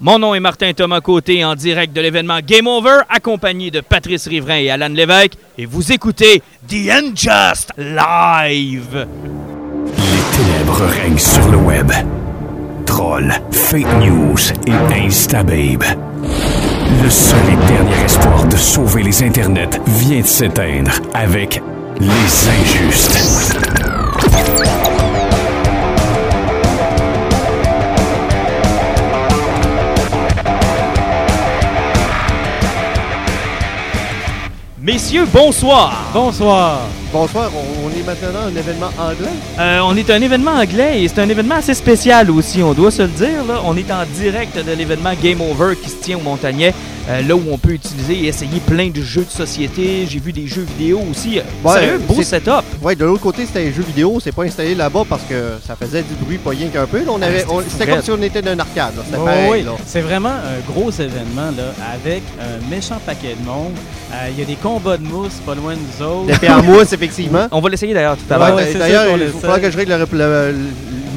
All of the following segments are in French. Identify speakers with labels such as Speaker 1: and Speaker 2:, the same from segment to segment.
Speaker 1: Mon nom est Martin Thomas Côté en direct de l'événement Game Over, accompagné de Patrice Rivrain et Alan Lévesque, et vous écoutez The Unjust Live.
Speaker 2: Les ténèbres règnent sur le web. Trolls, fake news et instababe. Le seul et dernier espoir de sauver les internets vient de s'éteindre avec Les Injustes.
Speaker 1: Messieurs, bonsoir.
Speaker 3: Bonsoir.
Speaker 4: Bonsoir, on, on est maintenant un événement anglais.
Speaker 1: Euh, on est à un événement anglais et c'est un événement assez spécial aussi, on doit se le dire. là. On est en direct de l'événement Game Over qui se tient au Montagnet, euh, là où on peut utiliser et essayer plein de jeux de société. J'ai vu des jeux vidéo aussi. Euh,
Speaker 4: Ouais,
Speaker 1: Sérieux, beau
Speaker 4: c'est-
Speaker 1: setup.
Speaker 4: Ouais, de l'autre côté, c'était un jeu vidéo, c'est pas installé là-bas parce que ça faisait du bruit, pas rien qu'un peu. Là,
Speaker 1: Ah,
Speaker 4: on avait, on- c'était
Speaker 1: fou,
Speaker 4: comme si on était dans un arcade. là. C'était
Speaker 3: Oh
Speaker 4: pareil,
Speaker 3: oui,
Speaker 4: là.
Speaker 3: c'est vraiment un gros événement là, avec un méchant paquet de monde. Euh, Il y a des combats de mousse pas loin de nous autres.
Speaker 4: Des pierres à mousse, effectivement.
Speaker 1: On va l'essayer d'ailleurs tout à
Speaker 3: Ouais,
Speaker 1: l'heure.
Speaker 3: ouais,
Speaker 4: d'a-
Speaker 3: c'est ça
Speaker 4: D'ailleurs,
Speaker 3: qu'on
Speaker 4: il
Speaker 3: essaie.
Speaker 4: faudra que je règle le rep- le- le-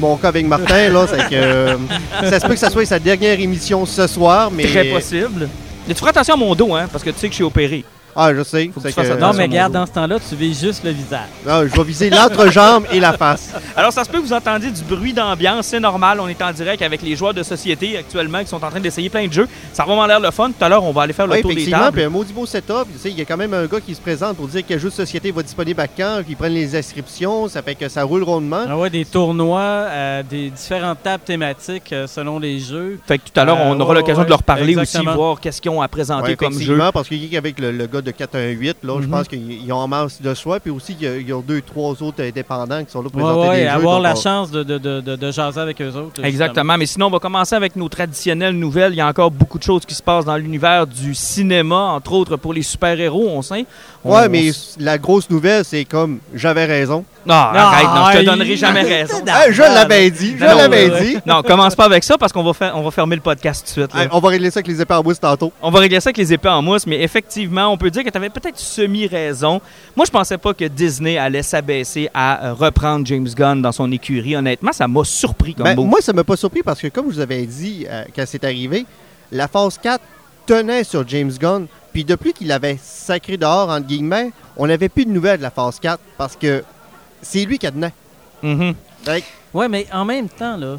Speaker 4: mon cas avec Martin. Là, c'est que, euh, ça se peut que ça soit sa dernière émission ce soir, mais.
Speaker 1: Très possible. Mais tu feras attention à mon dos, hein, parce que tu sais que je suis opéré.
Speaker 4: Ah, je sais.
Speaker 1: Faut que tu
Speaker 4: c'est
Speaker 1: fasses
Speaker 3: Non,
Speaker 1: attention.
Speaker 3: mais regarde, dans ce temps-là, tu vis juste le visage.
Speaker 4: non, je vais viser l'entrejambe et la face.
Speaker 1: Alors, ça se peut que vous entendiez du bruit d'ambiance, c'est normal. On est en direct avec les joueurs de société actuellement qui sont en train d'essayer plein de jeux. Ça va vraiment l'air le fun. Tout à l'heure, on va aller faire le
Speaker 4: Oui,
Speaker 1: tour des
Speaker 4: effectivement,
Speaker 1: tables.
Speaker 4: puis un maudit beau setup. Tu sais, Il y a quand même un gars qui se présente pour dire quel jeu de société va disponible à quand, qui prennent les inscriptions, ça fait que ça roule rondement.
Speaker 3: Ah ouais, des tournois, euh, des différentes tables thématiques euh, selon les jeux.
Speaker 1: Fait que tout à l'heure, on
Speaker 3: Euh,
Speaker 1: aura
Speaker 3: ouais,
Speaker 1: l'occasion
Speaker 3: ouais,
Speaker 1: de leur parler
Speaker 3: exactement.
Speaker 1: aussi, voir qu'est-ce qu'ils ont à présenter
Speaker 4: Ouais,
Speaker 1: comme jeu.
Speaker 4: effectivement, parce qu'avec le, le gars de 418, là, je
Speaker 1: Mhm.
Speaker 4: pense qu'ils ils ont en masse de soi. Puis aussi, il y a- il y a deux, trois autres indépendants qui sont là pour
Speaker 3: Ouais,
Speaker 4: présenter
Speaker 3: ouais,
Speaker 4: des
Speaker 3: et
Speaker 4: jeux.
Speaker 3: avoir
Speaker 4: donc
Speaker 3: la
Speaker 4: on-
Speaker 3: chance de, de, de, de, de jaser avec eux autres. là,
Speaker 1: Exactement. Mais sinon, on va commencer avec nos traditionnelles nouvelles. Il y a encore beaucoup de choses qui se passent dans l'univers du cinéma, entre autres pour les super-héros, on sait. On-
Speaker 4: Ouais, mais la grosse nouvelle, c'est comme j'avais raison.
Speaker 1: Non, arrête, non, je te
Speaker 3: aïe.
Speaker 1: donnerai jamais raison.
Speaker 3: justement.
Speaker 4: Eh, je l'avais dit, je
Speaker 1: Ah, Non, non,
Speaker 4: l'avais
Speaker 3: ouais,
Speaker 4: dit.
Speaker 1: Non, commence pas avec ça parce qu'on va, faire- on va fermer le podcast tout de suite. là.
Speaker 4: Eh, on va régler ça avec les épées en mousse tantôt.
Speaker 1: On va régler ça avec les épées en mousse, mais effectivement, on peut dire que tu avais peut-être semi-raison. Moi, je pensais pas que Disney allait s'abaisser à euh, reprendre James Gunn dans son écurie. Honnêtement, ça m'a surpris comme
Speaker 4: Ben,
Speaker 1: mot.
Speaker 4: moi, ça m'a pas surpris parce que, comme je vous avais dit euh, quand c'est arrivé, la phase 4 tenait sur James Gunn. Puis depuis qu'il avait sacré dehors, entre guillemets, on n'avait plus de nouvelles de la phase 4 parce que c'est lui qui a donné.
Speaker 1: Mhm.
Speaker 3: Ouais, mais en même temps, là,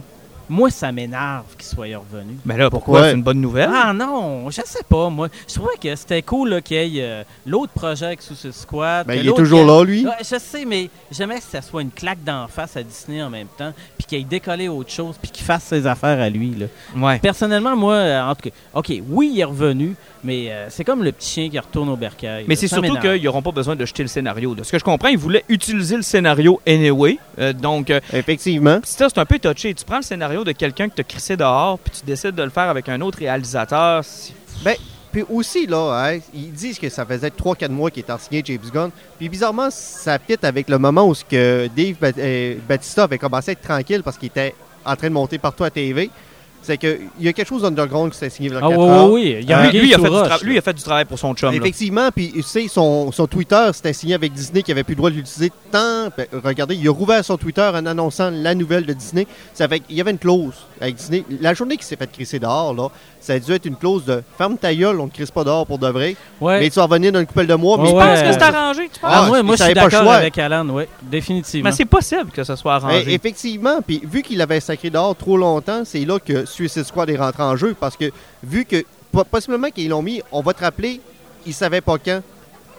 Speaker 3: moi, ça m'énerve qu'ils soient revenus.
Speaker 4: Hein?
Speaker 1: Mais là, pourquoi?
Speaker 4: Ouais.
Speaker 1: C'est une bonne nouvelle.
Speaker 3: Ah non, je sais pas, moi. Je trouvais que c'était cool là, qu'il y ait euh, l'autre projet avec Suicide Squad.
Speaker 4: Ben,
Speaker 3: que
Speaker 4: il est
Speaker 3: l'autre
Speaker 4: toujours
Speaker 3: qui-
Speaker 4: là, lui.
Speaker 3: Ouais, je sais, mais j'aimais que ça soit une claque d'en face à Disney en même temps, puis qu'il ait décollé autre chose, puis qu'il fasse ses affaires à lui. Là.
Speaker 1: Ouais.
Speaker 3: Personnellement, moi, euh, en tout cas, OK, oui, il est revenu, mais euh, c'est comme le petit chien qui retourne au bercail.
Speaker 1: Mais
Speaker 3: là.
Speaker 1: c'est
Speaker 3: Ça
Speaker 1: surtout
Speaker 3: m'énerve.
Speaker 1: qu'ils n'auront pas besoin de jeter le scénario. De ce que je comprends, ils voulaient utiliser le scénario anyway. Euh, donc, euh,
Speaker 4: Effectivement.
Speaker 1: pis ça, c'est un peu touché. Tu prends le scénario de quelqu'un que t'as crissé dehors, puis tu décides de le faire avec un autre réalisateur. C'est-
Speaker 4: Ben, Puis aussi, là, hein, ils disent que ça faisait 3-4 mois qu'il était signé James Gunn. Puis bizarrement, ça pite avec le moment où ce que Dave Bat- euh, Batista avait commencé à être tranquille parce qu'il était en train de monter partout à TV. C'est qu'il y a quelque chose d'underground qui s'est signé vers
Speaker 3: Ah oui,
Speaker 4: 4
Speaker 3: oui,
Speaker 4: heures.
Speaker 3: oui. Il y a
Speaker 4: Euh,
Speaker 3: un
Speaker 1: Lui, lui, il a
Speaker 3: sous
Speaker 1: fait du
Speaker 3: roche,
Speaker 1: tra-
Speaker 3: là.
Speaker 1: lui, il a fait du travail pour son chum. là.
Speaker 4: Effectivement, puis tu sais, son, son Twitter c'était signé avec Disney qui avait plus le droit de l'utiliser tant. ben, regardez, il a rouvert son Twitter en annonçant la nouvelle de Disney. Ça fait qu'il y avait une clause avec Disney. La journée qui s'est fait crisser dehors, là, ça a dû être une clause de ferme ta gueule, on ne crisse pas dehors pour de vrai.
Speaker 3: Ouais.
Speaker 4: Mais tu vas revenir dans une couple de mois. mais
Speaker 3: Ouais,
Speaker 1: Je pense que c'est
Speaker 3: euh,
Speaker 1: arrangé, tu penses?
Speaker 3: Ah,
Speaker 4: Ah,
Speaker 3: moi,
Speaker 4: il
Speaker 3: moi je suis
Speaker 4: savait pas le
Speaker 3: d'accord
Speaker 4: choix.
Speaker 3: avec Alan, oui, définitivement.
Speaker 1: Mais c'est possible que ce soit arrangé.
Speaker 4: Eh, effectivement, puis vu qu'il avait sacré dehors trop longtemps, c'est là que Suicide Squad est rentré en jeu parce que vu que po- possiblement qu'ils l'ont mis, on va te rappeler, ils savaient pas quand.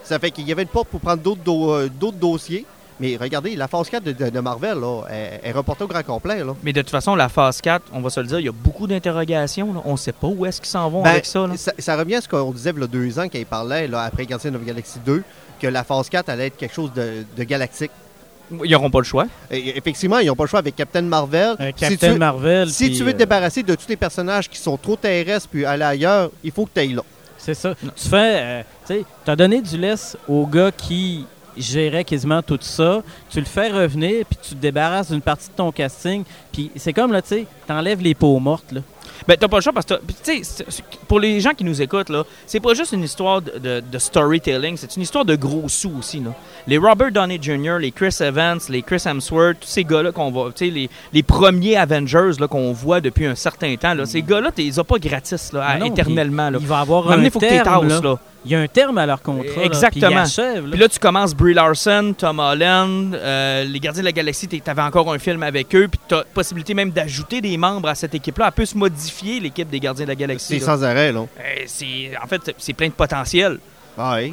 Speaker 4: Ça fait qu'il y avait une porte pour prendre d'autres do- euh, d'autres dossiers. Mais regardez, la phase 4 de, de- de Marvel là, est, est reportée au grand complet là.
Speaker 1: Mais de toute façon, la phase 4, on va se le dire, il y a beaucoup d'interrogations. là. On ne sait pas où est-ce qu'ils s'en vont
Speaker 4: Ben,
Speaker 1: avec ça. là.
Speaker 4: Ça, ça revient à ce qu'on disait il y a deux ans quand il parlait là, après Guardians of the Galaxy 2 que la phase 4 allait être quelque chose de, de galactique.
Speaker 1: Ils n'auront pas le choix.
Speaker 4: Et- effectivement, ils n'ont pas le choix avec Captain Marvel.
Speaker 3: Euh,
Speaker 4: Si
Speaker 3: Captain
Speaker 4: tu-
Speaker 3: Marvel.
Speaker 4: Si
Speaker 3: puis,
Speaker 4: tu veux
Speaker 3: euh,
Speaker 4: te débarrasser de tous les personnages qui sont trop terrestres puis aller ailleurs, il faut que tu ailles là.
Speaker 3: C'est ça. Tu fais, euh, tu sais, t'as donné du laisse au gars qui gérait quasiment tout ça. Tu le fais revenir, puis tu te débarrasses d'une partie de ton casting. Puis c'est comme, là, tu sais, t'enlèves les peaux mortes, là.
Speaker 1: Ben, t'as pas le choix parce que, t'as- puis, tu sais, c'est- c'est- pour les gens qui nous écoutent, là, c'est pas juste une histoire de, de- de storytelling, c'est une histoire de gros sous aussi, là. Les Robert Downey Jr., les Chris Evans, les Chris Hemsworth, tous ces gars-là qu'on va, tu sais, les, les premiers Avengers, là, qu'on voit depuis un certain temps, là, ces gars-là, t'es- ils les as pas gratis, là, à-
Speaker 3: Mm. Ah Non,
Speaker 1: Ah, éternellement,
Speaker 3: puis
Speaker 1: là.
Speaker 3: Il va avoir un
Speaker 1: Maintenant, faut que t'es
Speaker 3: terme.
Speaker 1: tasse,
Speaker 3: Là.
Speaker 1: là.
Speaker 3: Il y a un terme à leur contrat.
Speaker 1: Exactement.
Speaker 3: Là, puis ils achèvent, là.
Speaker 1: Puis là, tu commences Brie Larson, Tom Holland, euh, les Gardiens de la Galaxie, tu avais encore un film avec eux, puis tu as possibilité même d'ajouter des membres à cette équipe-là. Elle peut se modifier, l'équipe des Gardiens de la Galaxie.
Speaker 4: C'est
Speaker 1: là.
Speaker 4: sans arrêt, là.
Speaker 1: Euh, c'est- en fait, c'est- c'est plein de potentiel.
Speaker 4: Ouais.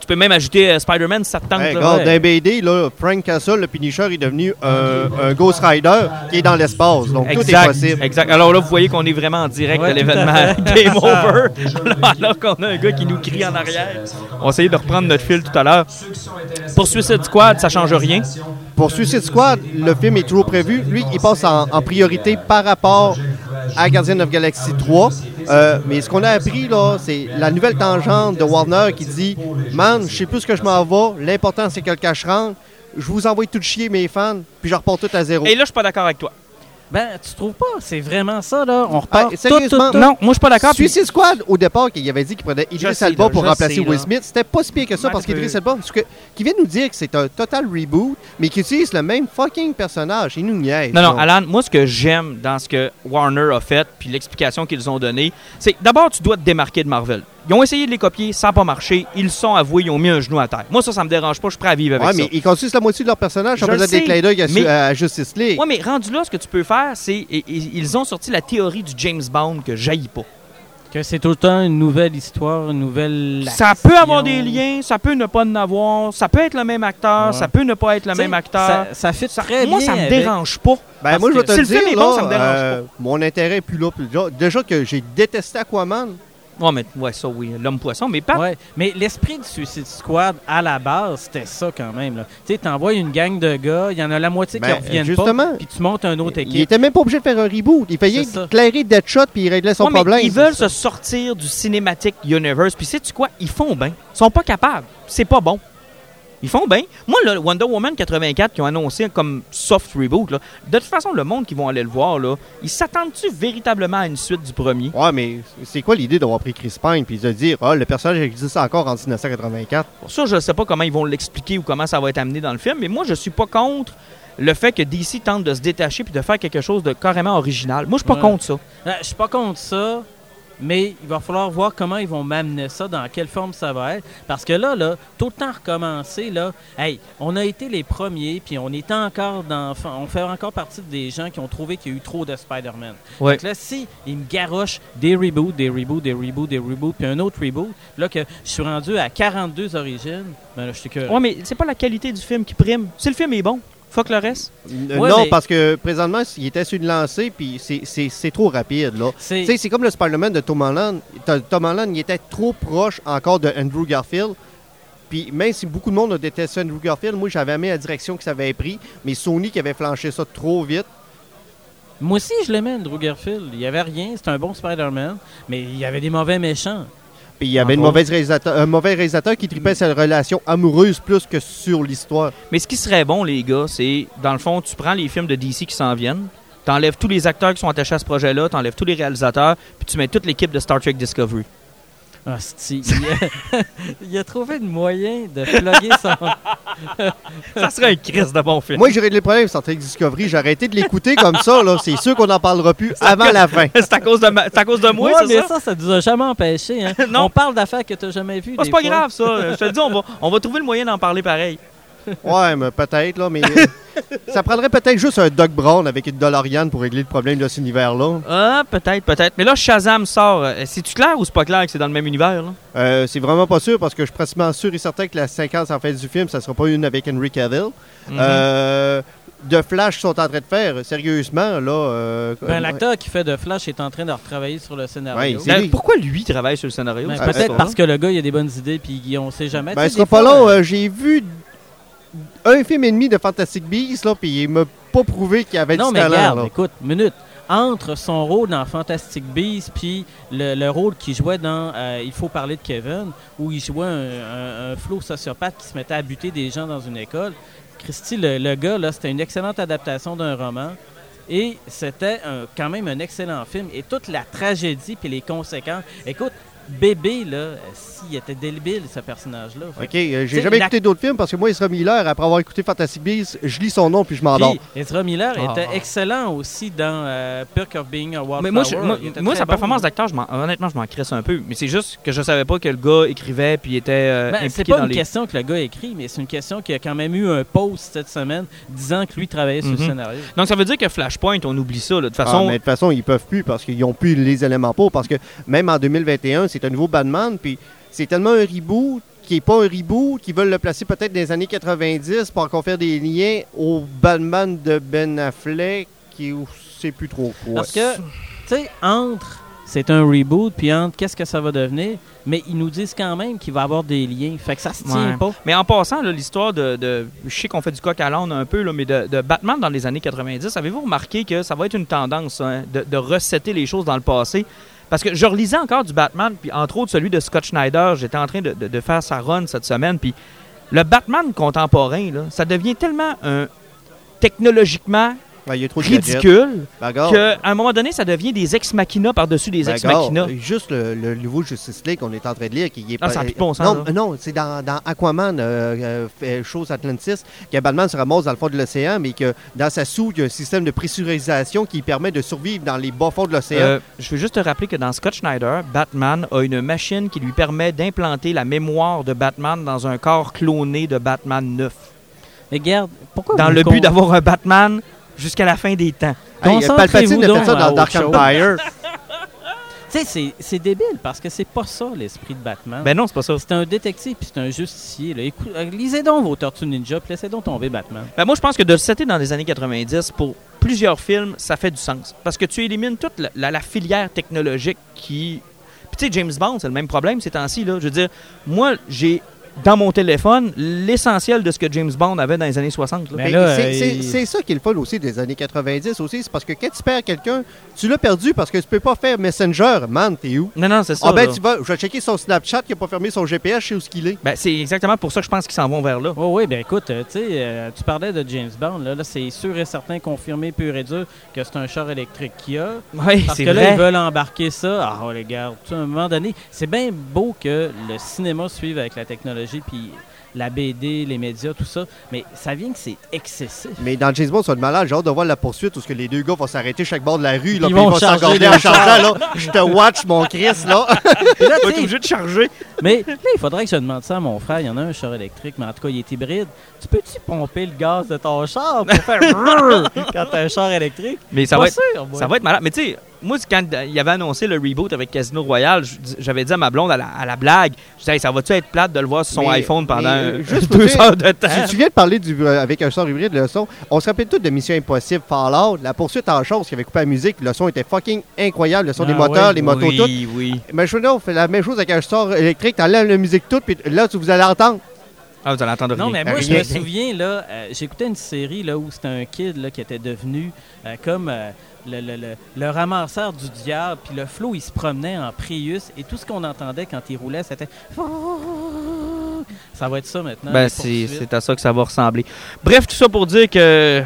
Speaker 1: Tu peux même ajouter euh, Spider-Man si ça te tente.
Speaker 4: Hey,
Speaker 1: là.
Speaker 4: regarde,
Speaker 1: Ouais.
Speaker 4: dans les BD, là, Frank Castle, le Punisher, est devenu un, un Ghost Rider qui est dans l'espace. Donc tout est
Speaker 1: Exact,
Speaker 4: possible.
Speaker 1: exact. Alors là, vous voyez qu'on est vraiment en direct
Speaker 3: Ouais,
Speaker 1: de l'événement Game Over. Alors, alors qu'on a un gars qui nous crie en arrière. On va essayer de reprendre notre fil tout à l'heure. Pour Suicide Squad, ça change rien.
Speaker 4: Pour Suicide Squad, le film est toujours prévu. Lui, il passe en, en priorité par rapport à Guardian of Galaxy 3. Euh, mais ce qu'on a appris, là, c'est la nouvelle tangente de Warner qui dit « Man, je sais plus ce que je m'en vais. L'important, c'est que le cash rentre. Je vous envoie tout chier, mes fans, puis je repars tout à zéro.
Speaker 1: Et là, je suis pas d'accord avec toi.
Speaker 3: Ben, tu trouves pas? C'est vraiment ça, là. On repart
Speaker 4: Ah,
Speaker 3: tout, tout,
Speaker 4: sérieusement,
Speaker 3: tout.
Speaker 1: Non, moi, je suis pas d'accord. puis-
Speaker 4: Suicide Squad, au départ, qu'il avait dit qu'il prenait Idris
Speaker 1: sais,
Speaker 4: Elba
Speaker 1: là,
Speaker 4: pour
Speaker 1: je
Speaker 4: remplacer
Speaker 1: sais, là.
Speaker 4: Will Smith, c'était pas si pire que ça
Speaker 1: Ouais,
Speaker 4: parce
Speaker 1: un peu.
Speaker 4: qu'Idris Elba, ce que, qui vient nous dire que c'est un total reboot, mais qui utilise le même fucking personnage. Il nous niaise.
Speaker 1: Non, non,
Speaker 4: donc.
Speaker 1: Alan, moi, ce que j'aime dans ce que Warner a fait, puis l'explication qu'ils ont donnée, c'est d'abord, tu dois te démarquer de Marvel. Ils ont essayé de les copier, ça n'a pas marché. Ils le sont avoués, ils ont mis un genou à terre. Moi, ça, ça me dérange pas, je suis prêt à vivre avec
Speaker 4: Ouais,
Speaker 1: ça.
Speaker 4: mais ils construisent la moitié de leur personnage
Speaker 1: Je
Speaker 4: en
Speaker 1: le
Speaker 4: faisant des
Speaker 1: sais,
Speaker 4: clins d'œil à, su-
Speaker 1: mais-
Speaker 4: à Justice League.
Speaker 1: Ouais, mais rendu là, ce que tu peux faire, c'est. et- et- Ils ont sorti la théorie du James Bond que jaillit pas.
Speaker 3: Que c'est autant une nouvelle histoire, une nouvelle.
Speaker 1: Ça peut avoir des
Speaker 3: action.
Speaker 1: liens, ça peut ne pas en avoir, ça peut être le même acteur,
Speaker 3: Ouais.
Speaker 1: ça peut ne pas être le
Speaker 3: Tu sais,
Speaker 1: même acteur.
Speaker 3: Ça, ça fit
Speaker 1: Ça-
Speaker 3: très
Speaker 1: moi,
Speaker 3: bien.
Speaker 1: ça me
Speaker 3: avec-
Speaker 1: dérange pas.
Speaker 4: ben,
Speaker 1: parce
Speaker 4: moi, je vais
Speaker 1: que
Speaker 4: te
Speaker 1: si
Speaker 4: le
Speaker 1: le
Speaker 4: dire,
Speaker 1: film est
Speaker 4: là,
Speaker 1: bon, ça me dérange
Speaker 4: euh, mon intérêt est plus là. plus là. Déjà que j'ai détesté Aquaman.
Speaker 1: Ouais, mais ouais, ça, oui, l'homme-poisson, mais pas.
Speaker 3: Ouais, mais l'esprit du Suicide Squad, à la base, c'était ça quand même. là. Tu sais, t'envoies une gang de gars, il y en a la moitié
Speaker 4: Ben,
Speaker 3: qui reviennent
Speaker 4: justement.
Speaker 3: pas, puis tu montes
Speaker 1: Oh,
Speaker 3: un autre
Speaker 4: Il
Speaker 3: équipe.
Speaker 4: était même pas obligé de faire un reboot. Il fallait
Speaker 3: C'est ça.
Speaker 4: éclairer Deadshot puis il réglait son
Speaker 1: Ouais, mais
Speaker 4: problème.
Speaker 1: ils veulent se sortir du cinematic universe. Puis sais-tu quoi? Ils font bien. Ils sont pas capables. C'est pas bon. Ils font bien. Moi, le Wonder Woman 84 qui ont annoncé comme soft reboot, là, de toute façon, le monde qui vont aller le voir, là, ils s'attendent-tu véritablement à une suite du premier?
Speaker 4: Ouais, mais c'est quoi l'idée d'avoir pris Chris Pine puis de dire Ah, le personnage existe encore en 1984
Speaker 1: Pour ça, je ne sais pas comment ils vont l'expliquer ou comment ça va être amené dans le film, mais moi, je suis pas contre le fait que DC tente de se détacher puis de faire quelque chose de carrément original. Moi, je suis pas
Speaker 3: Ouais.
Speaker 1: contre ça.
Speaker 3: Euh, Je suis pas contre ça, mais il va falloir voir comment ils vont m'amener ça, dans quelle forme ça va être. Parce que là, là, tout le temps recommencer, là, hey, on a été les premiers, puis on était encore dans. On fait encore partie des gens qui ont trouvé qu'il y a eu trop de Spider-Man.
Speaker 1: Ouais.
Speaker 3: Donc là, si ils me garochent des reboots, des reboots, des reboots, des reboots, puis un autre reboot, là, que je suis rendu à 42 origines, ben là, je suis que.
Speaker 1: Ouais, mais c'est pas la qualité du film qui prime. Si le film est bon, fuck le reste.
Speaker 4: Euh,
Speaker 3: Ouais,
Speaker 4: Non,
Speaker 3: mais-
Speaker 4: parce que présentement, il était sur une lancée puis c'est- c'est c'est trop rapide. là.
Speaker 3: C'est-
Speaker 4: Tu sais, C'est comme le Spider-Man de Tom Holland. T- Tom Holland, il était trop proche encore de Andrew Garfield. Puis même si beaucoup de monde a détesté Andrew Garfield, moi j'avais aimé la direction que ça avait pris, mais Sony qui avait flanché ça trop vite.
Speaker 3: Moi aussi, je l'aimais, Andrew Garfield. Il n'y avait rien, c'était un bon Spider-Man, mais il y avait des mauvais méchants.
Speaker 4: Puis il y avait
Speaker 3: Ah
Speaker 4: une
Speaker 3: bon?
Speaker 4: mauvaise réalisateur, un mauvais réalisateur qui tripait sa relation amoureuse plus que sur l'histoire.
Speaker 1: Mais ce qui serait bon, les gars, c'est, dans le fond, tu prends les films de DC qui s'en viennent, t'enlèves tous les acteurs qui sont attachés à ce projet-là, t'enlèves tous les réalisateurs, puis tu mets toute l'équipe de Star Trek Discovery.
Speaker 3: Ah, c'ti, il, a, il a trouvé le moyen de plugger son.
Speaker 1: Ça serait un crise de bon film.
Speaker 4: Moi j'ai réglé le problème sur Trek Discovery, j'ai arrêté de l'écouter comme ça, là. c'est sûr qu'on n'en parlera plus avant la fin.
Speaker 1: c'est, à cause de ma- c'est à cause de moi,
Speaker 3: Ouais,
Speaker 1: c'est
Speaker 3: mais
Speaker 1: ça?
Speaker 3: ça, ça nous a jamais empêché. hein.
Speaker 1: Non.
Speaker 3: On parle d'affaires que tu n'as jamais vues.
Speaker 1: Ah,
Speaker 3: des
Speaker 1: c'est pas
Speaker 3: fois.
Speaker 1: grave, ça. Je te le dis, on va, on va trouver le moyen d'en parler pareil.
Speaker 4: Ouais, mais peut-être, là, mais euh, ça prendrait peut-être juste un Doc Brown avec une DeLorean pour régler le problème de cet univers-là.
Speaker 1: Ah, peut-être, peut-être. Mais là, Shazam sort. Euh, C'est-tu clair ou c'est pas clair que c'est dans le même univers? Là?
Speaker 4: Euh, c'est vraiment pas sûr parce que je suis pratiquement sûr et certain que la séquence en fait du film, ça sera pas une avec Henry Cavill. Euh, de Flash sont en train de faire, sérieusement, là. euh,
Speaker 3: Ben, L'acteur qui fait de Flash est en train de retravailler sur le scénario.
Speaker 4: Ouais, c'est-
Speaker 1: Ben,
Speaker 4: lui.
Speaker 1: pourquoi lui travaille sur le scénario?
Speaker 3: Ben,
Speaker 1: C'est pas
Speaker 3: Peut-être
Speaker 1: ça.
Speaker 3: parce que le gars, il a des bonnes idées, puis on sait jamais.
Speaker 4: Ben,
Speaker 3: Tu
Speaker 4: ce
Speaker 3: sais,
Speaker 4: sera
Speaker 3: des
Speaker 4: pas
Speaker 3: fois,
Speaker 4: long.
Speaker 3: euh,
Speaker 4: euh, J'ai vu un film et demi de Fantastic Beasts, là, puis il m'a pas prouvé qu'il y avait
Speaker 3: Non,
Speaker 4: du
Speaker 3: mais
Speaker 4: talent.
Speaker 3: regarde,
Speaker 4: là.
Speaker 3: écoute, minute. Entre son rôle dans Fantastic Beasts puis le, le rôle qu'il jouait dans euh, Il faut parler de Kevin, où il jouait un, un, un flot sociopathe qui se mettait à buter des gens dans une école, Christy, le, le gars, là, c'était une excellente adaptation d'un roman. Et c'était un- quand même un excellent film. Et toute la tragédie puis les conséquences. Écoute, bébé, là, euh, s'il était débile, ce personnage-là. Fait
Speaker 4: OK, euh, j'ai
Speaker 3: T'sais,
Speaker 4: jamais
Speaker 3: la-
Speaker 4: écouté d'autres films parce que moi, Ezra Miller, après avoir écouté Fantastic Beasts, je lis son nom puis je m'endors.
Speaker 3: Puis, Ezra Miller
Speaker 1: Ah.
Speaker 3: était excellent aussi dans euh, Perk of Being a Wallflower.
Speaker 1: Mais moi, je- moi,
Speaker 3: Il était
Speaker 1: moi,
Speaker 3: très
Speaker 1: sa
Speaker 3: bon.
Speaker 1: performance d'acteur, je m'en- honnêtement, je m'en crisse un peu. Mais c'est juste que je savais pas que le gars écrivait puis était euh,
Speaker 3: Ben, c'est
Speaker 1: impliqué
Speaker 3: pas
Speaker 1: dans
Speaker 3: une
Speaker 1: les.
Speaker 3: question que le gars écrit, mais c'est une question qui a quand même eu un post cette semaine disant que lui travaillait sur
Speaker 1: Mhm.
Speaker 3: le scénario.
Speaker 1: Donc ça veut dire que Flashpoint, on oublie ça. là. De toute
Speaker 4: Ah,
Speaker 1: façon,
Speaker 4: mais de toute façon, ils peuvent plus parce qu'ils n'ont plus les éléments pour. Parce que même en 2021, c'est un nouveau Batman, puis c'est tellement un reboot qui n'est pas un reboot, qui veulent le placer peut-être dans les années 90 pour encore faire des liens au Batman de Ben Affleck, qui ou, c'est plus trop quoi.
Speaker 3: Parce que, tu sais, entre c'est un reboot, puis entre qu'est-ce que ça va devenir, mais ils nous disent quand même qu'il va y avoir des liens. Fait que ça se tient
Speaker 1: Ouais.
Speaker 3: pas.
Speaker 1: Mais en passant, là, l'histoire de, de- Je sais qu'on fait du coq à l'âne un peu, là, mais de, de Batman dans les années 90, avez-vous remarqué que ça va être une tendance ça, hein, de, de recéter les choses dans le passé? Parce que je relisais encore du Batman, puis entre autres celui de Scott Schneider. J'étais en train de, de- de faire sa run cette semaine, puis le Batman contemporain, là, ça devient tellement un technologiquement
Speaker 4: Ben, il y a trop de gadgets.
Speaker 1: ridicule
Speaker 4: Ben, regarde,
Speaker 1: qu'à un moment donné, ça devient des ex-machina par-dessus des
Speaker 4: ben,
Speaker 1: ex-machina.
Speaker 4: regarde, Juste le, le nouveau Justice League qu'on est en train de lire, qui est
Speaker 1: Ah, ça a plus de bon sens,
Speaker 4: Non, non, c'est dans, dans Aquaman, euh, euh, fait- chose Atlantis, que Batman se ramasse dans le fond de l'océan, mais que dans sa soupe, il y a un système de pressurisation qui permet de survivre dans les bas fonds de l'océan.
Speaker 1: Euh, je veux juste te rappeler que dans Scott Schneider, Batman a une machine qui lui permet d'implanter la mémoire de Batman dans un corps cloné de Batman 9.
Speaker 3: Mais regarde, pourquoi
Speaker 1: Dans
Speaker 3: vous
Speaker 1: le
Speaker 3: con-
Speaker 1: but d'avoir un Batman jusqu'à la fin des temps.
Speaker 4: Hey,
Speaker 3: Concentrez-vous
Speaker 4: Palpatine a
Speaker 3: donc
Speaker 4: fait ça
Speaker 3: à
Speaker 4: dans
Speaker 3: autre
Speaker 4: Dark
Speaker 3: chose.
Speaker 4: Empire.
Speaker 3: Tu sais, c'est- c'est débile, parce que c'est pas ça l'esprit de Batman.
Speaker 1: Ben non, c'est pas ça.
Speaker 3: c'est un détective, puis c'est un justicier. là. Écou- euh, lisez donc vos Tortues Ninja, puis laissez donc tomber Batman.
Speaker 1: Ben moi, je pense que de le setter dans les années 90, pour plusieurs films, ça fait du sens. Parce que tu élimines toute la, la- la filière technologique qui... Puis tu sais, James Bond, c'est le même problème ces temps-ci. là. Je veux dire, moi, j'ai dans mon téléphone l'essentiel de ce que James Bond avait dans les années 60. là.
Speaker 3: Ben
Speaker 4: Mais
Speaker 3: là,
Speaker 4: c'est-
Speaker 3: euh,
Speaker 4: c'est-
Speaker 3: il-
Speaker 4: C'est ça qui est le fun aussi des années 90 aussi. C'est parce que quand tu perds quelqu'un, tu l'as perdu parce que tu peux pas faire Messenger. Man, t'es où?
Speaker 1: Non, non, c'est ça.
Speaker 4: Ah ben,
Speaker 1: là.
Speaker 4: tu vas, je vais checker son Snapchat qui a pas fermé son GPS, je sais où ce qu'il est.
Speaker 1: Ben, c'est exactement pour ça que je pense qu'ils s'en vont vers là.
Speaker 3: Oh oui, ben écoute, euh, tu sais, euh, tu parlais de James Bond, là, là c'est sûr et certain, confirmé, pur et dur, que c'est un char électrique qu'il y a.
Speaker 1: Oui,
Speaker 3: Parce
Speaker 1: c'est
Speaker 3: que là, ils
Speaker 1: vrai.
Speaker 3: veulent embarquer ça. Ah, oh, les gars, tu sais, à un moment donné, c'est bien beau que le cinéma suive avec la technologie, puis la BD, les médias, tout ça, mais ça vient que c'est excessif.
Speaker 4: Mais dans James Bond, c'est le malade. J'ai hâte de voir la poursuite où ce que les deux gars vont s'arrêter chaque bord de la rue. Là,
Speaker 3: Ils
Speaker 4: puis
Speaker 3: vont
Speaker 4: ils vont
Speaker 3: charger
Speaker 4: s'engarder
Speaker 3: le
Speaker 4: en chargeant. Là. Je te watch, mon Chris. Là.
Speaker 3: Et là, tu sais,
Speaker 1: de charger.
Speaker 3: mais là, il faudrait que je demande ça à mon frère. Il y en a un char électrique, mais en tout cas, il est hybride. Tu peux-tu pomper le gaz de ton char pour faire brrr quand t'as un char électrique?
Speaker 1: Mais ça
Speaker 3: Pas
Speaker 1: va, être,
Speaker 3: sûr, moi.
Speaker 1: ça va être malade. Mais tu sais, moi, c'est quand euh, il avait annoncé le reboot avec Casino Royale, j- j'avais dit à ma blonde à la, à la blague, je disais, Hey, ça va-tu être plate de le voir sur son
Speaker 4: Mais-
Speaker 1: iPhone pendant
Speaker 4: mais, euh,
Speaker 1: euh,
Speaker 4: juste pour
Speaker 1: deux
Speaker 4: dire-
Speaker 1: heures de temps?
Speaker 4: tu, tu viens de parler du, euh, avec un sort hybride, le son. On se rappelle tous de Mission Impossible, Fallout, la poursuite en chose qui avait coupé la musique. Le son était fucking incroyable. Le son des
Speaker 3: Ah
Speaker 4: moteurs,
Speaker 3: ouais,
Speaker 4: les motos, tout.
Speaker 1: oui, oui.
Speaker 4: Mais je veux dire, on fait la même chose avec un sort électrique, t'enlèves la musique toute, puis là, tu vous allez entendre.
Speaker 1: Ah, vous allez entendre
Speaker 3: Non,
Speaker 1: rien.
Speaker 3: mais moi, je
Speaker 4: Rien.
Speaker 3: me souviens, là, euh, j'écoutais une série là, où c'était un kid là, qui était devenu euh, comme euh, le, le- le- le ramasseur du diable, puis le flot, il se promenait en Prius, et tout ce qu'on entendait quand il roulait, c'était... Ça va être ça maintenant.
Speaker 1: Ben,
Speaker 3: les
Speaker 1: c'est
Speaker 3: poursuites.
Speaker 1: c'est à ça que ça va ressembler. Bref, tout ça pour dire que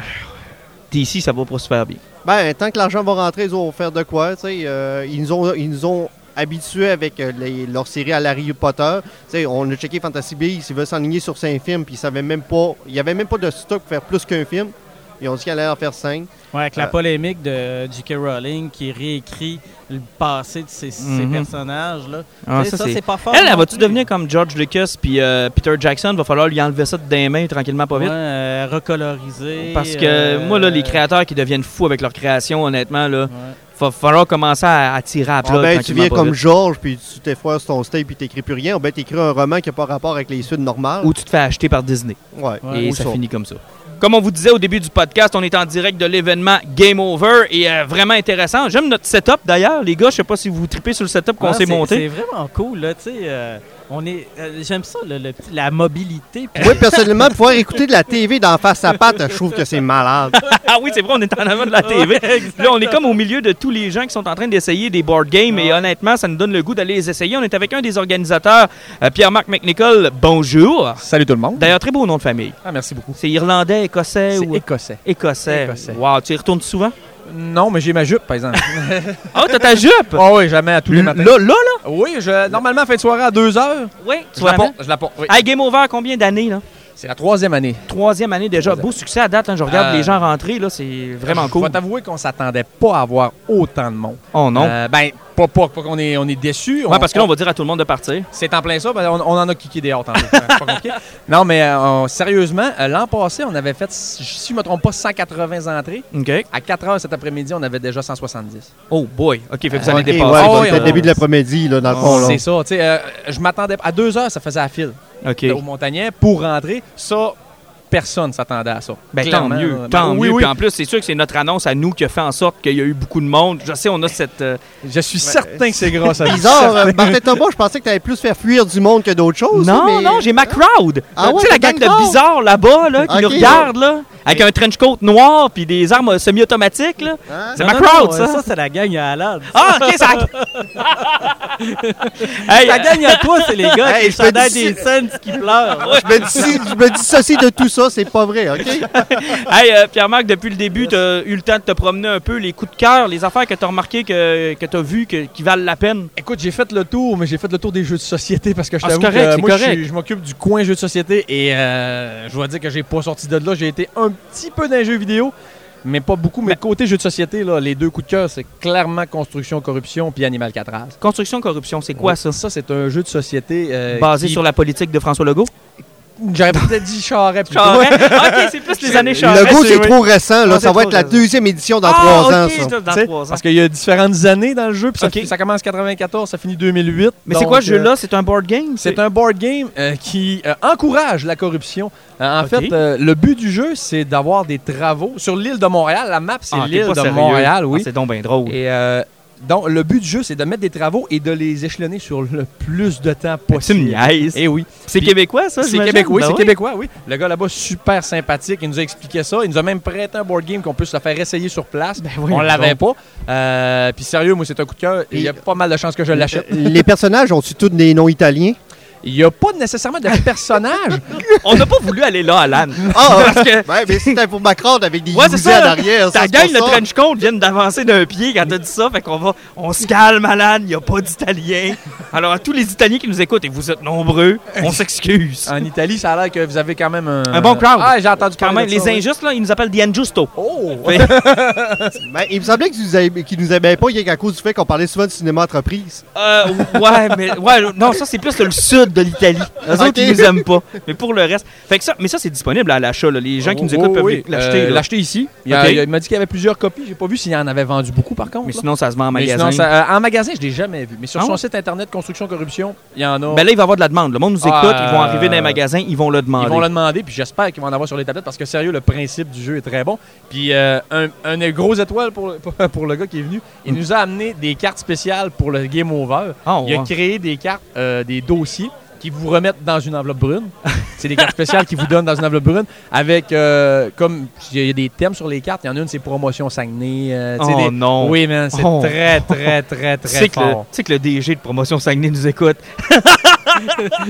Speaker 1: d'ici, ça va pas se faire bien.
Speaker 4: Ben, tant que l'argent va rentrer, ils vont faire de quoi, tu sais. euh, ils, nous ont, ils nous ont habitués avec euh, les- leur série à la Harry Potter. Tu sais, on a checké Fantasy Beasts, ils veulent s'enligner sur cinq films, puis ils savaient même pas... Il y avait même pas de stock pour faire plus qu'un film. Ils ont dit qu'ils allaient en faire cinq.
Speaker 3: Ouais, avec
Speaker 1: Ah.
Speaker 3: la
Speaker 4: Euh,
Speaker 3: polémique de J.K. Rowling qui réécrit le passé de ses, ses
Speaker 1: Mhm.
Speaker 3: personnages. Là.
Speaker 1: Ah,
Speaker 3: Tu sais,
Speaker 1: ça, c'est-
Speaker 3: pas fort.
Speaker 1: Elle, elle
Speaker 3: non
Speaker 1: va-tu
Speaker 3: plus.
Speaker 1: devenir comme George Lucas puis euh, Peter Jackson? Va falloir lui enlever ça de des mains tranquillement, pas
Speaker 3: Ouais,
Speaker 1: vite.
Speaker 3: euh, recolorisée,
Speaker 1: Parce que
Speaker 3: euh,
Speaker 1: moi, là, les créateurs qui deviennent fous avec leur création, honnêtement, là,
Speaker 3: Ouais.
Speaker 1: va falloir commencer à, à tirer à
Speaker 4: Ah
Speaker 1: plat.
Speaker 4: ben, tu
Speaker 1: tranquillement,
Speaker 4: viens
Speaker 1: pas
Speaker 4: comme
Speaker 1: vite.
Speaker 4: Georges, puis tu t'effoires sur ton steak, puis t'écris plus rien. Ah ben, t'écris un roman qui n'a pas rapport avec les suites normales.
Speaker 1: Ou tu te fais acheter par Disney.
Speaker 4: Ouais.
Speaker 3: Ouais.
Speaker 1: et
Speaker 4: Ou
Speaker 1: ça
Speaker 4: ça.
Speaker 1: finit comme ça. Comme on vous disait au début du podcast, on est en direct de l'événement Game Over et euh, vraiment intéressant. J'aime notre setup d'ailleurs, les gars. Je sais pas si vous tripez sur le setup qu'on
Speaker 3: Ouais,
Speaker 1: s'est
Speaker 3: Ah, c'est-
Speaker 1: monté.
Speaker 3: C'est vraiment cool, là, tu sais. euh, On est, euh, j'aime ça, le, le petit- la mobilité. puis-
Speaker 4: Moi, personnellement, pouvoir écouter de la TV d'en face à patte, je trouve que c'est malade.
Speaker 1: Ah oui, c'est vrai, on est en avant de la TV. Là, on est comme au milieu de tous les gens qui sont en train d'essayer des board games et honnêtement, ça nous donne le goût d'aller les essayer. On est avec un des organisateurs, euh, Pierre-Marc McNichol. Bonjour.
Speaker 5: Salut tout le monde.
Speaker 1: D'ailleurs, très beau nom de famille.
Speaker 5: Ah, merci beaucoup.
Speaker 1: C'est irlandais, écossais
Speaker 5: C'est
Speaker 1: ou
Speaker 5: écossais.
Speaker 1: écossais.
Speaker 5: Écossais.
Speaker 1: Wow, tu y retournes souvent?
Speaker 5: Non, mais j'ai ma jupe, par exemple.
Speaker 1: Ah, t'as ta jupe!
Speaker 5: oh oui, jamais à tous les
Speaker 1: L-
Speaker 5: matins.
Speaker 1: Là, là, là?
Speaker 5: Oui, je, normalement, fin de soirée à 2 heures.
Speaker 1: Oui, tu
Speaker 5: Je la
Speaker 1: vois.
Speaker 5: porte. Je la porte, oui.
Speaker 1: Hey, Game Over, combien d'années, là?
Speaker 5: C'est la troisième année.
Speaker 1: Troisième année déjà.
Speaker 5: Troisième.
Speaker 1: Beau succès à date, hein, je regarde
Speaker 5: Euh,
Speaker 1: les gens rentrer, là, c'est vraiment
Speaker 5: Je
Speaker 1: cool.
Speaker 5: vais t'avouer qu'on s'attendait pas à avoir autant de monde.
Speaker 1: Oh non.
Speaker 5: Euh, ben, pas, pas, pas qu'on est, on est déçus.
Speaker 1: Ouais, parce que là, on va dire à tout le monde de partir.
Speaker 5: C'est en plein ça, parce qu'on- on, en a kické des tantôt. C'est pas compliqué. Non, mais euh, on- sérieusement, euh, l'an passé, on avait fait, si si je ne me trompe pas, 180 entrées.
Speaker 1: OK.
Speaker 5: À 4 heures cet après-midi, on avait déjà 170.
Speaker 1: Oh boy. OK, fait que vous
Speaker 4: Ok,
Speaker 1: allez
Speaker 4: ouais,
Speaker 1: dépasser. Oh,
Speaker 5: Ah
Speaker 4: bon,
Speaker 5: oui,
Speaker 4: c'était
Speaker 5: on- Ah
Speaker 4: le début de l'après-midi, là, dans le fond. là.
Speaker 5: C'est ça, tu sais. euh, je m'attendais à 2 heures, ça faisait la file.
Speaker 1: OK.
Speaker 5: au Montagnet pour rentrer. Ça, personne s'attendait à ça.
Speaker 1: Ben, tant
Speaker 5: Clairement,
Speaker 1: mieux,
Speaker 5: euh,
Speaker 1: tant
Speaker 5: oui,
Speaker 1: mieux.
Speaker 5: oui.
Speaker 1: Puis en plus, c'est sûr que c'est notre annonce à nous qui a fait en sorte qu'il y a eu beaucoup de monde. Je sais, on a cette. euh,
Speaker 5: Je suis certain que c'est grâce à
Speaker 4: Bizarre, euh, Martin Thomas, je pensais que tu allais plus faire fuir du monde que d'autres choses.
Speaker 1: Non,
Speaker 4: mais-
Speaker 1: non, j'ai ma crowd.
Speaker 4: Ah
Speaker 1: tu
Speaker 4: ouais,
Speaker 1: sais, la
Speaker 4: t'as
Speaker 1: gang
Speaker 4: ta
Speaker 1: de
Speaker 4: crowd.
Speaker 1: bizarres là-bas, là, qui nous
Speaker 4: Ok.
Speaker 1: regarde, là, avec un trench coat noir puis des armes semi-automatiques, là.
Speaker 4: Hein?
Speaker 1: C'est
Speaker 3: Non,
Speaker 1: ma
Speaker 3: non,
Speaker 1: crowd,
Speaker 3: non,
Speaker 1: ça.
Speaker 3: Ça, c'est la gang à Alan.
Speaker 1: Ah, OK, ça. hey, euh,
Speaker 3: La gang à toi, c'est les gars
Speaker 4: Hey,
Speaker 3: qui
Speaker 4: je peux
Speaker 3: chandaient
Speaker 4: dire-
Speaker 3: des scènes qui pleurent.
Speaker 1: Ah,
Speaker 4: Je me, dis, je me dissocie de tout ça, c'est pas vrai, OK?
Speaker 1: Hey, euh, Pierre-Marc, depuis le début, tu as eu le temps de te promener un peu, les coups de cœur, les affaires que tu as remarquées, que, que tu as vues, que- qui valent la peine.
Speaker 5: Écoute, j'ai fait le tour, mais j'ai fait le tour des jeux de société parce que je
Speaker 1: Ah, c'est
Speaker 5: t'avoue
Speaker 1: correct,
Speaker 5: que
Speaker 1: c'est
Speaker 5: moi, je,
Speaker 1: correct.
Speaker 5: suis- je m'occupe du coin jeux de société et euh, je dois dire que j'ai pas sorti de là. J'ai été un petit peu dans les jeux vidéo, mais pas beaucoup.
Speaker 1: Ben-
Speaker 5: Mais côté jeux de société, là, les deux coups de cœur, c'est clairement Construction, Corruption puis Animal 4 As.
Speaker 1: Construction, corruption, c'est quoi ça?
Speaker 5: Ça, c'est un jeu de société euh,
Speaker 1: Basé
Speaker 5: qui-
Speaker 1: sur la politique de François Legault?
Speaker 5: J'aurais peut-être dit Charret. plutôt.
Speaker 1: Charest. OK, c'est plus les années Charest.
Speaker 4: Le goût, c'est
Speaker 1: oui.
Speaker 4: trop récent,
Speaker 1: Ah,
Speaker 4: là.
Speaker 1: c'est
Speaker 4: Ça
Speaker 1: trop
Speaker 4: va être la
Speaker 1: récent.
Speaker 4: deuxième édition dans
Speaker 1: Ah,
Speaker 4: trois
Speaker 1: ok,
Speaker 4: ans, ça.
Speaker 1: dans
Speaker 5: Tu sais,
Speaker 1: trois ans.
Speaker 5: Parce qu'il y a différentes années dans le jeu, puis ça-
Speaker 1: Ok.
Speaker 5: ça, commence 94, ça finit 2008.
Speaker 1: Mais c'est
Speaker 5: donc,
Speaker 1: quoi ce
Speaker 5: euh,
Speaker 1: jeu-là? C'est un board game?
Speaker 5: C'est un board game euh, qui euh, encourage la corruption. Euh, en
Speaker 1: Ok.
Speaker 5: fait, euh, le but du jeu, c'est d'avoir des travaux sur l'île de Montréal. La map, c'est
Speaker 1: Ah, t'es
Speaker 5: l'île
Speaker 1: pas
Speaker 5: de
Speaker 1: sérieux.
Speaker 5: Montréal, oui.
Speaker 1: Ah, c'est donc bien drôle.
Speaker 5: Et euh, donc, le but du jeu, c'est de mettre des travaux et de les échelonner sur le plus de temps
Speaker 1: Ben, tu me
Speaker 5: possible.
Speaker 1: niaises.
Speaker 5: Eh oui.
Speaker 1: C'est
Speaker 5: Puis-
Speaker 1: québécois, ça?
Speaker 5: C'est
Speaker 1: j'imagine?
Speaker 5: québécois, oui,
Speaker 1: Ben
Speaker 5: c'est
Speaker 1: oui.
Speaker 5: québécois, oui. Le gars là-bas, super sympathique, il nous a expliqué ça. Il nous a même prêté un board game qu'on puisse le faire essayer sur place.
Speaker 1: voyons
Speaker 5: On l'avait pas. Euh, Puis sérieux, moi, c'est un coup de cœur. Il y a pas mal de chances que je l'achète.
Speaker 4: Les personnages ont-ils tous des noms italiens?
Speaker 5: Il n'y a pas nécessairement de personnage.
Speaker 1: On n'a pas voulu aller là, Alan.
Speaker 4: Ah,
Speaker 1: Parce que
Speaker 4: ouais, mais c'était pour ma crowd avec des
Speaker 1: Ouais, c'est
Speaker 4: Yeezys
Speaker 1: ça,
Speaker 4: en
Speaker 1: là.
Speaker 4: arrière. ça,
Speaker 1: ta
Speaker 4: c'est
Speaker 1: gang
Speaker 4: pour
Speaker 1: de
Speaker 4: ça.
Speaker 1: trench coat viennent d'avancer d'un pied quand t'as dit ça. Fait qu'on va, on se calme, Alan. Il n'y a pas d'Italien. Alors, à tous les Italiens qui nous écoutent, et vous êtes nombreux, on s'excuse.
Speaker 5: en Italie, ça a l'air que vous avez quand même un,
Speaker 1: Un bon crowd.
Speaker 5: Ah, j'ai entendu
Speaker 1: Quand
Speaker 5: parler
Speaker 1: même,
Speaker 5: de
Speaker 1: les
Speaker 5: ça, oui.
Speaker 1: injustes, là, ils nous appellent des injustos.
Speaker 5: Oh!
Speaker 1: Oui.
Speaker 4: Ben, il me semblait qu'ils nous aimaient- qu'ils nous aimaient pas rien qu'à cause du fait qu'on parlait souvent du cinéma entreprise.
Speaker 1: Euh, ouais, mais ouais, non, ça c'est plus le sud de l'Italie. Les
Speaker 4: Ok.
Speaker 1: autres, ils nous aiment pas. Mais pour le reste, fait que ça, mais ça c'est disponible à l'achat. là. Les gens qui nous écoutent
Speaker 5: Oh,
Speaker 1: peuvent
Speaker 5: oui.
Speaker 1: l'acheter.
Speaker 5: Euh,
Speaker 1: là.
Speaker 5: L'acheter ici. Il, y a-
Speaker 1: Ok.
Speaker 5: il y a- il m'a dit qu'il y avait plusieurs copies. J'ai pas vu s'il en avait vendu beaucoup, par contre.
Speaker 1: mais
Speaker 5: là.
Speaker 1: sinon, ça se vend en
Speaker 5: Mais
Speaker 1: magasin.
Speaker 5: sinon, ça- euh, en magasin, je l'ai jamais vu. Mais sur
Speaker 1: Ah
Speaker 5: son
Speaker 1: ouais?
Speaker 5: site internet Construction Corruption, il y en a.
Speaker 1: Ben là, il va y avoir de la demande. Le monde nous écoute,
Speaker 5: Ah,
Speaker 1: ils vont arriver dans les
Speaker 5: euh,
Speaker 1: magasins, ils vont le demander.
Speaker 5: Ils vont le demander, puis j'espère qu'ils vont en avoir sur les tablettes parce que sérieux, le principe du jeu est très bon. Puis euh, un, un gros étoile pour, le- pour le gars qui est venu. Il nous a amené des cartes spéciales pour le Game Over.
Speaker 1: Ah,
Speaker 5: Il a
Speaker 1: ouais.
Speaker 5: créé des cartes, euh, des dossiers qui vous remettent dans une enveloppe brune. c'est des cartes spéciales qui vous donnent dans une enveloppe brune avec, euh, comme il y a des thèmes sur les cartes. Il y en a une, c'est promotion Saguenay. euh, tu sais,
Speaker 1: Oh
Speaker 5: des-
Speaker 1: non.
Speaker 5: Oui, man, c'est
Speaker 1: Oh.
Speaker 5: très, très, très,
Speaker 1: Tu sais
Speaker 5: très
Speaker 1: que, le,
Speaker 5: fort.
Speaker 1: tu sais que le DG de Promotion Saguenay nous écoute.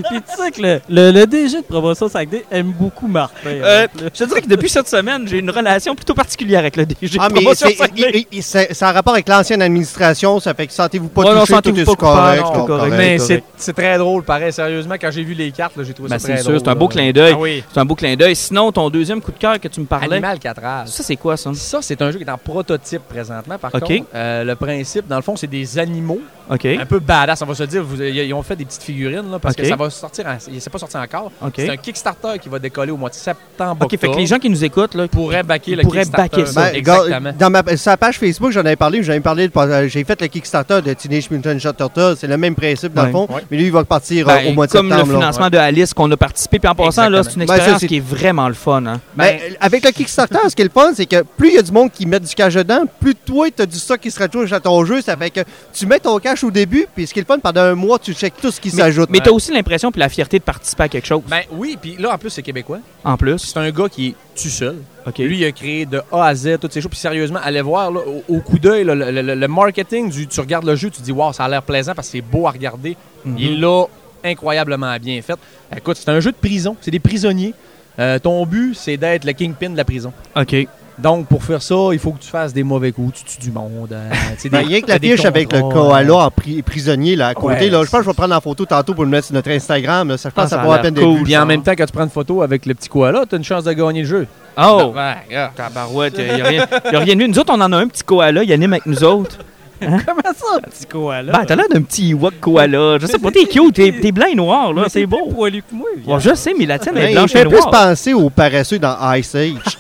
Speaker 3: Puis tu sais que le, le, le DG de Promotion Saguenay aime beaucoup Martin.
Speaker 1: Euh,
Speaker 3: en fait, là.
Speaker 1: je te dirais que depuis cette semaine, j'ai une relation plutôt particulière avec le DG
Speaker 4: Ah,
Speaker 1: de
Speaker 4: mais
Speaker 1: Promotion
Speaker 4: c'est
Speaker 1: Saguenay.
Speaker 4: il- il- c'est- c'est en rapport avec l'ancienne administration, ça fait que sentez-vous pas
Speaker 1: Ouais, non,
Speaker 4: touché, tout
Speaker 1: sentez-vous
Speaker 4: est
Speaker 1: pas coupable,
Speaker 4: correct.
Speaker 1: non,
Speaker 4: non,
Speaker 1: correct.
Speaker 4: correct.
Speaker 5: Mais
Speaker 1: correct.
Speaker 5: c'est c'est très drôle, pareil. Sérieusement, quand j'ai vu les cartes, là, j'ai trouvé
Speaker 1: Ben,
Speaker 5: ça très
Speaker 1: c'est
Speaker 5: drôle,
Speaker 1: sûr, c'est un
Speaker 5: là.
Speaker 1: beau clin d'œil.
Speaker 5: Ah oui.
Speaker 1: C'est un beau clin d'œil. Sinon, ton deuxième coup de cœur que tu me parlais,
Speaker 5: Animal 4
Speaker 1: ça c'est quoi ça?
Speaker 5: Ça, c'est un jeu qui est en prototype présentement. Par
Speaker 1: Ok.
Speaker 5: contre, euh, le principe, dans le fond, c'est des animaux
Speaker 1: OK.
Speaker 5: un peu badass, on va se le dire. Vous- ils ont fait des petites figurines là, parce
Speaker 1: Ok.
Speaker 5: que ça va sortir. En, il s'est pas sorti encore.
Speaker 1: OK.
Speaker 5: C'est un Kickstarter qui va décoller au mois de septembre.
Speaker 1: OK, fait que
Speaker 5: octobre.
Speaker 1: les gens qui nous écoutent, là,
Speaker 5: pourraient backer
Speaker 1: ils
Speaker 5: le
Speaker 1: pourraient
Speaker 5: Kickstarter.
Speaker 1: backer ça.
Speaker 4: Ben,
Speaker 5: Exactement.
Speaker 4: gars, dans ma sa page Facebook, j'en avais parlé, j'avais parlé de- euh, j'ai fait le Kickstarter de Teenage Mutant Ninja Turtles, c'est le même principe dans
Speaker 1: Ouais.
Speaker 4: le fond,
Speaker 5: Ouais.
Speaker 4: mais lui il va partir euh,
Speaker 1: ben,
Speaker 4: au mois de
Speaker 1: comme
Speaker 4: septembre.
Speaker 1: le
Speaker 4: là.
Speaker 1: financement de Alice qu'on a participé. Puis en passant, là, c'est une
Speaker 4: Ben,
Speaker 5: Exactement.
Speaker 4: ça,
Speaker 1: expérience
Speaker 4: c'est-
Speaker 1: qui est vraiment le fun. hein.
Speaker 4: Ben, euh, avec le Kickstarter, ce qui est le fun, c'est que plus il y a du monde qui met du cash dedans, plus toi, tu as du stock qui se retouche à ton jeu. Ça fait que tu mets ton cash cache au début, puis ce qui est le fun, pendant un mois, tu checkes tout ce qui s'ajoute.
Speaker 1: Mais t'as aussi l'impression puis la fierté de participer à quelque chose.
Speaker 5: Ben oui, puis là, en plus, c'est québécois.
Speaker 1: en plus.
Speaker 5: C'est un gars qui est tout seul.
Speaker 1: OK.
Speaker 5: Lui, il a créé de A à Z toutes ces choses. Puis sérieusement, allez voir là, au, au coup d'œil là, le, le- le marketing. Du, tu regardes le jeu, tu dis waouh, ça a l'air plaisant parce que c'est beau à regarder.
Speaker 4: Mhm.
Speaker 5: Il l'a incroyablement bien fait. Écoute, c'est un jeu de prison. C'est des prisonniers. Euh, ton but, c'est d'être le kingpin de la prison.
Speaker 1: OK.
Speaker 5: Donc, pour faire ça, il faut que tu fasses des mauvais coups, tu tues du monde. euh, tu sais,
Speaker 4: Ben,
Speaker 5: des-
Speaker 4: rien que
Speaker 5: t'as
Speaker 4: la
Speaker 5: des
Speaker 4: fiche avec le
Speaker 5: contrats, euh,
Speaker 4: koala en pri- prisonnier là, à côté,
Speaker 5: Ouais,
Speaker 4: là, je pense que je vais prendre en photo tantôt pour le mettre sur notre Instagram. là. Ça, je
Speaker 1: Ah,
Speaker 4: pense que ça
Speaker 1: ça a
Speaker 4: vaut la
Speaker 1: l'air
Speaker 4: peine d'être
Speaker 1: cool.
Speaker 4: vu.
Speaker 5: Puis en même temps, quand tu prends une photo avec le petit koala, t'as une chance de gagner le jeu. Ah, ben,
Speaker 1: Oh!
Speaker 5: Ouais, regarde.
Speaker 1: Tabarouette, il n'y a, rien- y a rien de mieux. Nous autres, on en a un petit koala, il anime avec nous autres.
Speaker 3: Comment ça, petit koala?
Speaker 1: Ben, t'as l'air d'un petit Ewok koala. Je sais pas, t'es cute, t'es, t'es blanc et noir, là,
Speaker 3: Mais
Speaker 1: c'est
Speaker 3: t'es plus
Speaker 1: beau.
Speaker 3: poilu que moi.
Speaker 1: Bon, je sais, mais la tienne
Speaker 4: Ben,
Speaker 1: est
Speaker 4: il
Speaker 1: blanche et
Speaker 4: fait plus
Speaker 1: noire.
Speaker 4: penser aux paresseux dans Ice Age.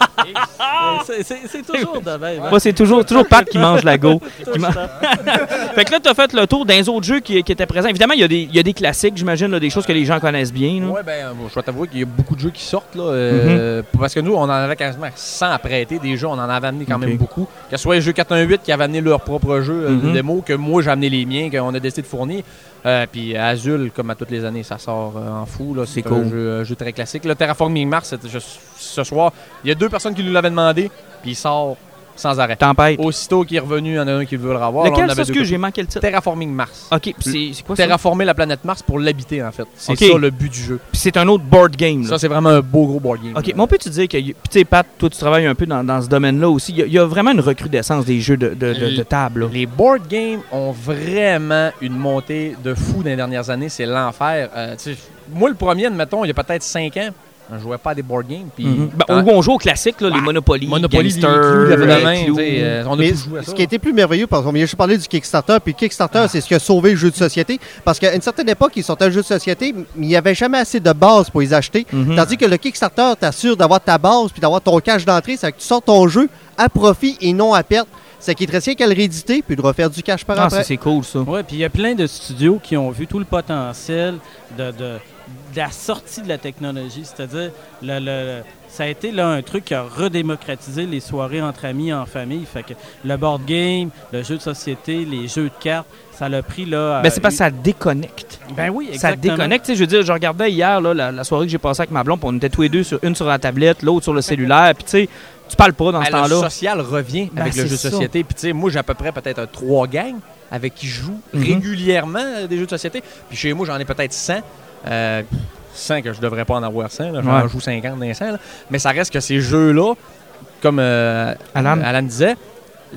Speaker 3: C'est- C'est c'est toujours de même. hein.
Speaker 1: Moi, c'est toujours, toujours Pat qui mange la go.
Speaker 3: Toujours
Speaker 1: qui
Speaker 3: ça.
Speaker 1: man- Fait que là, t'as fait le tour d'un autre jeu qui, qui était présent. Évidemment, il y, a des- il y a des classiques, j'imagine, là, des choses que les gens connaissent bien. là. Mm-hmm.
Speaker 5: Ouais, ben, bon, je dois t'avouer qu'il y a beaucoup de jeux qui sortent, là. euh, Parce que nous, on en avait quasiment 100 à prêter. Des jeux, on en avait amené quand même
Speaker 1: Ok.
Speaker 5: beaucoup. Que ce soit les jeux 418 qui avaient amené leur propre jeu euh, de
Speaker 1: Mhm.
Speaker 5: démo, que moi, j'ai amené les miens, qu'on a décidé de fournir. Euh, Puis Azul, comme à toutes les années, ça sort euh, en fou, là. C'est
Speaker 1: cool.
Speaker 5: un jeu, euh, jeu très classique. Le Terraforming Mars, c'était juste ce soir, il y a deux personnes qui nous l'avaient demandé, puis il sort sans arrêt.
Speaker 1: Tempête.
Speaker 5: Aussitôt qu'il est revenu, il y en a un qui veut le revoir. là, Oh, on
Speaker 1: Lequel,
Speaker 5: avait
Speaker 1: ça,
Speaker 5: deux
Speaker 1: ce que
Speaker 5: copies.
Speaker 1: j'ai manqué le titre?
Speaker 5: Terraforming Mars.
Speaker 1: Ok, pis c'est, c'est quoi ça?
Speaker 5: Terraformer la planète Mars pour l'habiter, en fait. C'est
Speaker 1: Ok.
Speaker 5: ça le but du jeu.
Speaker 1: Pis c'est un autre board game. là.
Speaker 5: Ça, c'est vraiment un beau gros board game.
Speaker 1: OK, mais on peut te dire que, y- puis tu sais, Pat, toi, tu travailles un peu dans, dans ce domaine-là aussi. Il y a- il y, a vraiment une recrudescence des jeux de, de- de- de table. là.
Speaker 5: Les board games ont vraiment une montée de fou dans les dernières années. C'est l'enfer. Euh, tu sais, moi, le premier, admettons, il y a peut-être 5 ans, je jouais pas à des board games. Puis,
Speaker 1: Mhm. Ben,
Speaker 5: Ah,
Speaker 1: où on joue au classique, là, les
Speaker 5: Ouais.
Speaker 1: Monopoly,
Speaker 5: Monopoly,
Speaker 1: Gangster,
Speaker 5: Clou, Lève la
Speaker 1: euh,
Speaker 5: main,
Speaker 1: Clou.
Speaker 5: tu sais, euh, on a
Speaker 4: Mais
Speaker 5: tous joué à ça.
Speaker 4: ce qui était plus merveilleux, parce qu'on vient juste parler du Kickstarter, puis Kickstarter, c'est ce qui a sauvé le jeu de société. Parce qu'à une certaine époque, ils sortaient le jeu de société, mais il n'y avait jamais assez de base pour les acheter.
Speaker 1: Mhm.
Speaker 4: Tandis que le Kickstarter t'assure d'avoir ta base, puis d'avoir ton cash d'entrée, c'est que tu sors ton jeu à profit et non à perte. C'est qu'il te reste rien qu'à le rééditer, puis de refaire du cash par
Speaker 1: Ah, ça,
Speaker 4: après.
Speaker 1: c'est cool, ça.
Speaker 3: Ouais, puis il y a plein de studios qui ont vu tout le potentiel de, de- de la sortie de la technologie. C'est-à-dire, le- le- le- ça a été là, un truc qui a redémocratisé les soirées entre amis, en famille. Fait que le board game, le jeu de société, les jeux de cartes, ça l'a pris là.
Speaker 1: Ben, c'est parce
Speaker 3: parce
Speaker 1: que ça déconnecte.
Speaker 3: Ben oui,
Speaker 1: Ça
Speaker 3: exactement.
Speaker 1: déconnecte. Tu sais, je veux dire, je regardais hier là, la, la soirée que j'ai passée avec ma blonde, puis on était tous les deux, sur, une sur la tablette, l'autre sur le cellulaire. Puis tu sais, tu parles pas dans ce
Speaker 5: Ben, le
Speaker 1: temps-là.
Speaker 5: social revient
Speaker 1: Ben,
Speaker 5: avec le
Speaker 1: c'est
Speaker 5: jeu de
Speaker 1: ça.
Speaker 5: société. Puis, tu sais, moi, j'ai à peu près peut-être euh, trois gangs avec qui je joue
Speaker 1: Mhm.
Speaker 5: régulièrement euh, des jeux de société. Puis, chez moi, j'en ai peut-être 100. Euh, 100 que je devrais pas en avoir 100. là. J'en
Speaker 1: Ouais.
Speaker 5: joue 50 dans les 100. là. Mais ça reste que ces jeux-là, comme euh,
Speaker 1: Alan.
Speaker 5: Alan disait,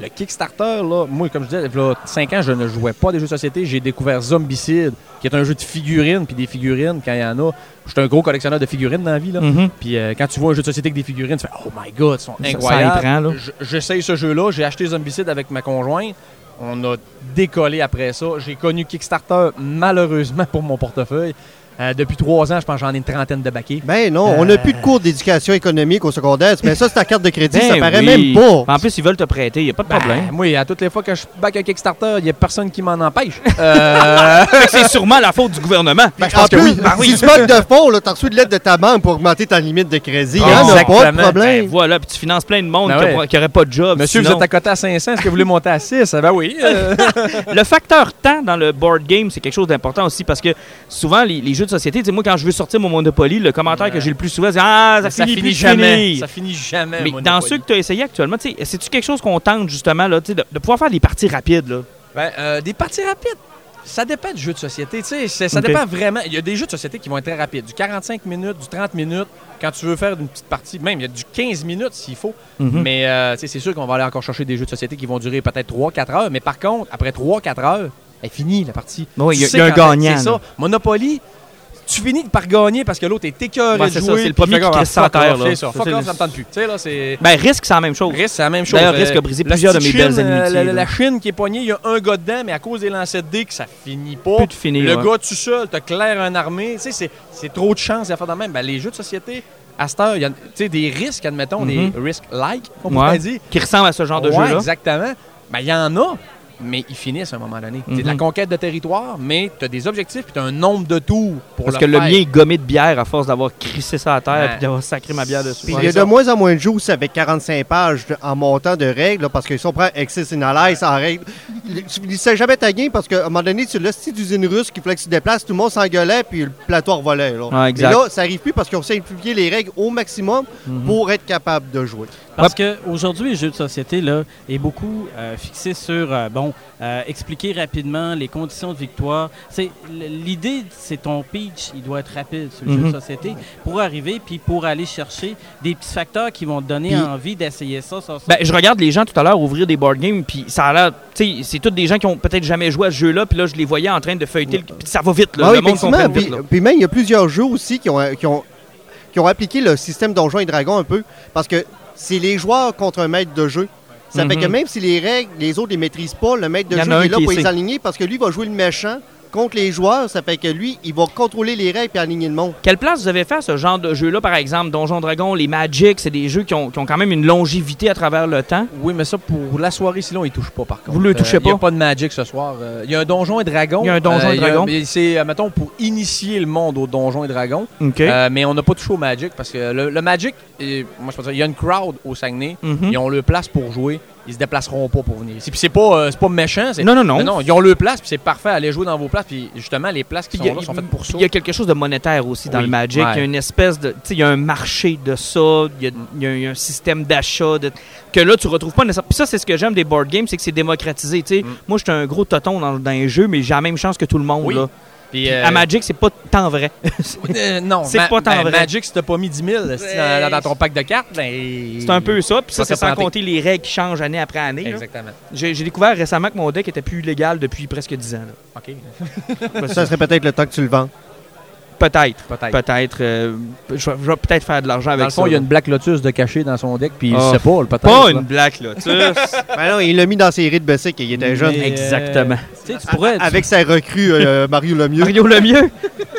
Speaker 5: le Kickstarter, là, moi, comme je disais, il y a 5 ans, je ne jouais pas à des jeux de société. J'ai découvert Zombicide, qui est un jeu de figurines. Puis des figurines, quand il y en a, je suis un gros collectionneur de figurines dans la vie. Là.
Speaker 1: Mhm.
Speaker 5: Puis euh, quand tu vois un jeu de société avec des figurines, tu fais Oh my god, ils sont
Speaker 1: ça y
Speaker 5: incroyables.
Speaker 1: prend, là.
Speaker 5: J- J'essaye ce jeu-là, j'ai acheté Zombicide avec ma conjointe. On a décollé après ça. J'ai connu Kickstarter, malheureusement, pour mon portefeuille. Euh, depuis trois ans, je pense que j'en ai une trentaine de baquets.
Speaker 4: Ben non, on n'a plus de cours d'éducation économique au secondaire. Mais ça, c'est ta carte de crédit,
Speaker 1: Ben
Speaker 4: ça paraît
Speaker 1: oui. Ah,
Speaker 4: même pas.
Speaker 1: En plus, ils veulent te prêter, il n'y a pas de problème.
Speaker 5: Ben, moi, à toutes les fois que je back un Kickstarter, il n'y a personne qui m'en empêche. Euh,
Speaker 1: Fait que c'est sûrement la faute du gouvernement.
Speaker 4: Ben, en plus, si tu manques de fonds, là, t'as reçu de l'aide de ta banque pour augmenter ta limite de crédit. Il y en a pas de
Speaker 5: Exactement.
Speaker 1: Ben,
Speaker 4: problème.
Speaker 1: voilà, puis tu finances plein de monde
Speaker 5: Ben
Speaker 1: qui
Speaker 5: ouais.
Speaker 1: a- qui n'aurait pas de job.
Speaker 5: Monsieur, vous
Speaker 1: Ah, sinon.
Speaker 5: êtes à côté à 500, est-ce que vous voulez monter à 6 Ben oui. euh.
Speaker 1: Le facteur temps dans le board game, c'est quelque chose d'important aussi parce que souvent, les, les jeux de société, tu sais, moi, quand je veux sortir mon Monopoly, le commentaire que
Speaker 5: Ouais.
Speaker 1: j'ai le plus souvent, c'est Ah, ça, finit, plus de finir.
Speaker 5: Ça finit jamais.
Speaker 1: Mais
Speaker 5: Monopoly.
Speaker 1: dans ceux que tu as essayé actuellement, tu sais, c'est-tu quelque chose qu'on tente justement là, tu sais, de, de pouvoir faire des parties rapides? Là?
Speaker 5: Ben, euh, des parties rapides. Ça dépend du jeu de société. tu sais, c'est- Ça
Speaker 1: Ok.
Speaker 5: dépend vraiment. Il y a des jeux de société qui vont être très rapides. Du 45 minutes, du 30 minutes. Quand tu veux faire une petite partie, même, il y a du 15 minutes s'il faut.
Speaker 1: Mhm.
Speaker 5: Mais euh, tu sais, c'est sûr qu'on va aller encore chercher des jeux de société qui vont durer peut-être 3-4 heures. Mais par contre, après 3-4 heures, elle est finie la partie.
Speaker 1: Ben oui, il y a-
Speaker 5: Tu sais
Speaker 1: il y a un
Speaker 5: qu'en fait,
Speaker 1: gagnant,
Speaker 5: C'est ça.
Speaker 1: là.
Speaker 5: Monopoly, tu finis par gagner parce que l'autre est écœuré
Speaker 1: Ouais,
Speaker 5: de
Speaker 1: c'est ça,
Speaker 5: jouer.
Speaker 1: c'est le
Speaker 5: puis
Speaker 1: premier
Speaker 5: fait
Speaker 1: qui
Speaker 5: comme,
Speaker 1: crisse
Speaker 5: ah,
Speaker 1: sa
Speaker 5: fuck
Speaker 1: terre,
Speaker 5: off,
Speaker 1: là.
Speaker 5: c'est ça.
Speaker 1: Ça,
Speaker 5: Fuck
Speaker 1: c'est
Speaker 5: off,
Speaker 1: le-
Speaker 5: ça me tente plus. Tu sais, là, c'est...
Speaker 1: Ben, risque, c'est la même chose.
Speaker 5: Risque, c'est la même chose.
Speaker 1: D'ailleurs, Risk a brisé
Speaker 5: la
Speaker 1: plusieurs de mes
Speaker 5: Chine,
Speaker 1: belles
Speaker 5: euh,
Speaker 1: amitiés,
Speaker 5: La,
Speaker 1: là.
Speaker 5: la Chine qui est poignée, il y a un gars dedans, mais à cause des lancers de dés que ça finit pas.
Speaker 1: Plus de finir,
Speaker 5: le
Speaker 1: ouais.
Speaker 5: gars tout seul, t'as clair un armée. Tu sais, c'est- c'est trop de chance à faire de même. Ben, les jeux de société, à cette heure, il y a tu sais, des risques, admettons,
Speaker 1: Mhm.
Speaker 5: des risques like, on
Speaker 1: Ouais.
Speaker 5: pourrait dire.
Speaker 1: Qui ressemble à ce genre de
Speaker 5: Ouais,
Speaker 1: jeu-là.
Speaker 5: exactement. Ben, il y en a, mais ils finissent à un moment donné. C'est de la
Speaker 1: Mhm.
Speaker 5: conquête de territoire, mais t'as des objectifs puis t'as un nombre de tours pour
Speaker 1: Parce
Speaker 5: le
Speaker 1: que le
Speaker 5: faire.
Speaker 1: mien est gommé de bière à force d'avoir crissé ça à terre
Speaker 5: Ouais.
Speaker 1: et d'avoir sacré ma bière dessus.
Speaker 4: Puis
Speaker 1: Ouais.
Speaker 4: il y a de moins en moins de jeux où c'est avec 45 pages de- en montant de règles, là, parce que si on prend Excess and Allies en règle, le- tu finissais jamais ta game parce qu'à un moment donné, tu l'as cette d'usine russe qui fallait que tu te déplaces, tout le monde s'engueulait, puis le plateau revolait. Là.
Speaker 1: Ouais, exact.
Speaker 4: Mais là, ça arrive plus parce qu'on simplifié les règles au maximum pour être capable de jouer.
Speaker 6: Parce qu'aujourd'hui, les jeux de société là, est beaucoup euh, fixé sur euh, bon, euh, expliquer rapidement les conditions de victoire. C'est l- L'idée, c'est ton pitch, il doit être rapide sur le jeu
Speaker 1: Mhm.
Speaker 6: de société pour arriver puis pour aller chercher des petits facteurs qui vont te donner
Speaker 1: Puis-
Speaker 6: envie d'essayer ça. ça, ça.
Speaker 1: Ben, je regarde les gens tout à l'heure ouvrir des board games, puis ça a l'air. Tu sais, c'est tous des gens qui ont peut-être jamais joué à ce jeu-là, puis là, je les voyais en train de feuilleter. le- Puis ça va vite, là.
Speaker 4: Ah oui,
Speaker 1: le monde
Speaker 4: effectivement,
Speaker 1: comprend
Speaker 4: puis,
Speaker 1: vite, là.
Speaker 4: puis même, il y a plusieurs jeux aussi qui ont, euh, qui ont, qui ont appliqué le système Donjons et Dragons un peu, parce que c'est les joueurs contre un maître de jeu. Ça fait
Speaker 1: Mhm.
Speaker 4: que même si les règles, les autres ne les maîtrisent pas, le maître de
Speaker 1: Il y en
Speaker 4: jeu
Speaker 1: a un
Speaker 4: est là
Speaker 1: qui
Speaker 4: pour les
Speaker 1: sait.
Speaker 4: aligner parce que lui va jouer le méchant contre les joueurs. Ça fait que lui, il va contrôler les règles et aligner le monde.
Speaker 1: Quelle place vous avez fait à ce genre de jeu-là, par exemple, Donjon Dragon, les Magic, c'est des jeux qui ont, qui ont quand même une longévité à travers le temps.
Speaker 5: Oui, mais ça, pour la soirée, sinon, il touche pas, par contre.
Speaker 1: Vous le touchez
Speaker 5: Il n'y a
Speaker 1: pas?
Speaker 5: pas de Magic ce soir. Euh, Il y a un donjon et dragon.
Speaker 1: Il y a un donjon et
Speaker 5: il y a-
Speaker 1: dragon.
Speaker 5: mais C'est, euh, mettons, pour initier le monde au donjon et dragon.
Speaker 1: OK.
Speaker 5: Euh, mais on n'a pas touché au Magic parce que le, le Magic, euh, moi, je pense, il y a une crowd au Saguenay.
Speaker 1: Mhm.
Speaker 5: Ils ont leur place pour jouer. Ils se déplaceront pas pour venir ici. Puis c'est pas, euh, c'est pas méchant. c'est-
Speaker 1: Non, non, non.
Speaker 5: Mais non, ils ont leur place, puis c'est parfait. Allez jouer dans vos places. Puis justement, les places qui
Speaker 1: Puis il y
Speaker 5: sont
Speaker 1: a-
Speaker 5: là sont faites pour ça.
Speaker 1: Il y a quelque chose de monétaire aussi dans
Speaker 5: Oui,
Speaker 1: le Magic.
Speaker 5: ouais.
Speaker 1: Il y a une espèce de. Tu sais, il y a un marché de ça. Il y a, il y a un- il y a un système d'achat de- que là, tu retrouves pas nécessairement. Puis ça, c'est ce que j'aime des board games, c'est que c'est démocratisé. tu sais. Moi, j'étais un gros toton dans, dans les jeux, mais j'ai la même chance que tout le monde.
Speaker 5: Mm. Oui.
Speaker 1: Là.
Speaker 5: Puis, euh,
Speaker 1: À Magic, c'est pas tant vrai.
Speaker 5: euh, non,
Speaker 1: c'est
Speaker 5: Ma-
Speaker 1: pas tant
Speaker 5: ben,
Speaker 1: vrai.
Speaker 5: Magic, si t'as pas mis 10 000 si
Speaker 1: Ouais.
Speaker 5: dans, dans ton pack de cartes, ben.
Speaker 1: c'est un peu ça. Puis ça,
Speaker 5: Ça,
Speaker 1: c'est
Speaker 5: c'est
Speaker 1: sans
Speaker 5: planté.
Speaker 1: compter les règles qui changent année après année. là.
Speaker 5: Exactement.
Speaker 1: J'ai j'ai découvert récemment que mon deck était plus légal depuis presque 10 ans. là.
Speaker 5: OK.
Speaker 4: Ça serait peut-être le temps que tu le vends.
Speaker 1: Peut-être.
Speaker 5: Peut-être.
Speaker 1: Peut-être. euh, je vais, je vais peut-être faire de l'argent avec
Speaker 5: Dans le fond,
Speaker 1: ça,
Speaker 5: il y a
Speaker 1: là.
Speaker 5: une Black Lotus de caché dans son deck, puis il
Speaker 1: Oh.
Speaker 5: sait pas, le peut-être.
Speaker 1: Pas
Speaker 5: là.
Speaker 1: une blague, là. tu sais.
Speaker 4: Ben non, il l'a mis dans ses rides de Bessic et il était jeune.
Speaker 6: Mais, euh,
Speaker 1: Exactement.
Speaker 6: tu sais, tu pourrais, tu-
Speaker 4: Avec sa recrue, euh, Mario Lemieux.
Speaker 1: Mario Lemieux.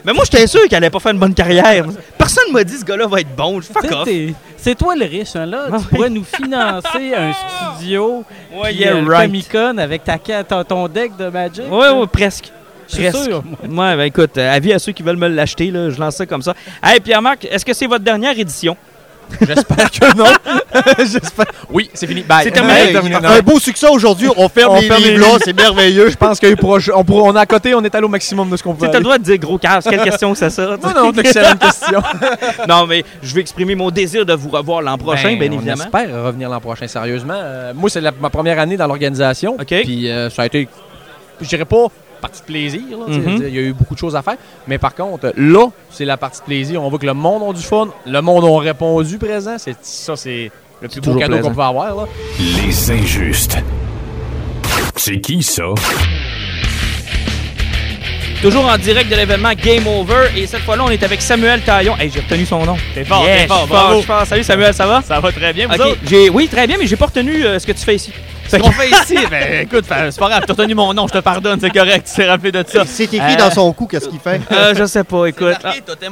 Speaker 1: Mais moi, j'étais sûr qu'elle allait pas faire une bonne carrière. Personne m'a dit ce gars-là va être bon.
Speaker 6: tu
Speaker 1: Fuck
Speaker 6: sais,
Speaker 1: off.
Speaker 6: t'es- C'est toi le riche, hein, là.
Speaker 1: Ah
Speaker 6: tu pourrais nous financer un studio
Speaker 1: Ouais,
Speaker 6: puis,
Speaker 1: yeah,
Speaker 6: euh, le
Speaker 1: right.
Speaker 6: Comic-Con avec ta, ca- ton- ton deck de Magic.
Speaker 1: Ouais, ouais, presque.
Speaker 6: Je suis
Speaker 1: presque.
Speaker 6: sûr.
Speaker 1: Ouais, ben écoute, euh, avis à ceux qui veulent me l'acheter, là, je lance ça comme ça. Hey, Pierre-Marc, est-ce que c'est votre dernière édition?
Speaker 5: J'espère que non. J'espère. Oui, c'est fini. Bye.
Speaker 1: C'est terminé.
Speaker 5: Hey,
Speaker 4: un
Speaker 5: non.
Speaker 4: beau succès aujourd'hui. On ferme
Speaker 5: On
Speaker 4: les
Speaker 5: ferme les
Speaker 4: livres là,
Speaker 5: livres.
Speaker 4: c'est merveilleux.
Speaker 5: Je pense qu'on pourra- on pourra- on est à côté, on est allé au maximum de ce qu'on
Speaker 1: Tu
Speaker 5: peut.
Speaker 1: as le droit de dire gros casse, quelle question que c'est ça?
Speaker 5: Euh, Non, non, excellente question.
Speaker 1: Non, mais je veux exprimer mon désir de vous revoir l'an prochain, bien
Speaker 5: Ben, on
Speaker 1: évidemment.
Speaker 5: espère revenir l'an prochain, sérieusement. Euh, moi, c'est la- ma première année dans l'organisation.
Speaker 1: OK.
Speaker 5: Puis euh, ça a été, je dirais pas partie de plaisir. là, tu sais,
Speaker 1: Mhm.
Speaker 5: Il y a eu beaucoup de choses à faire. Mais par contre, là, c'est la partie de plaisir. On voit que le monde a du fun. Le monde a répondu présent. C'est, ça, c'est le plus beau
Speaker 1: toujours
Speaker 5: cadeau
Speaker 1: plaisant.
Speaker 5: qu'on peut avoir. Là.
Speaker 2: Les injustes. C'est qui ça?
Speaker 1: Toujours en direct de l'événement Game Over. Et cette fois-là, on est avec Samuel Taillon. Hey, j'ai retenu son nom.
Speaker 3: T'es fort,
Speaker 1: Yes,
Speaker 3: t'es fort,
Speaker 1: je suis fort,
Speaker 3: bravo.
Speaker 1: je suis fort. Salut Samuel, ça va?
Speaker 3: Ça va très bien, vous
Speaker 1: Ok,
Speaker 3: autres?
Speaker 1: j'ai- Oui, très bien, mais j'ai pas retenu euh, ce que tu fais ici.
Speaker 3: Ce qu'on fait ici, ben écoute, fa- c'est pas grave, t'as retenu mon nom, je te pardonne, c'est correct, tu t'es rappelé de ça.
Speaker 4: C'est écrit dans son cou qu'est-ce qu'il fait.
Speaker 1: Euh, je sais pas, écoute.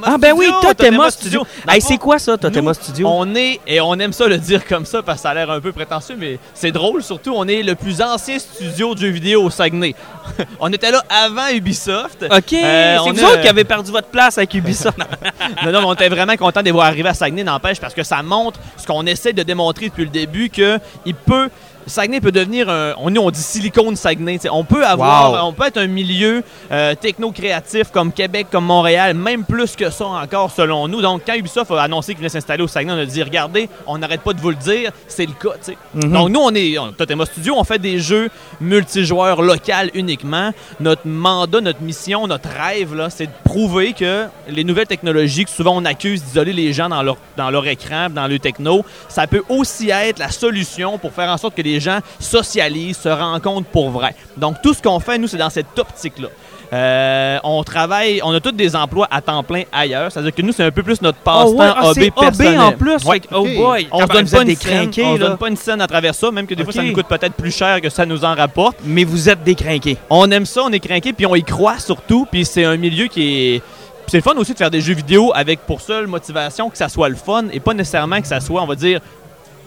Speaker 1: Ah ben oui, Totema Studio. Hey, c'est quoi ça, Totema
Speaker 3: Nous,
Speaker 1: Studio?
Speaker 3: On est, et on aime ça le dire comme ça parce que ça a l'air un peu prétentieux, mais c'est drôle surtout, on est le plus ancien studio de jeux vidéo au Saguenay. on était là avant Ubisoft.
Speaker 1: Ok,
Speaker 3: Euh,
Speaker 1: c'est
Speaker 3: on
Speaker 1: vous
Speaker 3: a-
Speaker 1: autres qui avez perdu votre place avec Ubisoft.
Speaker 3: non, non, mais on était vraiment content de les voir arriver à Saguenay, n'empêche, parce que ça montre ce qu'on essaie de démontrer depuis le début, que il peut. Saguenay peut devenir un. On, nous, on dit silicone Saguenay. tu sais. On peut avoir.
Speaker 1: Wow.
Speaker 3: On peut être un milieu euh, techno-créatif comme Québec, comme Montréal, même plus que ça encore selon nous. Donc, quand Ubisoft a annoncé qu'il venait s'installer au Saguenay, on a dit regardez, on n'arrête pas de vous le dire, c'est le cas. tu sais.
Speaker 1: Mhm.
Speaker 3: Donc, nous, on est. on- Totema Studio, on fait des jeux multijoueurs local uniquement. Notre mandat, notre mission, notre rêve, là, c'est de prouver que les nouvelles technologies, que souvent on accuse d'isoler les gens dans leur, dans leur écran, dans le techno, ça peut aussi être la solution pour faire en sorte que les gens socialisent, se rencontrent pour vrai. Donc tout ce qu'on fait, nous, c'est dans cette optique-là. Euh, on travaille, on a tous des emplois à temps plein ailleurs, c'est-à-dire que nous, c'est un peu plus notre passe-temps
Speaker 1: ouais, ah,
Speaker 3: hobby
Speaker 1: c'est
Speaker 3: personnel.
Speaker 1: en plus.
Speaker 3: Ouais.
Speaker 1: fait que- Oh boy,
Speaker 3: On se donne
Speaker 1: vous êtes
Speaker 3: pas
Speaker 1: des
Speaker 3: une scène,
Speaker 1: crinqués,
Speaker 3: on se
Speaker 1: là.
Speaker 3: donne pas une scène à travers ça, même que des
Speaker 1: Ok.
Speaker 3: fois ça nous coûte peut-être plus cher que ça nous en rapporte.
Speaker 1: Mais vous êtes des crinqués.
Speaker 3: On aime ça, on est craqué, puis on y croit surtout, puis c'est un milieu qui est puis c'est le fun aussi de faire des jeux vidéo avec pour seule motivation que ça soit le fun et pas nécessairement que ça soit, on va dire,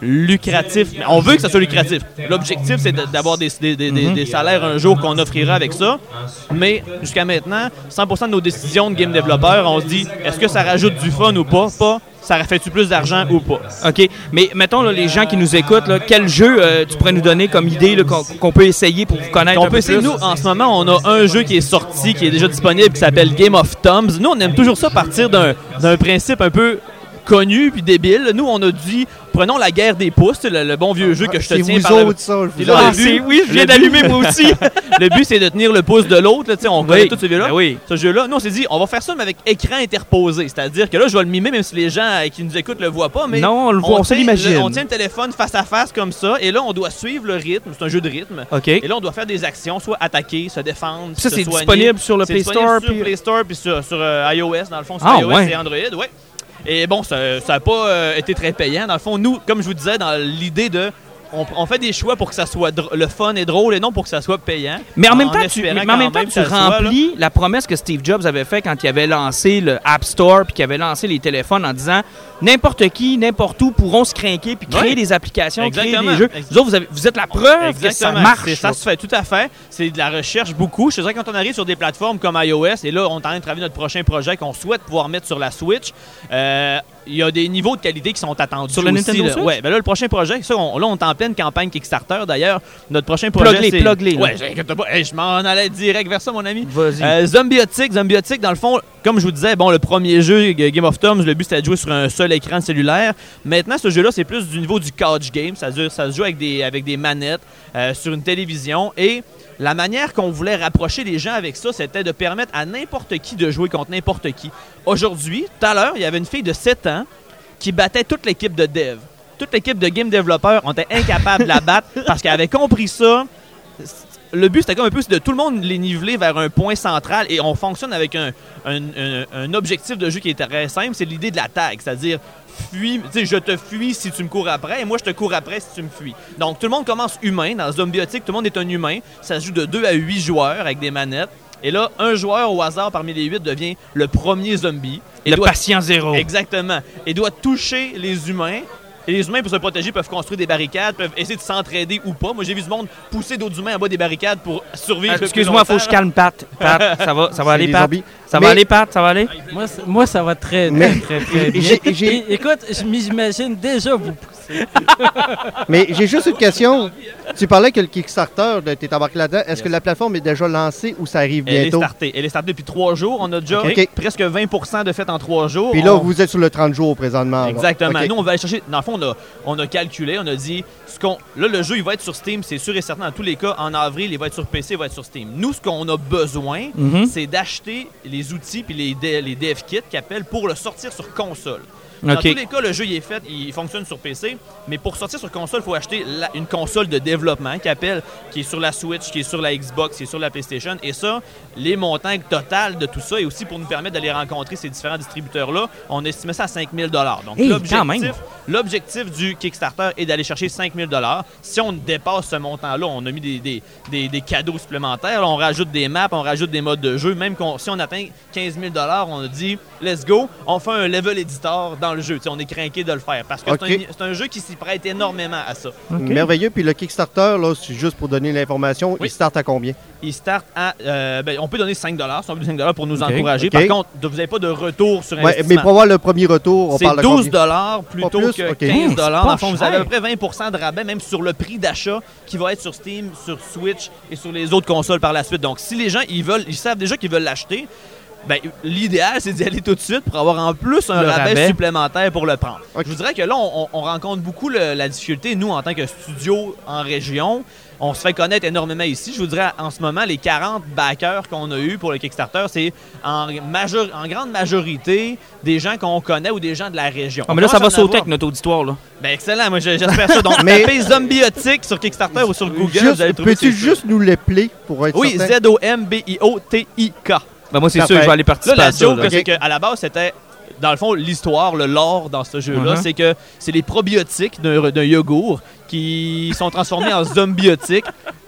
Speaker 3: lucratif. Mais On veut que ça soit lucratif. L'objectif, c'est de- d'avoir des, des- des- des- des salaires un jour qu'on offrira avec ça. Mais jusqu'à maintenant, 100% de nos décisions de game développeurs, on se dit, est-ce que ça rajoute du fun ou pas? Pas ça fait-tu plus d'argent ou pas?
Speaker 1: OK. Mais mettons, là, les gens qui nous écoutent, là, quel jeu euh, tu pourrais nous donner comme idée là, qu'on qu'on peut essayer pour vous connaître
Speaker 3: On
Speaker 1: un
Speaker 3: peut
Speaker 1: peu
Speaker 3: essayer,
Speaker 1: plus?
Speaker 3: nous, en ce moment, on a un jeu qui est sorti, qui est déjà disponible, qui s'appelle Game of Thumbs. Nous, on aime toujours ça partir d'un d'un principe un peu connu puis débile. Nous, on a dit, prenons la guerre des pouces, le, le bon vieux jeu que je te
Speaker 4: C'est
Speaker 3: tiens
Speaker 4: vous
Speaker 3: par le-
Speaker 4: autres, ça, je vous
Speaker 3: Puis
Speaker 4: en-
Speaker 3: là,
Speaker 1: Ah,
Speaker 3: le but-
Speaker 1: c'est- oui, je viens
Speaker 3: le but-
Speaker 1: d'allumer moi aussi.
Speaker 3: Le but, c'est de tenir le pouce de l'autre. là, tu sais, On connaît tout ce jeu-là.
Speaker 1: Ben oui.
Speaker 3: Ce jeu-là, nous, on s'est dit, on va faire ça, mais avec écran interposé. C'est-à-dire que là, je vais le mimer, même si les gens euh, qui nous écoutent le voient pas. Mais
Speaker 1: non, on, le voit, on se
Speaker 3: tient-
Speaker 1: l'imagine.
Speaker 3: le- On tient le téléphone face à face comme ça, et là, on doit suivre le rythme. C'est un jeu de rythme.
Speaker 1: OK.
Speaker 3: Et là, on doit faire des actions, soit attaquer, se défendre.
Speaker 1: Ça,
Speaker 3: se
Speaker 1: c'est
Speaker 3: soigner.
Speaker 1: disponible sur le
Speaker 3: C'est
Speaker 1: Play
Speaker 3: disponible
Speaker 1: Store.
Speaker 3: Sur
Speaker 1: puis-
Speaker 3: Play Store puis sur, sur, euh, iOS, dans le fond, sur
Speaker 1: Ah,
Speaker 3: iOS
Speaker 1: ouais.
Speaker 3: et Android, ouais. Et bon, ça n'a pas euh, été très payant. Dans le fond, nous, comme je vous disais, dans l'idée de. On, on fait des choix pour que ça soit dr- le fun et drôle et non pour que ça soit payant.
Speaker 1: Mais en même
Speaker 3: En
Speaker 1: temps, tu,
Speaker 3: espérant
Speaker 1: mais en
Speaker 3: quand
Speaker 1: même temps,
Speaker 3: même
Speaker 1: tu
Speaker 3: que ça soit, là.
Speaker 1: remplis la promesse que Steve Jobs avait faite quand il avait lancé le App Store puis qu'il avait lancé les téléphones en disant n'importe qui, n'importe où pourront se craquer puis créer
Speaker 3: Ouais.
Speaker 1: des applications, créer
Speaker 3: Exactement.
Speaker 1: des jeux.
Speaker 3: Ex-
Speaker 1: Vous autres, vous, avez- vous êtes la preuve que ça
Speaker 3: Exactement.
Speaker 1: marche.
Speaker 3: C'est- Ça
Speaker 1: là.
Speaker 3: se fait tout à fait. C'est de la recherche beaucoup. Je te dirais que quand on arrive sur des plateformes comme iOS, et là, on est en train de travailler notre prochain projet qu'on souhaite pouvoir mettre sur la Switch, euh, il y a des niveaux de qualité qui sont attendus.
Speaker 1: Sur le
Speaker 3: aussi,
Speaker 1: Nintendo
Speaker 3: là.
Speaker 1: Switch?
Speaker 3: Ouais, ben là, le prochain projet, ça, on- là, on est en pleine campagne Kickstarter d'ailleurs. Notre prochain projet.
Speaker 1: Plug-les,
Speaker 3: c'est-
Speaker 1: plug-les, là.
Speaker 3: Ouais, j'inquiète pas. Hey, je m'en allais direct vers ça, mon ami.
Speaker 1: Vas-y.
Speaker 3: Euh, Zombiotic, Zombiotic, dans le fond, comme je vous disais, bon, le premier jeu, G- Game of Thrones, le but c'était de jouer sur un seul écran cellulaire. Maintenant, ce jeu-là, c'est plus du niveau du couch game, ça, dure- ça se joue avec des, avec des manettes, euh, sur une télévision. Et la manière qu'on voulait rapprocher les gens avec ça, c'était de permettre à n'importe qui de jouer contre n'importe qui. Aujourd'hui, tout à l'heure, il y avait une fille de 7 ans qui battait toute l'équipe de dev. Toute l'équipe de game développeurs, on était incapable de la battre parce qu'elle avait compris ça. Le but, c'était comme un peu c'est de tout le monde les niveler vers un point central et on fonctionne avec un, un- un- un objectif de jeu qui est très simple, c'est l'idée de la tag, c'est-à-dire fuis, tu sais, je te fuis si tu me cours après et moi je te cours après si tu me fuis. Donc tout le monde commence humain, dans Zombiotique, tout le monde est un humain, ça se joue de 2 à 8 joueurs avec des manettes et là, un joueur au hasard parmi les 8 devient le premier zombie et
Speaker 1: le
Speaker 3: doit
Speaker 1: patient zéro.
Speaker 3: Exactement. Et doit toucher les humains. Et les humains, pour se protéger, peuvent construire des barricades, peuvent essayer de s'entraider ou pas. Moi, j'ai vu du monde pousser d'autres humains en bas des barricades pour
Speaker 1: Euh,
Speaker 3: survivre. le plus
Speaker 1: Excuse-moi, faut que je
Speaker 3: longtemps.
Speaker 1: calme Pat. Pat, ça va, ça va
Speaker 4: C'est
Speaker 1: aller,
Speaker 4: des
Speaker 1: Pat.
Speaker 4: zombies.
Speaker 1: Ça
Speaker 4: Mais-
Speaker 1: va aller, Pat, ça va aller.
Speaker 7: Moi, c'est- moi, ça va très, très,
Speaker 4: Mais-
Speaker 7: très, très bien.
Speaker 4: J'ai- j'ai-
Speaker 7: Et- écoute, je m'imagine déjà vous pousser.
Speaker 4: Mais j'ai juste une question. Tu parlais que le Kickstarter, de- t'es embarqué là-dedans. Est-ce que la plateforme est déjà lancée ou ça arrive
Speaker 3: Elle est
Speaker 4: bientôt?
Speaker 3: startée. Elle est startée depuis trois jours. On a déjà
Speaker 4: Ok.
Speaker 3: presque 20 de fait en trois jours.
Speaker 4: Puis là,
Speaker 3: On-
Speaker 4: vous êtes sur le 30 jours présentement. là.
Speaker 3: Exactement.
Speaker 4: OK.
Speaker 3: Nous, on va aller chercher. Dans le fond, on a, on a calculé, on a dit ce qu'on. Là, le jeu, il va être sur Steam, c'est sûr et certain. Dans tous les cas, en avril, il va être sur PC, il va être sur Steam. Nous, ce qu'on a besoin,
Speaker 1: Mhm.
Speaker 3: c'est d'acheter les outils puis les, dé- les dev kits qui appellent pour le sortir sur console. Dans
Speaker 1: OK.
Speaker 3: tous les cas, le jeu il est fait, il fonctionne sur PC, mais pour sortir sur console, il faut acheter la- une console de développement qui appelle, qui est sur la Switch, qui est sur la Xbox, qui est sur la PlayStation. Et ça, les montants totales de tout ça, et aussi pour nous permettre d'aller rencontrer ces différents distributeurs-là, on estimait ça à 5000 Donc
Speaker 1: Hey, quand même.
Speaker 3: l'objectif, l'objectif du Kickstarter est d'aller chercher 5000 Si on dépasse ce montant-là, on a mis des, des- des- des cadeaux supplémentaires, on rajoute des maps, on rajoute des modes de jeu. Même qu'on- si on atteint 15 000 on a dit « let's go », on fait un level editor dans le jeu. Tu sais, on est craqué de le faire parce que c'est
Speaker 4: Ok.
Speaker 3: un- c'est un, jeu qui s'y prête énormément à ça.
Speaker 4: Merveilleux. Puis le Kickstarter, là, c'est juste pour donner l'information,
Speaker 3: Oui.
Speaker 4: il start à combien?
Speaker 3: Il start à... euh, ben, on peut donner 5 si on veut 5 pour nous
Speaker 1: Ok.
Speaker 3: encourager.
Speaker 4: Ok.
Speaker 3: Par contre, vous n'avez pas de retour sur
Speaker 4: Ouais,
Speaker 3: investissement.
Speaker 4: mais pour avoir le premier retour, on
Speaker 3: C'est
Speaker 4: parle de
Speaker 3: 12
Speaker 4: combien?
Speaker 3: dollars plutôt
Speaker 4: Pas plus?
Speaker 3: que
Speaker 4: Ok.
Speaker 3: 15
Speaker 1: Hey, c'est
Speaker 3: dollars.
Speaker 1: pas
Speaker 3: Dans le fond, vous
Speaker 1: cher.
Speaker 3: avez à peu près 20 de rabais, même sur le prix d'achat qui va être sur Steam, sur Switch et sur les autres consoles par la suite. Donc, si les gens ils veulent, ils savent déjà qu'ils veulent l'acheter, ben, l'idéal, c'est d'y aller tout de suite pour avoir en plus un
Speaker 1: Le
Speaker 3: rabais,
Speaker 1: rabais.
Speaker 3: supplémentaire pour le prendre.
Speaker 4: Ok.
Speaker 3: Je vous dirais que là, on, on rencontre beaucoup le- la difficulté, nous, en tant que studio en région. On se fait connaître énormément ici. Je vous dirais, en ce moment, les 40 backers qu'on a eu pour le Kickstarter, c'est en, major- en grande majorité des gens qu'on connaît ou des gens de la région.
Speaker 1: Ah, mais là, ça va
Speaker 3: Commence à en
Speaker 1: sauter
Speaker 3: avoir.
Speaker 1: avec notre auditoire. Là.
Speaker 3: Ben, excellent, moi je- j'espère ça. Donc,
Speaker 4: Mais-
Speaker 3: tapez Zombiotique sur Kickstarter ou sur Google,
Speaker 4: Juste-
Speaker 3: vous allez trouver
Speaker 4: Peux-tu
Speaker 3: ces
Speaker 4: juste nous l'épeler pour être
Speaker 3: jeux. Oui,
Speaker 4: certain?
Speaker 3: Z-O-M-B-I-O-T-I-K.
Speaker 1: Ben, moi, c'est
Speaker 4: Parfait.
Speaker 1: sûr, je vais aller
Speaker 3: Là,
Speaker 1: participer
Speaker 3: la
Speaker 1: à ça.
Speaker 3: joke,
Speaker 1: là.
Speaker 4: Ok.
Speaker 3: c'est qu'à la base, c'était, dans le fond, l'histoire, le lore dans ce jeu-là,
Speaker 1: Mhm.
Speaker 3: c'est que c'est les probiotiques d'un d'un yogourt qui sont transformés en zombiotiques.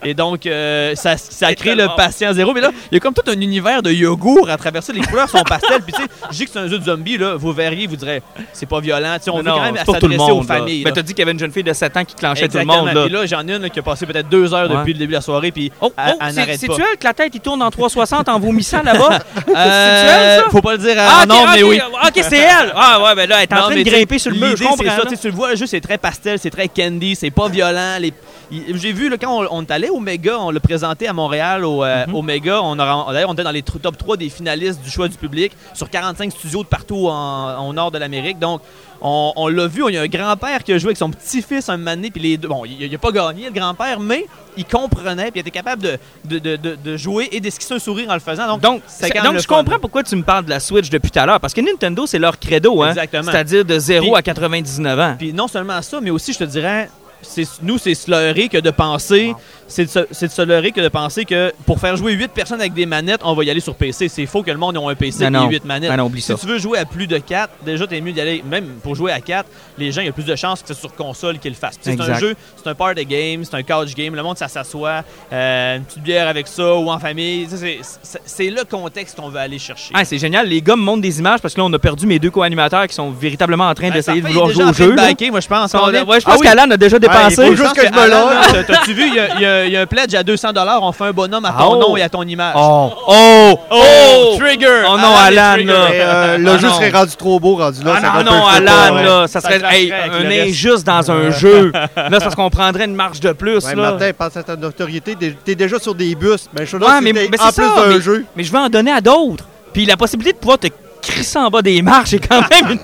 Speaker 3: Et donc, euh, ça, ça crée le
Speaker 8: tellement-
Speaker 3: patient zéro. Mais là, il y a comme tout un univers de yogourt à travers ça. Les couleurs sont pastel. Puis, tu sais, je dis que c'est un jeu de zombies, là. Vous verriez, vous direz, c'est pas violent. Tu sais,
Speaker 1: Non,
Speaker 3: on veut quand même
Speaker 1: c'est pour tout le
Speaker 3: s'adresser aux
Speaker 1: monde. là.
Speaker 3: familles.
Speaker 1: Mais
Speaker 3: là.
Speaker 1: t'as dit qu'il y avait une jeune fille de 7 ans qui clenchait tout le
Speaker 3: Exactement.
Speaker 1: monde. Là.
Speaker 3: Puis là, j'en ai une là, qui a passé peut-être deux heures
Speaker 1: Ouais.
Speaker 3: depuis le début de la soirée. Puis,
Speaker 1: Oh,
Speaker 3: elle-
Speaker 1: oh,
Speaker 3: elle
Speaker 1: c'est
Speaker 3: n'arrête
Speaker 1: c'est-tu
Speaker 3: pas.
Speaker 1: elle que la tête il tourne en 360 en vomissant là-bas?
Speaker 3: Euh,
Speaker 1: ça?
Speaker 3: Faut pas le dire
Speaker 1: Ah,
Speaker 3: à
Speaker 1: ok,
Speaker 3: non, mais
Speaker 1: ok,
Speaker 3: oui.
Speaker 1: Ok, c'est elle! Ah ouais, ben là, elle est en
Speaker 3: Non,
Speaker 1: train
Speaker 3: mais
Speaker 1: de
Speaker 3: tu sais,
Speaker 1: grimper sur le mur, je
Speaker 3: l'idée,
Speaker 1: comprends.
Speaker 3: c'est ça,
Speaker 1: là.
Speaker 3: tu sais, tu le vois, le jeu, c'est très pastel, c'est très candy, c'est pas violent. les- il- J'ai vu, là, quand on, on est allé au Mega, on l'a présenté à Montréal au,
Speaker 1: Mm-hmm.
Speaker 3: euh, au Mega. On a- D'ailleurs, on était dans les tr- top 3 des finalistes du choix du public sur 45 studios de partout en, au nord de l'Amérique. Donc, on, on l'a vu, il y a un grand-père qui a joué avec son petit-fils un mané, puis les deux. Bon, il n'a pas gagné, le grand-père, mais il comprenait, puis il était capable de, de, de- de- de jouer et d'esquisser un sourire en le faisant. Donc,
Speaker 1: Donc,
Speaker 3: c'est
Speaker 1: c'est-
Speaker 3: quand même
Speaker 1: donc
Speaker 3: le
Speaker 1: je
Speaker 3: fun.
Speaker 1: comprends pourquoi tu me parles de la Switch depuis tout à l'heure, parce que Nintendo, c'est leur credo, hein?
Speaker 3: Exactement.
Speaker 1: C'est-à-dire de 0
Speaker 3: Puis-
Speaker 1: à 99 ans.
Speaker 3: Puis non seulement ça, mais aussi, je te dirais, c'est, nous, c'est se leurrer que de penser, c'est, de se, c'est de se leurrer que de penser que pour faire jouer 8 personnes avec des manettes, on va y aller sur PC. C'est faux que le monde ait un PC
Speaker 1: Non, non.
Speaker 3: et 8 manettes.
Speaker 1: Ah non, oublie
Speaker 3: si
Speaker 1: ça.
Speaker 3: tu veux jouer à plus de 4, déjà, t'es mieux d'y aller. Même pour jouer à 4, les gens, il y a plus de chances que c'est sur console qu'ils le fassent. Puis C'est un
Speaker 1: Exact.
Speaker 3: jeu, c'est un party game, c'est un couch game. Le monde, ça s'assoit, euh, une petite bière avec ça ou en famille. Ça, C'est, c'est- c'est le contexte qu'on veut aller chercher.
Speaker 1: Ah, c'est génial, les gars me montrent des images parce que là, on a perdu mes deux co-animateurs qui sont véritablement en train
Speaker 3: Ben,
Speaker 1: d'essayer de
Speaker 3: parfait,
Speaker 1: vouloir
Speaker 3: il est
Speaker 1: jouer
Speaker 3: déjà en
Speaker 1: au
Speaker 3: train de
Speaker 1: jeu. là.
Speaker 3: baquer, moi, je pense.
Speaker 1: On
Speaker 3: On est-
Speaker 1: est- ouais, je
Speaker 3: Ah
Speaker 1: pense
Speaker 3: oui,
Speaker 1: qu'Alan a déjà dépassé.
Speaker 4: il faut
Speaker 1: Ouais,
Speaker 4: juste
Speaker 3: Je pense
Speaker 4: que je me
Speaker 3: Alan,
Speaker 4: lâche.
Speaker 3: là, t'as- T'as-tu vu, il y a- il y, a- il y a un pledge à 200 on fait un bonhomme à ton
Speaker 1: Oh.
Speaker 3: nom et à ton image.
Speaker 1: Oh! Oh!
Speaker 3: Oh, Trigger!
Speaker 1: Oh non,
Speaker 3: Alan est
Speaker 1: Alan,
Speaker 3: trigger.
Speaker 1: là.
Speaker 4: Mais, euh, le
Speaker 1: Ah
Speaker 4: jeu
Speaker 1: non.
Speaker 4: serait rendu trop beau, rendu
Speaker 1: Ah
Speaker 4: là. ça
Speaker 1: non,
Speaker 4: rappelle
Speaker 1: non,
Speaker 4: pas,
Speaker 1: Alan,
Speaker 4: ouais.
Speaker 1: là, ça
Speaker 3: Ça
Speaker 1: serait
Speaker 3: classerait
Speaker 1: hey,
Speaker 3: avec
Speaker 1: un
Speaker 3: le reste.
Speaker 1: injuste dans un jeu. Là, c'est parce qu'on prendrait une marge de plus.
Speaker 4: Ouais,
Speaker 1: là.
Speaker 4: Martin, pense à ta notoriété. T'es- T'es déjà sur des bus. Ben, je
Speaker 1: Ouais,
Speaker 4: mais,
Speaker 1: mais- mais
Speaker 4: en
Speaker 1: c'est
Speaker 4: plus
Speaker 1: ça,
Speaker 4: d'un jeu.
Speaker 1: Mais je vais en donner à d'autres. Puis la possibilité de pouvoir te crisser en bas des marches est quand même une,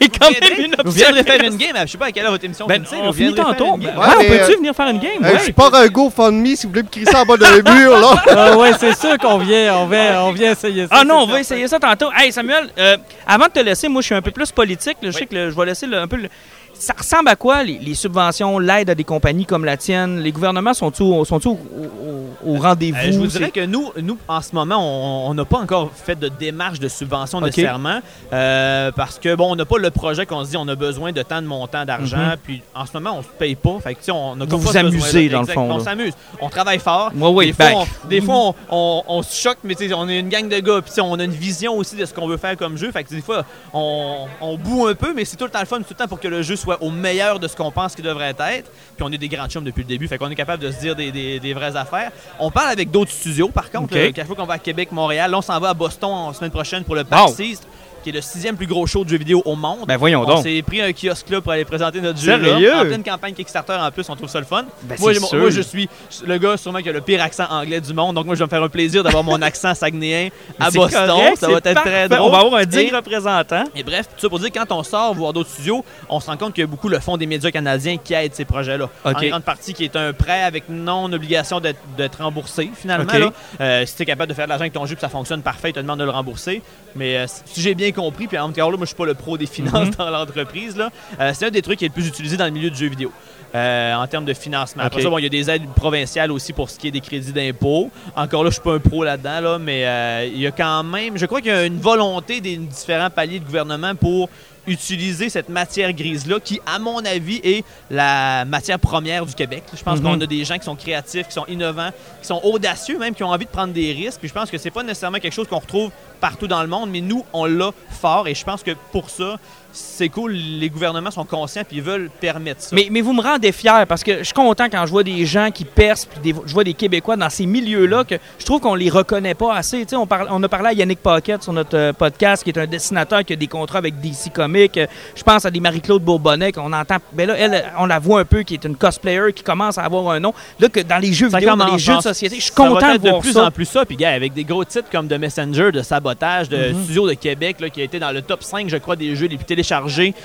Speaker 1: est quand
Speaker 3: Ah, Vous viendrez-
Speaker 1: même une
Speaker 3: Vous
Speaker 1: option.
Speaker 3: viendrez faire une game, hein, je sais pas à quelle heure votre émission
Speaker 1: Ben,
Speaker 3: finit, mais
Speaker 1: on
Speaker 3: vous
Speaker 1: finit
Speaker 3: viendrez faire
Speaker 1: tantôt.
Speaker 3: une
Speaker 1: Ouais,
Speaker 3: game.
Speaker 4: Ouais,
Speaker 1: on
Speaker 4: mais,
Speaker 1: peut-tu
Speaker 4: euh,
Speaker 1: venir faire une game?
Speaker 4: Euh,
Speaker 1: Ouais.
Speaker 4: je pars un GoFundMe si vous voulez me crisser en bas d'un mur, là.
Speaker 8: Ah ouais, c'est sûr qu'on vient, on vient, on vient essayer ça.
Speaker 1: Ah non, on
Speaker 8: c'est
Speaker 1: va
Speaker 8: certain.
Speaker 1: essayer ça tantôt. Hey Samuel, euh, avant de te laisser, moi je suis un peu plus politique. là. Je sais que le- je vais laisser le- un peu. le- Ça ressemble à quoi les, les subventions, l'aide à des compagnies comme la tienne Les gouvernements sont-ils au, sont au, au- au rendez-vous
Speaker 3: Euh, je vous
Speaker 1: C'est-
Speaker 3: dirais que nous, nous, en ce moment, on on n'a pas encore fait de démarche de subvention
Speaker 1: Ok.
Speaker 3: nécessairement euh, parce que, bon, on n'a pas le projet qu'on se dit on a besoin de tant de montants d'argent.
Speaker 1: Mhm.
Speaker 3: Puis en ce moment, on se paye pas. Fait que, tu sais, on n'a
Speaker 1: Vous
Speaker 3: comme
Speaker 1: vous
Speaker 3: pas ce
Speaker 1: amusez,
Speaker 3: besoin-là.
Speaker 1: dans le
Speaker 3: Exact.
Speaker 1: fond,
Speaker 3: On
Speaker 1: là.
Speaker 3: s'amuse. On travaille fort.
Speaker 1: Ouais, ouais,
Speaker 3: des, fois,
Speaker 1: ben-
Speaker 3: on, des fois, on, on- on se choque, mais tu sais, on est une gang de gars. Puis tu sais, on a une vision aussi de ce qu'on veut faire comme jeu. Fait que des fois, on, on boue un peu, mais c'est tout le temps le fun, tout le temps pour que le jeu soit au meilleur de ce qu'on pense qu'il devrait être. Puis on est des grands chums depuis le début, fait qu'on est capable de se dire des, des- des vraies affaires. On parle avec d'autres studios, par contre.
Speaker 1: Ok.
Speaker 3: là, Chaque fois qu'on va à Québec, Montréal, là, on s'en va à Boston en semaine prochaine pour le
Speaker 1: Wow.
Speaker 3: PAX East, qui est le sixième plus gros show de jeux vidéo au monde.
Speaker 1: Ben voyons
Speaker 3: on
Speaker 1: donc.
Speaker 3: s'est pris un kiosque là pour aller présenter notre jeu.
Speaker 1: Sérieux?
Speaker 3: là. En pleine campagne Kickstarter en plus, on trouve ça le fun.
Speaker 1: Ben,
Speaker 3: moi,
Speaker 1: c'est
Speaker 3: je-
Speaker 1: sûr.
Speaker 3: moi, je suis le gars sûrement qui a le pire accent anglais du monde. Donc moi je vais me faire un plaisir d'avoir mon accent saguenéen à
Speaker 1: c'est
Speaker 3: Boston.
Speaker 1: correct,
Speaker 3: ça
Speaker 1: c'est
Speaker 3: va être
Speaker 1: parfait.
Speaker 3: très drôle.
Speaker 1: On va avoir un digne
Speaker 3: Et-
Speaker 1: représentant.
Speaker 3: et bref, tout ça pour dire, quand on sort voir d'autres studios, on se rend compte qu'il y a beaucoup le fonds des médias canadiens qui aide ces projets-là.
Speaker 1: Ok.
Speaker 3: En grande partie, qui est un prêt avec non-obligation d'être d'être remboursé, finalement.
Speaker 1: Ok.
Speaker 3: là. Euh, si tu es capable de faire de l'argent avec ton jeu puis ça fonctionne parfait, ils te demandent de le rembourser. Mais euh, si j'ai bien compris, puis en tout cas, là, moi, je suis pas le pro des
Speaker 1: Mhm.
Speaker 3: finances dans l'entreprise, là, euh, c'est un des trucs qui est le plus utilisé dans le milieu du jeu vidéo. euh, en termes de financement. Après
Speaker 1: Ok.
Speaker 3: ça, bon, il y a des aides provinciales aussi pour ce qui est des crédits d'impôt. Encore là, je suis pas un pro là-dedans, là, mais euh, il y a quand même, je crois qu'il y a une volonté des différents paliers de gouvernement pour utiliser cette matière grise-là qui, à mon avis, est la matière première du Québec. Je pense
Speaker 1: Mhm.
Speaker 3: qu'on a des gens qui sont créatifs, qui sont innovants, qui sont audacieux même, qui ont envie de prendre des risques. Puis je pense que c'est pas nécessairement quelque chose qu'on retrouve partout dans le monde, mais nous, on l'a fort et je pense que pour ça, c'est cool. Les gouvernements sont conscients puis ils veulent permettre ça.
Speaker 1: Mais, mais vous me rendez fier parce que je suis content quand je vois des gens qui percent, puis des- je vois des Québécois dans ces milieux-là que je trouve qu'on les reconnaît pas assez. Tu sais, on, parle- on a parlé à Yannick Paquette sur notre euh, podcast, qui est un dessinateur qui a des contrats avec DC Comics. Euh, Je pense à des Marie-Claude Bourbonnais qu'on entend. Ben là, elle, on la voit un peu, qui est une cosplayer, qui commence à avoir un nom. Là, que dans les jeux
Speaker 3: Ça
Speaker 1: vidéo, dans les
Speaker 3: commence,
Speaker 1: jeux de
Speaker 3: pense.
Speaker 1: société, je suis
Speaker 3: Ça va
Speaker 1: content
Speaker 3: être
Speaker 1: de voir
Speaker 3: plus
Speaker 1: ça.
Speaker 3: en plus ça. Puis, gars, avec des gros titres comme de Messenger, de Sabotage, de
Speaker 1: Mhm.
Speaker 3: Studio de Québec, là, qui a été dans le top 5, je crois, des jeux les plus téléchargés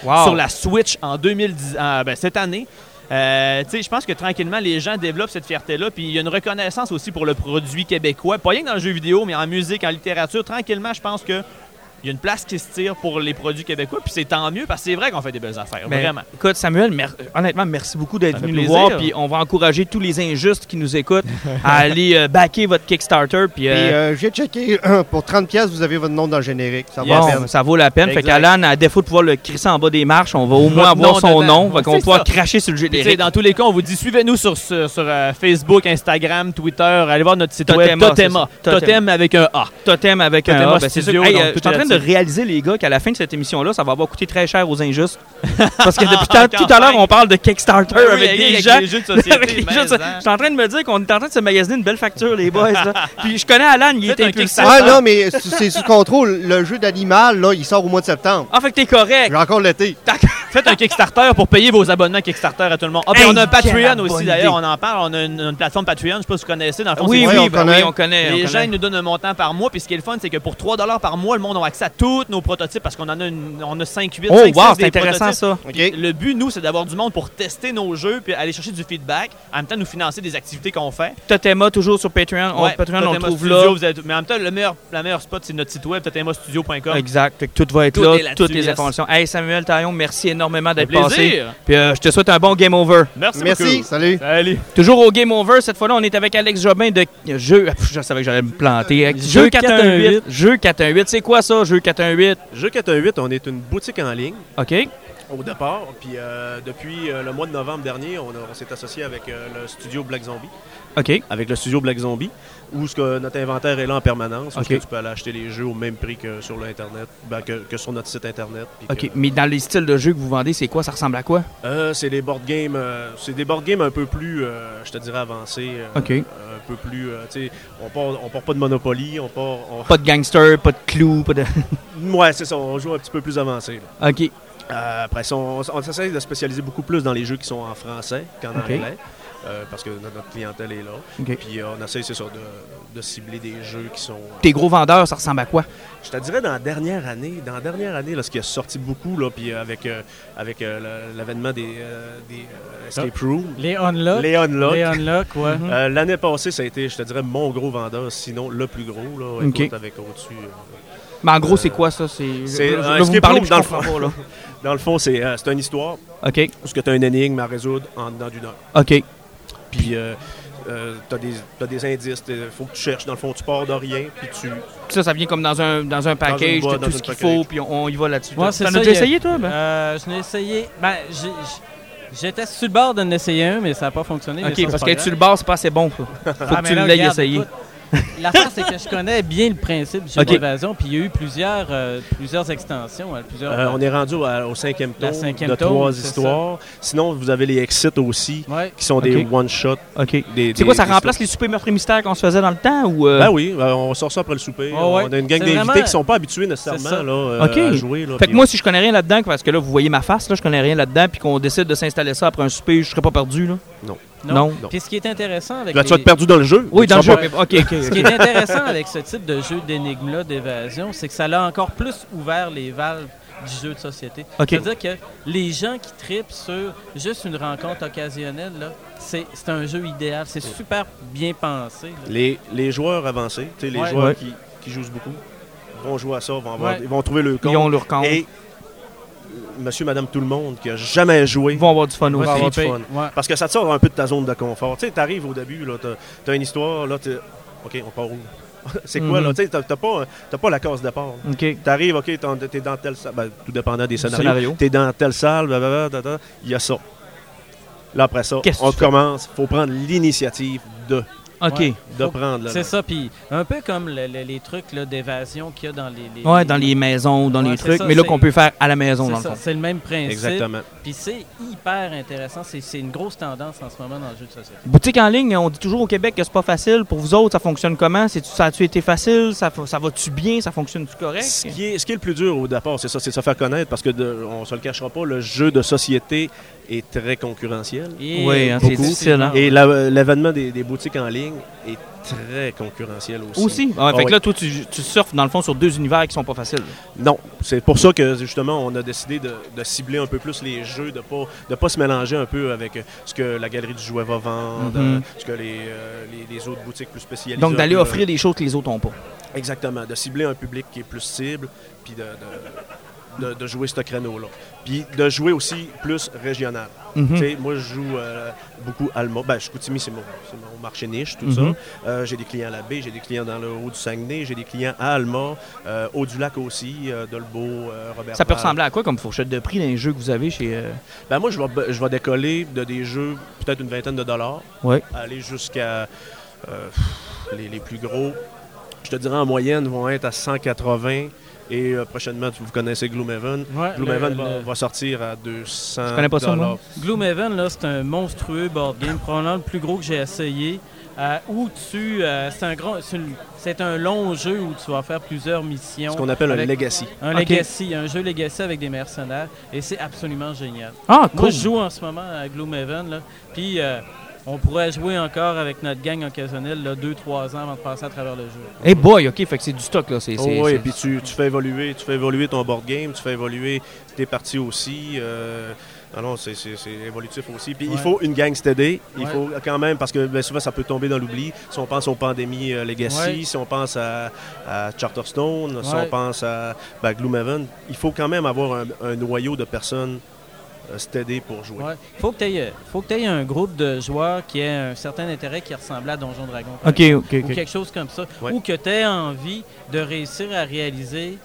Speaker 1: Wow.
Speaker 3: sur la Switch en 2010, ah, ben, cette année. Euh, tu sais, je pense que tranquillement, les gens développent cette fierté-là. Puis, il y a une reconnaissance aussi pour le produit québécois. Pas rien que dans le jeu vidéo, mais en musique, en littérature. Tranquillement, je pense que
Speaker 9: Il y a une place qui se tire pour les produits québécois, puis c'est tant mieux parce que c'est vrai qu'on fait des belles affaires,
Speaker 3: Ben,
Speaker 1: Mais,
Speaker 9: vraiment.
Speaker 1: Écoute, Samuel, mer- honnêtement, merci beaucoup d'être
Speaker 9: Ça
Speaker 1: venu
Speaker 9: fait
Speaker 1: nous
Speaker 9: plaisir.
Speaker 1: voir. Puis on va encourager tous les injustes qui nous écoutent à aller euh, backer votre Kickstarter. Puis euh,
Speaker 4: Et euh, j'ai checké, pour 30$, piastres, vous avez votre nom dans le générique. Ça va
Speaker 1: bon,
Speaker 4: la peine.
Speaker 1: ça vaut la peine. Fait
Speaker 9: Exact.
Speaker 1: qu'Alan, à défaut de pouvoir le crisser en bas des marches, on va au
Speaker 9: Votre
Speaker 1: moins avoir
Speaker 9: nom
Speaker 1: son
Speaker 9: dedans.
Speaker 1: nom. Fait
Speaker 9: Ouais,
Speaker 1: qu'on va
Speaker 9: c'est
Speaker 1: pouvoir
Speaker 9: ça.
Speaker 1: cracher sur le
Speaker 9: Puis, tu sais,
Speaker 1: générique.
Speaker 9: dans tous les cas, on vous dit suivez-nous sur, sur, sur, euh, Facebook, Instagram, Twitter. Allez voir notre site web
Speaker 1: Totema,
Speaker 9: Totema.
Speaker 1: c'est ça.
Speaker 9: Totem avec un A.
Speaker 1: Totem avec un
Speaker 9: Totem
Speaker 1: A,
Speaker 9: A
Speaker 1: ben, c'est
Speaker 9: Studio,
Speaker 1: sûr. Hey,
Speaker 9: donc tout
Speaker 1: euh, je suis en
Speaker 9: est
Speaker 1: train de
Speaker 9: là-dessus.
Speaker 1: réaliser, les gars, qu'à la fin de cette émission-là, ça va avoir coûté très cher aux injustes. Parce que depuis, tant- tout à l'heure, on parle de
Speaker 3: Ben
Speaker 1: Kickstarter
Speaker 9: Oui,
Speaker 1: avec des
Speaker 9: avec
Speaker 1: gens.
Speaker 9: les jeux de
Speaker 1: Avec
Speaker 9: société.
Speaker 1: les
Speaker 9: mais,
Speaker 1: jeux de-
Speaker 9: hein.
Speaker 1: Je suis en train de me dire qu'on est en train de se magasiner une belle facture, les boys. là. Puis je connais Alan, il est
Speaker 9: Faites un
Speaker 1: impulsif.
Speaker 9: Kickstarter.
Speaker 4: Ah non, mais c'est- c'est sous contrôle. Le jeu d'animal, là, il sort au mois de septembre.
Speaker 1: Ah, fait que t'es correct.
Speaker 4: J'ai encore l'été.
Speaker 9: Faites un Kickstarter pour payer vos abonnements Kickstarter à tout le monde. Ah, puis
Speaker 1: Hey,
Speaker 9: on a un
Speaker 1: quelle
Speaker 9: Patreon
Speaker 1: bonne
Speaker 9: aussi, d'ailleurs,
Speaker 1: idée.
Speaker 9: on en parle. On a une, une plateforme Patreon, je sais pas si vous connaissez. Dans le fond,
Speaker 1: Oui,
Speaker 9: c'est-
Speaker 1: oui,
Speaker 4: Ouais, on
Speaker 1: ben
Speaker 4: connaît.
Speaker 1: oui, on connaît. on
Speaker 9: Les gens
Speaker 1: connaît.
Speaker 9: ils nous donnent un montant par mois. Puis ce qui est le fun, c'est que pour 3 par mois, le monde a accès à tous nos prototypes parce qu'on en a, une, on a 5, 8,
Speaker 1: Oh,
Speaker 9: 5,
Speaker 1: wow,
Speaker 9: 6
Speaker 1: c'est
Speaker 9: des
Speaker 1: intéressant
Speaker 9: prototypes.
Speaker 1: ça.
Speaker 4: OK?
Speaker 9: Puis Le but, nous, c'est d'avoir du monde pour tester nos jeux, puis aller chercher du feedback, en même temps nous financer des activités qu'on fait.
Speaker 1: Totema, toujours sur Patreon. On-
Speaker 9: Ouais,
Speaker 1: Patreon, on le
Speaker 9: Totema
Speaker 1: trouve
Speaker 9: Studio,
Speaker 1: là.
Speaker 9: vous êtes- mais en même temps, le meilleur, la meilleure spot, c'est notre site web, totemastudio.com.
Speaker 1: Exact. Fait que tout va être
Speaker 9: Tout
Speaker 1: là,
Speaker 9: est là-dessus,
Speaker 1: toutes les
Speaker 9: yes.
Speaker 1: informations. Hey, Samuel Taillon, merci énormément d'être
Speaker 9: plaisir.
Speaker 1: passé. Puis euh, je te souhaite un bon game over.
Speaker 9: Merci,
Speaker 4: Merci,
Speaker 9: beaucoup.
Speaker 4: salut.
Speaker 9: Salut.
Speaker 1: Toujours au Game Over, cette fois-là, on est avec Alex Jobin de Jeu. Pff, Je savais que j'allais me planter. Jeu
Speaker 3: Jeu
Speaker 1: 418. Jeu 418, c'est quoi ça, Jeu 418?
Speaker 10: Jeu 418, on est une boutique en ligne
Speaker 1: OK.
Speaker 10: au départ, puis euh, depuis euh, le mois de novembre dernier, on, a- on s'est associé avec euh, le studio Black Zombie,
Speaker 1: OK.
Speaker 10: avec le studio Black Zombie, où ce que notre inventaire est là en permanence, où ce
Speaker 1: Ok.
Speaker 10: que tu peux aller acheter les jeux au même prix que sur l'internet, ben, que, que sur notre site internet. puis
Speaker 1: OK.
Speaker 10: que-
Speaker 1: Mais dans les styles de jeux que vous vendez, c'est quoi? Ça ressemble à quoi?
Speaker 10: Euh, c'est des board games, euh, c'est des board games un peu plus, euh, je te dirais avancés, euh,
Speaker 1: OK.
Speaker 10: un peu plus, euh, tu sais, on part, on part pas de Monopoly, on part,
Speaker 11: Oh.
Speaker 10: on-
Speaker 1: Pas de gangster, pas de clou, pas de.
Speaker 10: ouais, c'est ça, on joue un petit peu plus avancé. là.
Speaker 1: OK.
Speaker 10: Euh, après ça, on, on essaie de spécialiser beaucoup plus dans les jeux qui sont en français qu'en
Speaker 1: Ok.
Speaker 10: anglais. euh, parce que no- notre clientèle est là.
Speaker 1: OK.
Speaker 10: Puis euh, on essaie, c'est ça, de, de cibler des jeux qui sont. euh,
Speaker 1: Tes gros vendeurs, ça ressemble à quoi?
Speaker 10: je te dirais dans la dernière année, dans la dernière année, là, ce qui a sorti beaucoup, là, puis euh, avec, euh, avec euh, le- l'avènement des, euh, des euh, Escape Room,
Speaker 3: Les
Speaker 1: Ah.
Speaker 3: Mhm. Unlock.
Speaker 10: les Unlock.
Speaker 3: Les Unlock, ouais.
Speaker 10: Euh, L'année passée, ça a été, je te dirais, mon gros vendeur, sinon le plus gros, là,
Speaker 1: Ok.
Speaker 10: écoute, avec au-dessus. euh,
Speaker 1: Mais en gros, c'est quoi ça? C'est.
Speaker 10: c'est
Speaker 1: je- là,
Speaker 10: un
Speaker 1: vous me
Speaker 10: escape
Speaker 1: parlez,
Speaker 10: room,
Speaker 1: puis je
Speaker 10: dans le
Speaker 1: comprends
Speaker 10: fond.
Speaker 1: pas, là.
Speaker 10: Dans le fond, c'est euh, c'est une histoire,
Speaker 1: OK.
Speaker 10: parce que tu as une énigme à résoudre en dedans d'une heure.
Speaker 1: OK.
Speaker 10: Puis euh, euh, t'as des, t'as des indices, il faut que tu cherches. Dans le fond, tu pars de rien, puis tu...
Speaker 1: Ça, ça vient comme dans un, dans un package
Speaker 10: boîte,
Speaker 1: de
Speaker 10: dans
Speaker 1: tout ce
Speaker 10: un
Speaker 1: qu'il
Speaker 10: package.
Speaker 1: faut, puis on, on y va là-dessus.
Speaker 3: Ouais,
Speaker 1: T'en
Speaker 3: c'est
Speaker 1: as
Speaker 3: ça,
Speaker 1: déjà
Speaker 3: il y a-
Speaker 1: essayé, toi? Ben?
Speaker 3: Euh, je n'ai essayé. Ben, j'ai- j'étais sur le bord d'en essayer un, mais ça n'a pas fonctionné. mais ça,
Speaker 1: OK,
Speaker 3: c'est
Speaker 1: parce
Speaker 3: pas
Speaker 1: que
Speaker 3: grave.
Speaker 1: tu le bord, c'est pas assez bon. quoi. Faut
Speaker 3: Ah,
Speaker 1: que
Speaker 3: mais
Speaker 1: tu
Speaker 3: là,
Speaker 1: l'aies
Speaker 3: regarde,
Speaker 1: essayé.
Speaker 3: écoute, L'affaire, c'est que je connais bien le principe du jeu
Speaker 1: Ok.
Speaker 3: d'évasion, puis il y a eu plusieurs, euh, plusieurs extensions, hein,
Speaker 1: Ah.
Speaker 3: plusieurs.
Speaker 10: Euh, on est rendu à- au cinquième
Speaker 3: La
Speaker 10: tome
Speaker 3: cinquième
Speaker 10: de
Speaker 3: tome,
Speaker 10: trois
Speaker 3: c'est ça.
Speaker 10: histoires. Sinon, vous avez les exits aussi,
Speaker 3: Ouais.
Speaker 10: qui sont
Speaker 1: Ok.
Speaker 10: des one-shots.
Speaker 1: OK.
Speaker 10: des-
Speaker 1: C'est quoi,
Speaker 10: des-
Speaker 1: ça
Speaker 10: des
Speaker 1: remplace les super meurtres et mystères qu'on se faisait dans le temps? ou euh,
Speaker 10: Ben oui, ben, on sort ça après le souper.
Speaker 3: Ouais, ouais.
Speaker 10: On a une gang
Speaker 3: C'est
Speaker 10: d'invités
Speaker 3: vraiment-
Speaker 10: qui sont pas habitués
Speaker 3: C'est
Speaker 10: nécessairement
Speaker 3: ça.
Speaker 10: là, euh,
Speaker 1: Ok.
Speaker 10: à jouer. Là,
Speaker 1: Fait que
Speaker 10: puis
Speaker 1: moi, si je connais rien là-dedans, parce que là, vous voyez ma face, là, je connais rien là-dedans, puis qu'on décide de s'installer ça après un souper, je serais pas perdu, là. Non.
Speaker 10: Non.
Speaker 3: Puis ce qui est intéressant avec.
Speaker 10: Là, tu vas
Speaker 3: les-
Speaker 10: être perdu dans le jeu.
Speaker 1: Oui,
Speaker 10: Tu
Speaker 1: dans le
Speaker 10: vas
Speaker 1: jeu.
Speaker 10: pas-
Speaker 1: mais- OK, OK.
Speaker 3: Ce qui est intéressant avec ce type de jeu d'énigme-là, d'évasion, c'est que ça l'a encore plus ouvert les valves du jeu de société.
Speaker 1: Ok.
Speaker 3: C'est-à-dire que les gens qui tripent sur juste une rencontre occasionnelle, là, c'est c'est un jeu idéal. C'est super bien pensé. là.
Speaker 10: Les, les joueurs avancés, tu sais, les
Speaker 3: Ouais.
Speaker 10: joueurs
Speaker 1: Ouais.
Speaker 10: qui, qui jouent beaucoup, vont jouer à ça, vont, avoir-
Speaker 3: Ouais.
Speaker 10: ils vont trouver le
Speaker 1: Ils
Speaker 10: compte.
Speaker 1: ont leur compte.
Speaker 10: Et euh, monsieur, madame, tout le monde qui a jamais joué
Speaker 1: Ils vont avoir du fun
Speaker 10: va
Speaker 1: aussi.
Speaker 10: avoir du fun.
Speaker 3: Ah, Ouais.
Speaker 10: Parce que ça te sort un peu de ta zone de confort. Tu sais, t'arrives au début, là, t'as, t'as une histoire, là, t'es- OK, on part où? c'est quoi,
Speaker 1: Mhm.
Speaker 3: Mm-hmm.
Speaker 10: là? Tu sais, t'as, t'as pas, t'as pas la case de départ. là.
Speaker 3: Mm.
Speaker 1: OK.
Speaker 10: T'arrives, OK, t'en- t'es dans telle salle, ben, tout dépendant des scénarios.
Speaker 1: scénario.
Speaker 10: T'es dans telle salle, blablabla, blablabla, il y a ça. Là, après ça,
Speaker 1: Qu'est-ce que
Speaker 10: on
Speaker 1: tu fais?
Speaker 10: commence. faut prendre l'initiative de,
Speaker 1: OK.
Speaker 3: Ouais.
Speaker 10: de
Speaker 3: Faut-
Speaker 10: prendre. là,
Speaker 3: C'est
Speaker 10: là.
Speaker 3: ça, puis un peu comme le- le- les trucs là, d'évasion qu'il y a dans les, les-
Speaker 1: Ouais, dans les maisons, dans
Speaker 3: Ouais,
Speaker 1: les
Speaker 3: c'est
Speaker 1: trucs,
Speaker 3: ça,
Speaker 1: mais là,
Speaker 3: c'est-
Speaker 1: qu'on peut faire à la maison, dans
Speaker 3: C'est
Speaker 1: le
Speaker 3: ça,
Speaker 1: fond.
Speaker 3: c'est le même principe.
Speaker 10: Exactement.
Speaker 3: Puis c'est hyper intéressant. C'est c'est une grosse tendance en ce moment dans le jeu de société.
Speaker 1: Boutique en ligne, on dit toujours au Québec que c'est pas facile. Pour vous autres, ça fonctionne comment? C'est- Ça a-tu été facile? Ça, fo- ça va-tu bien? Ça fonctionne-tu
Speaker 10: Ce
Speaker 1: correct?
Speaker 10: qui, est, ce qui est le plus dur au départ, c'est ça, c'est de se faire connaître parce que de- on se le cachera pas, le jeu de société est très concurrentiel.
Speaker 3: Et-
Speaker 1: Oui, hein, c'est
Speaker 3: Beaucoup.
Speaker 1: difficile, hein.
Speaker 10: Et la- euh, l'avènement des, des boutiques en ligne est très concurrentiel aussi.
Speaker 1: Aussi. Ah ouais, fait
Speaker 10: Ah
Speaker 1: que
Speaker 10: ouais.
Speaker 1: là, toi, tu, tu surfes, dans le fond, sur deux univers qui sont pas faciles.
Speaker 10: Non, c'est pour ça que justement on a décidé de, de cibler un peu plus les jeux, de pas de pas se mélanger un peu avec euh, ce que la galerie du jouet va vendre,
Speaker 1: Mhm.
Speaker 10: euh, ce que les, euh, les- les autres boutiques plus spécialisées.
Speaker 1: Donc, d'aller offrir des choses que les autres n'ont pas.
Speaker 10: Exactement, de cibler un public qui est plus cible, puis de, de- de- de jouer ce créneau-là. Puis de jouer aussi plus régional.
Speaker 1: Mhm.
Speaker 10: Tu sais, Moi, je joue euh, beaucoup allemand. Ben, je Chicoutimi, c'est mon, c'est mon marché niche, tout
Speaker 1: Mhm.
Speaker 10: ça. Euh, j'ai des clients à la baie, j'ai des clients dans le haut du Saguenay, j'ai des clients à Alma, euh, haut du lac aussi, euh, Dolbeau, euh, Robert.
Speaker 1: Ça peut ressembler à quoi comme fourchette de prix dans les jeux que vous avez chez. euh,
Speaker 10: Ben, moi, je vais, je vais décoller de des jeux peut-être une vingtaine de dollars,
Speaker 1: Ouais.
Speaker 10: aller jusqu'à euh, les, les plus gros. Je te dirais en moyenne vont être à 180 et euh, prochainement, tu- vous connaissez Gloomhaven.
Speaker 3: Ouais,
Speaker 10: Gloomhaven
Speaker 3: le-
Speaker 10: va,
Speaker 3: le-
Speaker 10: va sortir à 200
Speaker 1: Je connais pas ça, moi.
Speaker 10: dollars.
Speaker 3: Gloomhaven, là, c'est un monstrueux board game, probablement le plus gros que j'ai essayé. euh, où tu, euh, c'est un grand, c'est une- c'est un long jeu où tu vas faire plusieurs missions.
Speaker 10: Ce qu'on appelle un
Speaker 3: avec-
Speaker 10: legacy.
Speaker 3: un
Speaker 1: Ok.
Speaker 3: legacy, un jeu legacy avec des mercenaires, et c'est absolument génial.
Speaker 1: Ah,
Speaker 3: Moi,
Speaker 1: cool.
Speaker 3: je joue en ce moment à Gloomhaven, là, puis euh, on pourrait jouer encore avec notre gang occasionnelle 2-3 ans avant de passer à travers le jeu.
Speaker 1: Eh boy, ok, fait que c'est du stock là. C'est,
Speaker 10: Oh
Speaker 1: c'est-
Speaker 10: oui,
Speaker 1: c'est-
Speaker 10: et puis tu, tu fais évoluer, tu fais évoluer ton board game, tu fais évoluer tes parties aussi. euh, ah non, c'est, c'est- c'est évolutif aussi. Puis il
Speaker 3: Ouais.
Speaker 10: faut une gang steady. Il
Speaker 3: Ouais.
Speaker 10: faut quand même, parce que ben, souvent ça peut tomber dans l'oubli. Si on pense aux pandémies euh, Legacy,
Speaker 3: Ouais.
Speaker 10: si on pense à, à Charterstone, si
Speaker 3: Ouais.
Speaker 10: on pense à ben, Gloomhaven, il faut quand même avoir un, un noyau de personnes euh, steady pour jouer.
Speaker 3: Ouais. Faut que tu faut que t'aies un groupe de joueurs qui ait un certain intérêt qui ressemble à Donjon Dragon. par
Speaker 1: Ok, ok,
Speaker 3: ou
Speaker 1: ok.
Speaker 3: quelque chose comme ça,
Speaker 10: Ouais.
Speaker 3: ou que tu aies envie de réussir à réaliser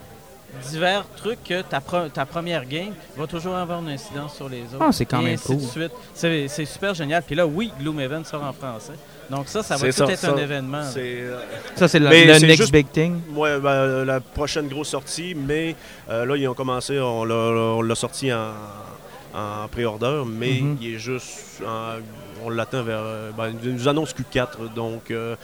Speaker 3: divers trucs que ta, pre- ta première game va toujours avoir une incidence sur les autres.
Speaker 1: Ah, c'est quand
Speaker 3: Et
Speaker 1: même
Speaker 3: ainsi de
Speaker 1: cool.
Speaker 3: suite. C'est c'est super génial. Puis là, oui, Gloomhaven sort en français. Donc ça, ça va
Speaker 10: C'est
Speaker 3: tout
Speaker 10: ça,
Speaker 3: être
Speaker 10: ça.
Speaker 3: un événement. là.
Speaker 10: C'est, euh,
Speaker 1: Ça, c'est le,
Speaker 10: Mais
Speaker 1: le
Speaker 10: c'est
Speaker 1: next
Speaker 10: juste-
Speaker 1: big thing.
Speaker 10: Ouais, ben, euh, la prochaine grosse sortie, mais euh, là, ils ont commencé, on l'a, on l'a sorti en, en pré-order, mais
Speaker 1: Mhm.
Speaker 10: il est juste. en- on l'attend vers. euh, ben, ils nous annoncent Q4, donc euh,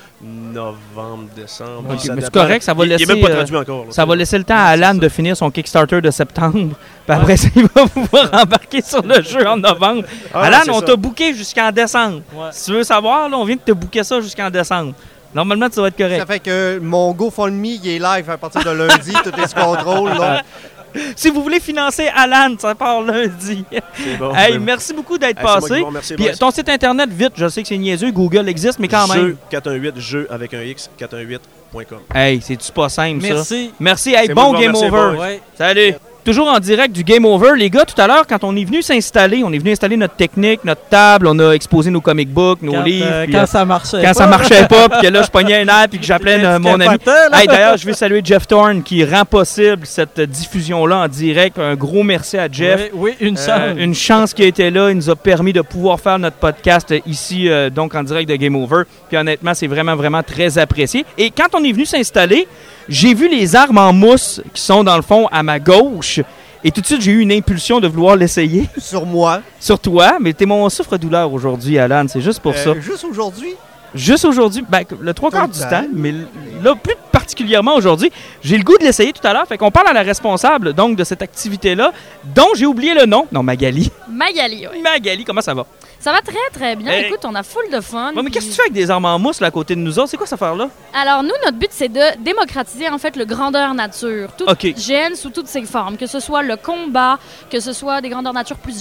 Speaker 10: novembre, décembre.
Speaker 1: Ok,
Speaker 10: Ça
Speaker 1: mais c'est
Speaker 10: dépend.
Speaker 1: correct, ça va
Speaker 10: Il- Il
Speaker 1: laisser,
Speaker 10: n'est même pas
Speaker 1: euh,
Speaker 10: traduit encore. là.
Speaker 1: Ça va laisser le temps à Alan de finir son Kickstarter de septembre. Puis après, ça, il va pouvoir embarquer sur le jeu en novembre.
Speaker 10: Ah,
Speaker 1: Alan,
Speaker 10: c'est
Speaker 1: on
Speaker 10: ça.
Speaker 1: t'a booké jusqu'en décembre.
Speaker 3: Ouais.
Speaker 1: Si tu veux savoir, là, on vient de te booker ça jusqu'en décembre. Normalement, tu vas être
Speaker 4: Ça
Speaker 1: correct.
Speaker 4: fait que mon GoFundMe, il est live à partir de lundi, tout est sous contrôle. là.
Speaker 1: Si vous voulez financer Alan, ça part lundi.
Speaker 10: C'est bon.
Speaker 1: hey,
Speaker 10: Ben,
Speaker 1: merci beaucoup d'être
Speaker 10: hey, c'est moi qui
Speaker 1: passé.
Speaker 10: vous remercie,
Speaker 1: Puis euh,
Speaker 10: boys.
Speaker 1: ton site internet, vite, je sais que c'est niaiseux, Google existe, mais quand même.
Speaker 10: Jeu 418, jeu avec un X, 418.com.
Speaker 1: Hey, c'est-tu pas simple, ça?
Speaker 3: Merci.
Speaker 1: Merci. Hey,
Speaker 10: C'est
Speaker 1: bon
Speaker 10: moi qui vous
Speaker 1: game
Speaker 10: remercie,
Speaker 1: over.
Speaker 10: boys.
Speaker 3: Ouais.
Speaker 1: Salut. Toujours en direct du Game Over, les gars, tout à l'heure, quand on est venu s'installer, on est venu installer notre technique, notre table, on a exposé nos comic books, nos
Speaker 3: Quand,
Speaker 1: livres.
Speaker 3: euh,
Speaker 1: puis,
Speaker 3: quand
Speaker 1: euh,
Speaker 3: ça marchait.
Speaker 1: quand ça marchait pas, puis que là, je pognais un air, puis que j'appelais euh, mon ami.
Speaker 3: hein,
Speaker 1: Hey, D'ailleurs, je vais saluer Jeff Thorne qui rend possible cette euh, diffusion-là en direct. Un gros merci à Jeff.
Speaker 3: Oui, oui, une chance.
Speaker 1: Euh, une chance qui était là, il nous a permis de pouvoir faire notre podcast euh, ici, euh, donc en direct de Game Over. Puis honnêtement, c'est vraiment, vraiment très apprécié. Et quand on est venu s'installer, j'ai vu les armes en mousse qui sont dans le fond à ma gauche. Et tout de suite, j'ai eu une impulsion de vouloir l'essayer.
Speaker 4: Sur moi.
Speaker 1: Sur toi, mais t'es mon souffre-douleur aujourd'hui, Alan, c'est juste pour ça.
Speaker 4: Euh, Juste aujourd'hui,
Speaker 1: Juste aujourd'hui, ben, le trois
Speaker 4: Tout
Speaker 1: quarts
Speaker 4: le
Speaker 1: du
Speaker 4: temps.
Speaker 1: temps, mais l- là, plus particulièrement aujourd'hui, j'ai le goût de l'essayer tout à l'heure. Fait qu'on parle à la responsable, donc, de cette activité-là, dont j'ai oublié le nom. Non, Magali.
Speaker 12: Magali, ouais.
Speaker 1: Magali, comment ça va?
Speaker 12: Ça va très, très bien.
Speaker 1: Hey.
Speaker 12: Écoute, on a full de fun.
Speaker 1: Ouais, mais
Speaker 12: puis-
Speaker 1: qu'est-ce que tu fais avec des armes en mousse là, à côté de nous autres? C'est quoi cette affaire-là?
Speaker 12: Alors, nous, notre but, c'est de démocratiser, en fait, le grandeur nature. Tout
Speaker 1: OK.
Speaker 12: gène sous toutes ses formes, que ce soit le combat, que ce soit des grandeurs nature plus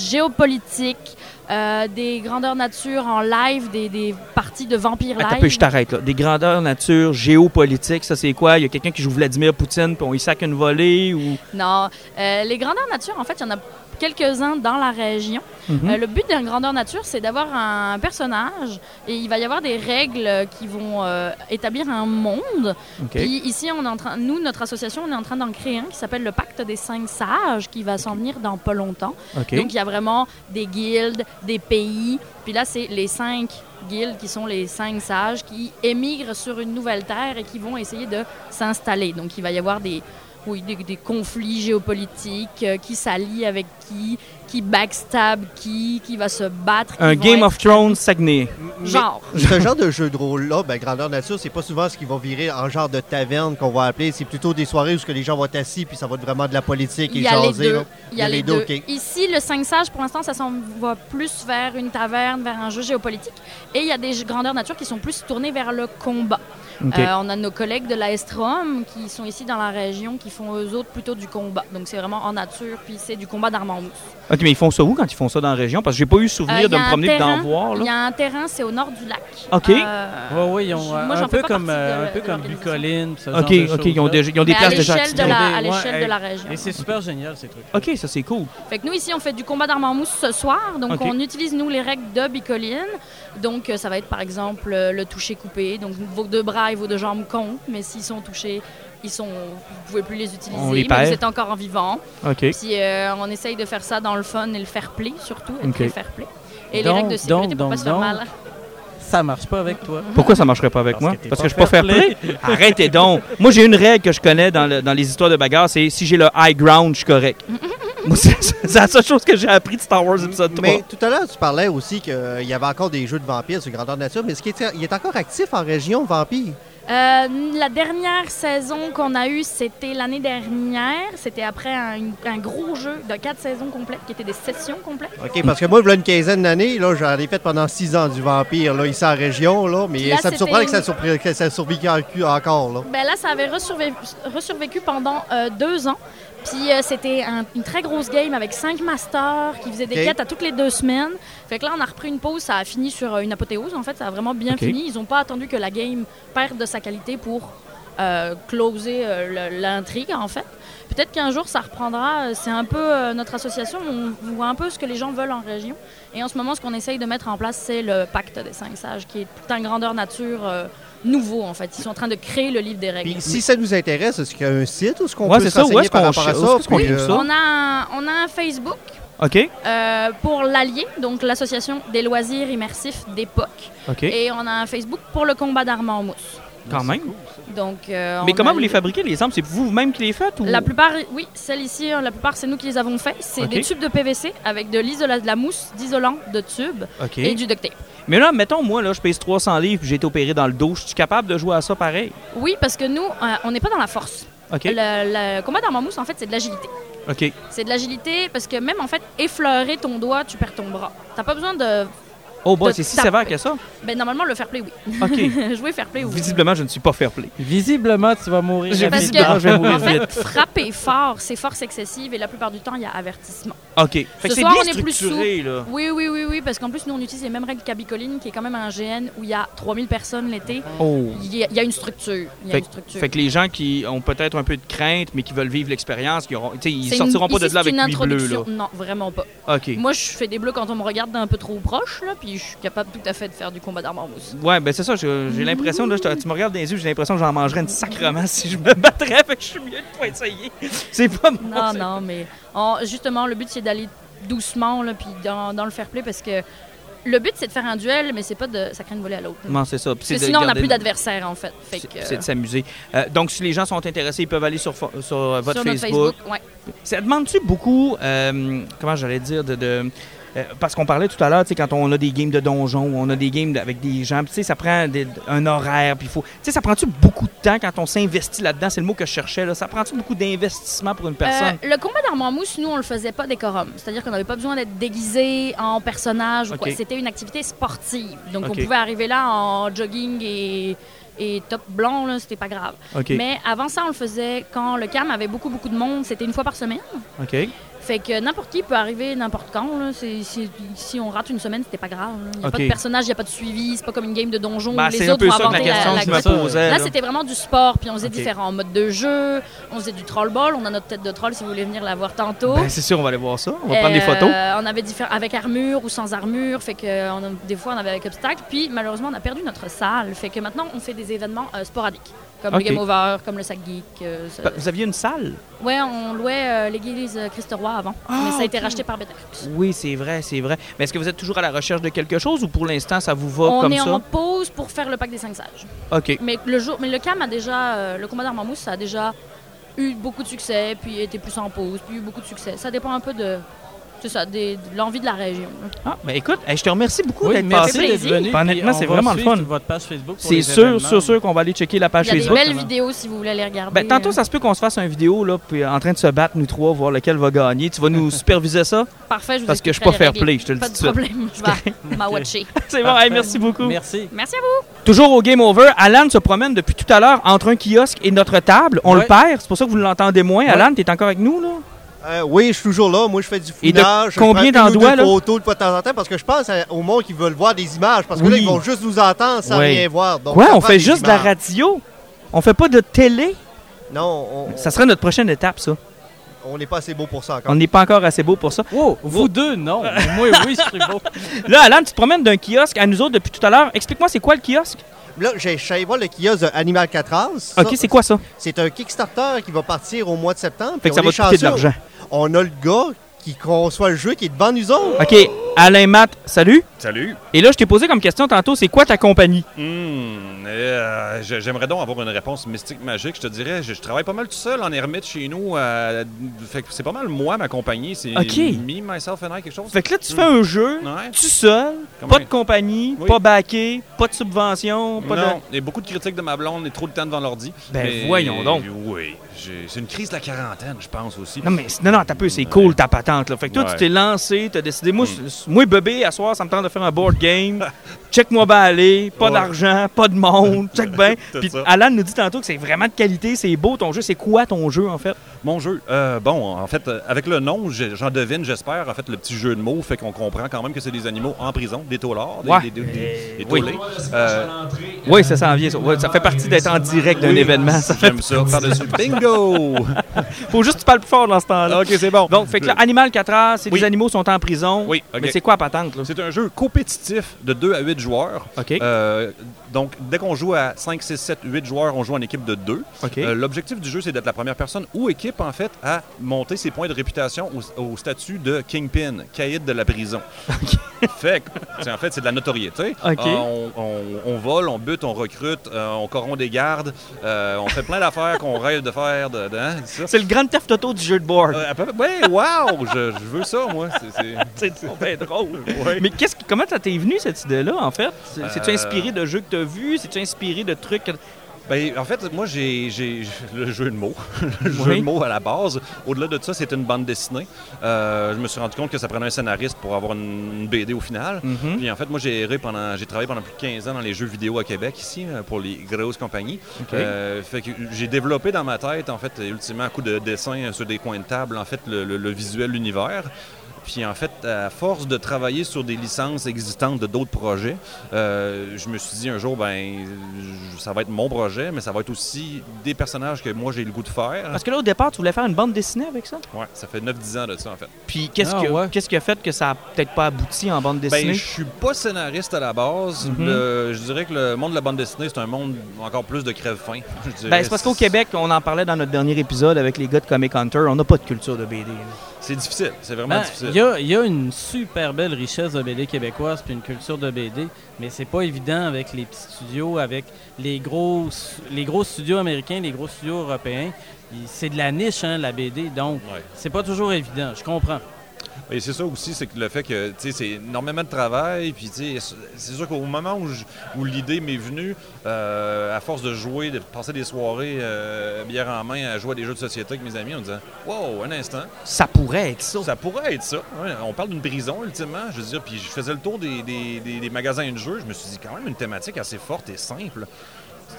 Speaker 12: géopolitiques, euh, des grandeurs nature en live, des, des parties de vampires
Speaker 1: Attends un
Speaker 12: live.
Speaker 1: peu, je t'arrête là. Des grandeurs nature, géopolitique, ça c'est quoi? Il y a quelqu'un qui joue Vladimir Poutine puis on y sac une volée ou.
Speaker 12: Non, euh, les grandeurs nature, en fait, il y en a quelques-uns dans la région.
Speaker 1: Mhm.
Speaker 12: Euh, le but d'une grandeur nature, c'est d'avoir un personnage et il va y avoir des règles euh, qui vont euh, établir un monde.
Speaker 1: OK.
Speaker 12: Puis ici, on est en train, nous, notre association, on est en train d'en créer un qui s'appelle le Pacte des cinq sages, qui va s'en venir dans pas longtemps.
Speaker 1: OK.
Speaker 12: Donc, il y a vraiment des guildes, des pays. Puis là, c'est les cinq guildes qui sont les cinq sages qui émigrent sur une nouvelle terre et qui vont essayer de s'installer. Donc, il va y avoir des, oui, des, des conflits géopolitiques, euh, qui s'allient avec qui, qui backstab qui, qui va se battre. qui
Speaker 1: Un
Speaker 12: vont
Speaker 1: Game
Speaker 12: être-
Speaker 1: of Thrones Saguenay.
Speaker 12: Genre.
Speaker 4: ce genre de jeu de rôle-là, ben, grandeur nature, c'est pas souvent ce qu'ils vont virer en genre de taverne qu'on va appeler. C'est plutôt des soirées où ce que les gens vont être assis puis ça va être vraiment de la politique et
Speaker 12: Il y a les
Speaker 4: jaser,
Speaker 12: deux.
Speaker 4: là.
Speaker 12: Il y a les deux.
Speaker 4: ok.
Speaker 12: Ici, le 5 sages, pour l'instant, ça s'en va plus vers une taverne, vers un jeu géopolitique. Et il y a des jeux grandeurs nature qui sont plus tournés vers le combat.
Speaker 1: OK.
Speaker 12: Euh, on a nos collègues de la Estrom qui sont ici dans la région, qui font eux autres plutôt du combat. Donc c'est vraiment en nature, puis c'est du combat d'armes en mousse.
Speaker 1: OK, mais ils font ça où quand ils font ça dans la région? Parce que j'ai pas eu souvenir
Speaker 12: Euh, y
Speaker 1: de
Speaker 12: a
Speaker 1: me
Speaker 12: un
Speaker 1: promener et d'en
Speaker 12: terrain,
Speaker 1: voir.
Speaker 12: Il y
Speaker 1: Là.
Speaker 12: a un terrain, c'est au nord du lac.
Speaker 1: OK.
Speaker 12: Euh,
Speaker 3: Oui, oui, ils ont
Speaker 12: Moi,
Speaker 3: euh,
Speaker 12: j'en
Speaker 3: un,
Speaker 12: fais
Speaker 3: peu
Speaker 12: pas
Speaker 3: comme,
Speaker 12: partie
Speaker 3: euh,
Speaker 12: de
Speaker 3: un peu comme
Speaker 12: l'organisation.
Speaker 3: Bucoline. ce
Speaker 1: OK,
Speaker 3: genre
Speaker 1: OK,
Speaker 3: de
Speaker 1: ils ont,
Speaker 3: choses-là.
Speaker 1: déjà- ils ont des
Speaker 12: mais à
Speaker 1: places déjà
Speaker 12: l'échelle de,
Speaker 1: actives.
Speaker 12: la- à
Speaker 3: Ouais,
Speaker 12: l'échelle
Speaker 3: hey.
Speaker 12: de la région.
Speaker 3: Et c'est super génial, ces trucs.
Speaker 1: OK, ça, c'est cool.
Speaker 12: Fait que nous, ici, on fait du combat d'armes en mousse ce soir. Donc,
Speaker 1: Ok.
Speaker 12: on utilise, nous, les règles de bicoline. Donc, euh, ça va être, par exemple, euh, le toucher coupé. Donc, vos deux bras et vos deux jambes comptent, mais s'ils sont touchés, ils sont... vous pouvez plus les utiliser.
Speaker 1: On les
Speaker 12: mais
Speaker 1: perd.
Speaker 12: vous êtes encore en vivant.
Speaker 1: OK.
Speaker 12: Puis, euh, on essaye de faire ça dans le fun et le fair play, surtout. Être
Speaker 1: Ok.
Speaker 12: très fair play. Et les
Speaker 3: Donc,
Speaker 12: règles de sécurité
Speaker 3: donc,
Speaker 12: pour pas
Speaker 3: donc,
Speaker 12: se faire
Speaker 3: donc.
Speaker 12: mal.
Speaker 3: Ça marche pas avec toi.
Speaker 1: Pourquoi ça marcherait pas avec
Speaker 3: Parce
Speaker 1: moi?
Speaker 3: que t'es
Speaker 1: Parce
Speaker 3: pas
Speaker 1: que je suis pas fair play.
Speaker 3: fair-play.
Speaker 1: Arrêtez donc. Moi, j'ai une règle que je connais dans, le- dans les histoires de bagarre, c'est si j'ai le high ground, je suis correct. Moi, c'est c'est la seule chose que j'ai appris de Star Wars épisode 3.
Speaker 4: Mais tout à l'heure, tu parlais aussi qu'il y avait encore des jeux de vampires sur Grandeur Nature, mais est-ce qu'il est, il est encore actif en région, Vampire?
Speaker 12: Euh, la dernière saison qu'on a eue, c'était l'année dernière. C'était après un, un gros jeu de quatre saisons complètes, qui étaient des sessions complètes.
Speaker 4: OK, parce que moi, il y a une quinzaine d'années, là, j'en ai fait pendant six ans du vampire, là, ici en région, là, mais
Speaker 12: Là,
Speaker 4: ça me
Speaker 12: c'était
Speaker 4: surprend que ça,
Speaker 12: une-
Speaker 4: surpri- que ça survive en cul encore, là.
Speaker 12: Ben là, ça avait resurvé- resurvécu pendant euh, deux ans. Puis euh, c'était un- une très grosse game avec cinq masters qui faisaient des
Speaker 4: Ok.
Speaker 12: quêtes à toutes les deux semaines. Fait que là, on a repris une pause. Ça a fini sur euh, une apothéose. En fait, ça a vraiment bien
Speaker 1: Ok.
Speaker 12: fini. Ils n'ont pas attendu que la game perde de sa qualité pour euh, closer euh, le- l'intrigue, en fait. Peut-être qu'un jour, ça reprendra. C'est un peu euh, notre association. On voit un peu ce que les gens veulent en région. Et en ce moment, ce qu'on essaye de mettre en place, c'est le pacte des cinq sages, qui est tout en grandeur nature euh, nouveau, en fait. Ils sont en train de créer le livre des règles.
Speaker 4: Puis si ça nous intéresse, est-ce qu'il y a un site ou est-ce qu'on
Speaker 1: Ouais,
Speaker 4: peut
Speaker 1: c'est ça, où
Speaker 4: s'enseigner
Speaker 1: est-ce
Speaker 4: par
Speaker 1: qu'on
Speaker 4: rapport à
Speaker 1: ch-
Speaker 4: ça?
Speaker 1: où est-ce qu'on
Speaker 4: Puis,
Speaker 1: trouve
Speaker 4: euh,
Speaker 1: ça?
Speaker 12: On a un, on a un Facebook
Speaker 1: OK?
Speaker 12: euh, pour l'Allier, donc l'association des loisirs immersifs d'époque.
Speaker 1: OK.
Speaker 12: Et on a un Facebook pour le combat d'armes en mousse.
Speaker 1: Quand même.
Speaker 12: Donc, euh,
Speaker 1: Mais
Speaker 12: on
Speaker 1: comment
Speaker 12: a
Speaker 1: vous les fabriquez, les armes? C'est vous-même qui les faites? Ou...
Speaker 12: La plupart, oui, celles ici, euh, la plupart, c'est nous qui les avons fait. C'est
Speaker 1: Ok.
Speaker 12: des tubes de PVC avec de, l'isola- de la mousse d'isolant de tube
Speaker 1: OK.
Speaker 12: et du duct tape.
Speaker 1: Mais là, mettons, moi, là, je pèse 300 livres puis j'ai été opéré dans le dos. Je suis capable de jouer à ça pareil?
Speaker 12: Oui, parce que nous, euh, on n'est pas dans la force.
Speaker 1: OK?
Speaker 12: Le, le combat d'armes en mousse, en fait, c'est de l'agilité.
Speaker 1: OK.
Speaker 12: C'est de l'agilité parce que même, en fait, effleurer ton doigt, tu perds ton bras. T'as pas besoin de...
Speaker 1: Oh boy,
Speaker 12: De
Speaker 1: c'est si
Speaker 12: taper.
Speaker 1: sévère que ça?
Speaker 12: Ben, normalement, le fair play, oui.
Speaker 1: OK.
Speaker 12: Jouer fair play, oui.
Speaker 1: Visiblement, je ne suis pas fair play.
Speaker 3: Visiblement, tu vas mourir.
Speaker 1: J'ai
Speaker 3: rapidement.
Speaker 12: Parce que,
Speaker 1: je vais mourir
Speaker 12: en fait,
Speaker 1: vite.
Speaker 12: frapper fort, c'est force excessive et la plupart du temps, il y a avertissement.
Speaker 1: OK. Fait que
Speaker 12: Ce
Speaker 1: c'est
Speaker 12: soir,
Speaker 1: bien
Speaker 12: on est plus
Speaker 1: structuré, là.
Speaker 12: Oui, oui, oui, oui, parce qu'en plus, nous, on utilise les mêmes règles qu'Abicoline, qui est quand même un GN où il y a 3000 personnes l'été.
Speaker 1: Oh.
Speaker 12: Il y, a- il y a une structure. Il y a une structure.
Speaker 1: Fait que les gens qui ont peut-être un peu de crainte, mais qui veulent vivre l'expérience, qui auront- tu sais, ils
Speaker 12: C'est
Speaker 1: sortiront
Speaker 12: une-
Speaker 1: pas de
Speaker 12: ici,
Speaker 1: là
Speaker 12: c'est
Speaker 1: avec
Speaker 12: une
Speaker 1: huit bleus. Là.
Speaker 12: introduction. Non, vraiment pas.
Speaker 1: OK.
Speaker 12: Moi, je fais des bleus quand on me regarde d'un peu trop proche, là, puis je suis capable tout à fait de faire du combat d'armes en mousse.
Speaker 1: Ouais, ben c'est ça, je- j'ai l'impression, là, je te- tu me regardes dans les yeux, j'ai l'impression que j'en mangerais une sacrement si je me battrais, fait que je suis mieux de pas essayer. C'est pas mon
Speaker 12: Non,
Speaker 1: c'est-
Speaker 12: non, mais en- justement, le but, c'est d'aller doucement, là, puis dans, dans le fair play, parce que le but, c'est de faire un duel, mais c'est pas de. Ça craint de voler à l'autre.
Speaker 1: Non, c'est ça. Puis
Speaker 12: Parce
Speaker 1: c'est
Speaker 12: que
Speaker 1: de
Speaker 12: sinon, on n'a
Speaker 1: garder
Speaker 12: plus
Speaker 1: le-
Speaker 12: d'adversaire, en fait. Fait que,
Speaker 1: C'est c'est de s'amuser. Euh, donc, si les gens sont intéressés, ils peuvent aller sur, fo- sur, euh, votre
Speaker 12: sur notre
Speaker 1: Facebook.
Speaker 12: Facebook, ouais.
Speaker 1: Ça demande-tu beaucoup, euh, comment j'allais dire, de... de- euh, parce qu'on parlait tout à l'heure, tu sais, quand on a des games de donjons, on a des games de- avec des gens, puis tu sais, ça prend des- un horaire, puis il faut... Tu sais, ça prend-tu beaucoup de temps quand on s'investit là-dedans? C'est le mot que je cherchais, là. Ça prend-tu beaucoup d'investissement pour une personne?
Speaker 12: Euh, le combat d'armes en mousse, nous, on le faisait pas décorum. C'est-à-dire qu'on n'avait pas besoin d'être déguisé en personnage. ou quoi.
Speaker 1: Ok.
Speaker 12: C'était une activité sportive. Donc,
Speaker 1: Ok.
Speaker 12: on pouvait arriver là en jogging et, et top blanc, là, c'était pas grave.
Speaker 1: OK,
Speaker 12: Mais avant ça, on le faisait quand le CAM avait beaucoup, beaucoup de monde. C'était une fois par semaine.
Speaker 1: OK.
Speaker 12: Fait que n'importe qui peut arriver n'importe quand. là. C'est- c'est- si on rate une semaine, c'était pas grave. Il n'y a
Speaker 1: Ok.
Speaker 12: pas de personnage, il n'y a pas de suivi. C'est pas comme une game de donjon. où
Speaker 1: Ben,
Speaker 12: les
Speaker 1: c'est un
Speaker 12: autres
Speaker 1: peu
Speaker 12: vont
Speaker 1: ça que la
Speaker 12: inventer
Speaker 1: question
Speaker 12: la,
Speaker 1: que je
Speaker 12: la
Speaker 1: me posais.
Speaker 12: Là,
Speaker 1: là.
Speaker 12: c'était vraiment du sport, puis on faisait
Speaker 1: Ok.
Speaker 12: différents modes de jeu, on faisait du troll ball, on a notre tête de troll si vous voulez venir la voir tantôt.
Speaker 1: Ben, c'est sûr, on va aller voir ça. On va
Speaker 12: Euh,
Speaker 1: prendre des photos.
Speaker 12: on avait différents avec armure ou sans armure, fait que euh, on a- des fois on avait avec obstacle. Puis malheureusement on a perdu notre salle, fait que maintenant on fait des événements euh, sporadiques, comme
Speaker 1: Ok.
Speaker 12: le Game Over, comme le Sac Geek. euh, ça-
Speaker 1: Ben, Vous aviez une salle?
Speaker 12: Ouais, on louait euh, l'église euh, Christ Roi avant, mais ça a été racheté par Betacrux.
Speaker 1: Oui, c'est vrai, c'est vrai. Mais est-ce que vous êtes toujours à la recherche de quelque chose ou pour l'instant, ça vous va
Speaker 12: On
Speaker 1: comme
Speaker 12: est
Speaker 1: ça?
Speaker 12: en pause pour faire le pack des cinq sages.
Speaker 1: OK.
Speaker 12: Mais le jour, mais le cam a déjà, euh, le combat d'armes en mousse, ça a déjà eu beaucoup de succès, puis était plus en pause, puis eu beaucoup de succès. Ça dépend un peu de c'est ça, des- de l'envie de la région. là.
Speaker 1: Ah, ben écoute, hey, je te remercie beaucoup
Speaker 3: Oui,
Speaker 1: d'être
Speaker 3: merci
Speaker 1: passé.
Speaker 3: d'être
Speaker 12: plaisir.
Speaker 3: venu.
Speaker 1: Ben, honnêtement,
Speaker 3: puis on
Speaker 1: c'est
Speaker 3: va
Speaker 1: vraiment le
Speaker 3: suivre
Speaker 1: fun.
Speaker 3: Votre page Facebook pour
Speaker 1: C'est
Speaker 3: les
Speaker 1: sûr,
Speaker 3: événements.
Speaker 1: sûr, sûr qu'on va aller checker la page
Speaker 12: Il y a des
Speaker 1: Facebook.
Speaker 12: belles vidéos si vous voulez les regarder.
Speaker 1: Ben, tantôt,
Speaker 12: euh,
Speaker 1: ça se peut qu'on se fasse une vidéo là, puis, euh, en train de se battre, nous trois, voir lequel va gagner. Tu vas nous superviser ça?
Speaker 12: Parfait, je vous
Speaker 1: Parce que je suis pas
Speaker 12: expliquerai les
Speaker 1: fair-play,
Speaker 12: règles.
Speaker 1: je te le
Speaker 12: Pas
Speaker 1: dis
Speaker 12: de
Speaker 1: tout de
Speaker 12: problème, je vais m'a watcher.
Speaker 1: C'est bon, hey, merci beaucoup.
Speaker 3: Merci.
Speaker 12: Merci à vous.
Speaker 1: Toujours au Game Over, Alan se promène depuis tout à l'heure entre un kiosque et notre table. On le
Speaker 3: Ouais.
Speaker 1: perd, c'est pour ça que vous l'entendez moins. Alan, t'es encore avec nous, là?
Speaker 4: Euh, oui, je suis toujours là. Moi, je fais du
Speaker 1: Et de
Speaker 4: foulage. je
Speaker 1: combien
Speaker 4: prends une ou
Speaker 1: d'endroits,
Speaker 4: deux
Speaker 1: là?
Speaker 4: photos de fois de temps en temps parce que je pense à- au monde qui veulent voir des images parce que là,
Speaker 1: Oui.
Speaker 4: ils vont juste nous entendre sans
Speaker 1: Oui.
Speaker 4: rien voir. Donc,
Speaker 1: Quoi?
Speaker 4: ça
Speaker 1: On
Speaker 4: prend
Speaker 1: fait
Speaker 4: des
Speaker 1: juste de la
Speaker 4: images.
Speaker 1: radio? On fait pas de télé?
Speaker 4: Non, on-
Speaker 1: Ça serait notre prochaine étape, ça.
Speaker 4: on n'est pas assez beau pour ça encore.
Speaker 1: On n'est pas encore assez beau pour ça.
Speaker 3: Oh, vous deux, non. Mais Moi, oui, c'est beau.
Speaker 1: Là, Alan, tu te promènes d'un kiosque à nous autres depuis tout à l'heure. Explique-moi, c'est quoi le kiosque?
Speaker 4: Là, j'ai- je suis allé voir le kiosque de Animal 4 As.
Speaker 1: OK, c'est quoi ça?
Speaker 4: C'est un Kickstarter qui va partir au mois de septembre.
Speaker 1: Fait
Speaker 4: puis
Speaker 1: que ça
Speaker 4: on
Speaker 1: va
Speaker 4: est
Speaker 1: te coûter de
Speaker 4: chanceux.
Speaker 1: l'argent.
Speaker 4: On a le gars qui conçoit le jeu qui est devant nous autres.
Speaker 1: OK, Alain Matt, salut.
Speaker 11: Salut.
Speaker 1: Et là, je t'ai posé comme question tantôt, c'est quoi ta compagnie?
Speaker 11: Hmm, euh, je- J'aimerais donc avoir une réponse mystique magique. Je te dirais, je, je travaille pas mal tout seul en ermite chez nous. euh, fait que c'est pas mal moi, ma compagnie. C'est
Speaker 1: Ok.
Speaker 11: me, myself and I, quelque chose.
Speaker 1: Fait que là, tu fais un jeu,
Speaker 11: Ouais.
Speaker 1: tu seul,
Speaker 11: Comme
Speaker 1: pas
Speaker 11: un-
Speaker 1: de compagnie,
Speaker 11: Oui.
Speaker 1: pas backé, pas de subvention, pas
Speaker 11: non,
Speaker 1: de...
Speaker 11: il y a beaucoup de critiques de ma blonde et trop de temps devant l'ordi.
Speaker 1: Ben, voyons donc.
Speaker 11: Oui, j'ai- c'est une crise de la quarantaine, je pense aussi.
Speaker 1: Non, mais c- non, non, t'as peu, c'est cool ta patente. Là. Fait que toi, tu
Speaker 11: Ouais. Hmm.
Speaker 1: t'es lancé, t'as décidé, moi, c- moi, bébé, à soir, ça me tente de faire un board game. Check-moi ben aller, pas
Speaker 11: Ouais.
Speaker 1: d'argent, pas de monde, check ben.
Speaker 11: C'est
Speaker 1: Puis
Speaker 11: ça.
Speaker 1: Alan nous dit tantôt que c'est vraiment de qualité, c'est beau ton jeu. C'est quoi ton jeu, en fait?
Speaker 11: Mon jeu, euh, bon, en fait, euh, avec le nom, j'ai- j'en devine, j'espère, en fait, le petit jeu de mots fait qu'on comprend quand même que c'est des animaux en prison, des taulards, des,
Speaker 1: Ouais.
Speaker 11: des, des- des- des
Speaker 1: oui.
Speaker 11: taulés. Euh,
Speaker 1: Oui, ça s'en vient. Ça, Ouais, ça fait partie d'être en direct d'un événement. Ça fait...
Speaker 11: J'aime ça, par-dessus. Bingo!
Speaker 1: Faut juste que tu parles plus fort dans ce temps-là.
Speaker 11: OK, c'est bon.
Speaker 1: Donc, fait que là, Animal 4 heures, c'est
Speaker 11: Oui.
Speaker 1: des animaux qui sont en prison.
Speaker 11: Oui, ok.
Speaker 1: Mais c'est quoi la patente, là?
Speaker 11: C'est un jeu compétitif de 2 à 8 joueurs.
Speaker 1: OK.
Speaker 11: Euh, donc, dès qu'on joue à 5, 6, 7, 8 joueurs, on joue en équipe de 2.
Speaker 1: OK.
Speaker 11: L'objectif du jeu, c'est d'être la première personne ou équipe, en fait, à monter ses points de réputation au, au statut de Kingpin, caïd de la prison. fait que, c'est- en fait, c'est de la notoriété.
Speaker 1: OK.
Speaker 11: Euh, on, on- on vole, on bute, on recrute, euh, on corrompt des gardes, euh, on fait plein d'affaires qu'on rêve de faire. De, de- hein, c'est ça.
Speaker 1: C'est le grand theft auto du jeu de board.
Speaker 11: Euh, à peu- ouais, wow! Je, je veux ça, moi. C'est- c'est-
Speaker 1: C'est bien drôle.
Speaker 3: Ah
Speaker 11: Ouais.
Speaker 1: Mais qu'est-ce qui- comment ça t'est venu, cette idée-là, en fait? C'est- C'est-tu
Speaker 11: Euh.
Speaker 1: inspiré de jeux que t'as vus? C'est-tu inspiré de trucs? que-
Speaker 11: Ben, en fait, moi, j'ai j'ai- le jeu de mots. le jeu
Speaker 1: Oui.
Speaker 11: de mots à la base. Au-delà de ça, c'était une bande dessinée. Euh, je me suis rendu compte que ça prenait un scénariste pour avoir une, une BD au final.
Speaker 1: Mhm.
Speaker 11: Puis, en fait, moi, j'ai erré pendant, j'ai travaillé pendant plus de 15 ans dans les jeux vidéo à Québec, ici, euh, pour les grosses compagnies. Euh, fait que j'ai développé dans ma tête, en fait, ultimement, à coup de dessin sur des coins de table, en fait, le, le- le visuel, l'univers. Puis en fait, à force de travailler sur des licences existantes de d'autres projets, euh, je me suis dit un jour, ben, je- ça va être mon projet, mais ça va être aussi des personnages que moi j'ai le goût de faire.
Speaker 1: Parce que là, au départ, tu voulais faire une bande dessinée avec ça?
Speaker 11: Ouais, ça fait 9-10 ans de ça en fait.
Speaker 1: Puis qu'est-ce
Speaker 3: Ah,
Speaker 1: que-
Speaker 3: ouais.
Speaker 1: qu'est-ce qui a fait que ça a peut-être pas abouti en bande dessinée?
Speaker 11: Ben, je suis pas scénariste à la base.
Speaker 1: Mhm.
Speaker 11: Le- je dirais que le monde de la bande dessinée, c'est un monde encore plus de crève-fin. je dirais.
Speaker 1: Ben, c'est parce qu'au Québec, on en parlait dans notre dernier épisode avec les gars de Comic Hunter, on n'a pas de culture de BD. là.
Speaker 11: C'est difficile, c'est vraiment
Speaker 3: Ben,
Speaker 11: difficile.
Speaker 3: Il y, a, il y a une super belle richesse de BD québécoise puis une culture de BD, mais c'est pas évident avec les petits studios, avec les gros, les gros studios américains, les gros studios européens. Il- C'est de la niche, hein, la BD, donc
Speaker 11: Ouais.
Speaker 3: c'est pas toujours évident, je comprends.
Speaker 11: Et c'est ça aussi, c'est que le fait que tu sais, c'est énormément de travail. Puis tu sais, c'est sûr qu'au moment où, je- où l'idée m'est venue, euh, à force de jouer, de passer des soirées euh, bière en main à jouer à des jeux de société avec mes amis, on disait Wow, un instant,
Speaker 1: Ça pourrait être ça.
Speaker 11: ça pourrait être ça. Ouais, on parle d'une prison ultimement. Je veux dire, puis je faisais le tour des, des- des- des magasins de jeux, je me suis dit quand même une thématique assez forte et simple.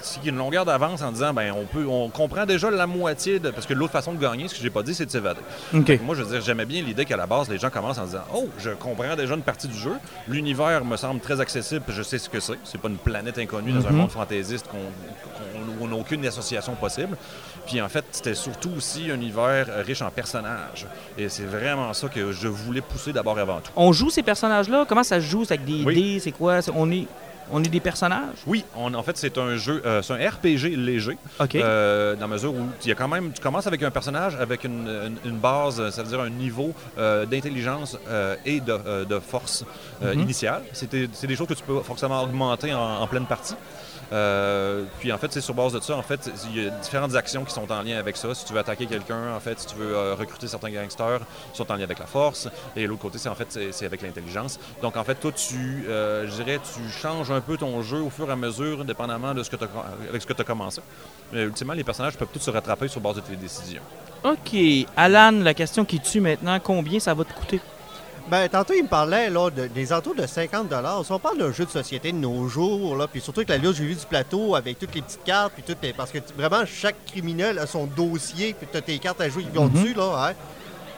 Speaker 11: C'est qu'il y a une longueur d'avance en disant ben on peut on comprend déjà la moitié de parce que l'autre façon de gagner ce que j'ai pas dit c'est de s'évader.
Speaker 1: OK.
Speaker 11: Moi, je veux dire, j'aimais bien l'idée qu'à la base, les gens commencent en disant Oh, je comprends déjà une partie du jeu. L'univers me semble très accessible, puis je sais ce que c'est. C'est pas une planète inconnue dans un monde fantaisiste qu'on qu'on- où on n'a aucune association possible. Puis en fait, c'était surtout aussi un univers euh, riche en personnages. Et c'est vraiment ça que je voulais pousser d'abord et avant tout.
Speaker 1: On joue ces personnages-là? Comment ça se joue? C'est avec des
Speaker 11: Oui.
Speaker 1: dés? C'est quoi? C'est- on, est, on est des personnages?
Speaker 11: Oui, on- en fait, c'est un jeu, euh, c'est un RPG léger.
Speaker 1: OK.
Speaker 11: Euh, dans la mesure où il y a quand même, tu commences avec un personnage, avec une, une- une base, euh, ça veut dire un niveau euh, d'intelligence euh, et de, euh, de force euh, initiale. C'était- C'est des choses que tu peux forcément augmenter en, en pleine partie. Euh, puis en fait, c'est sur base de ça, en fait, il y a différentes actions qui sont en lien avec ça. Si tu veux attaquer quelqu'un, en fait, si tu veux euh, recruter certains gangsters, ils sont en lien avec la force. Et l'autre côté, c'est en fait, c'est c'est avec l'intelligence. Donc en fait, toi, tu, euh, je dirais, tu changes un peu ton jeu au fur et à mesure, dépendamment de ce que t'as com- avec ce que tu as commencé. Mais Euh, ultimement, les personnages peuvent tous se rattraper sur base de tes décisions.
Speaker 1: OK. Alan, la question qui tue maintenant, combien ça va te coûter?
Speaker 4: Ben, tantôt, il me parlait là, de- des entours de 50 Si on parle d'un jeu de société de nos jours, là, puis surtout avec la liste j'ai vu du plateau, avec toutes les petites cartes, puis toutes les... parce que t- vraiment, chaque criminel a son dossier, puis tu as tes cartes à jouer qui vont dessus. Là, hein.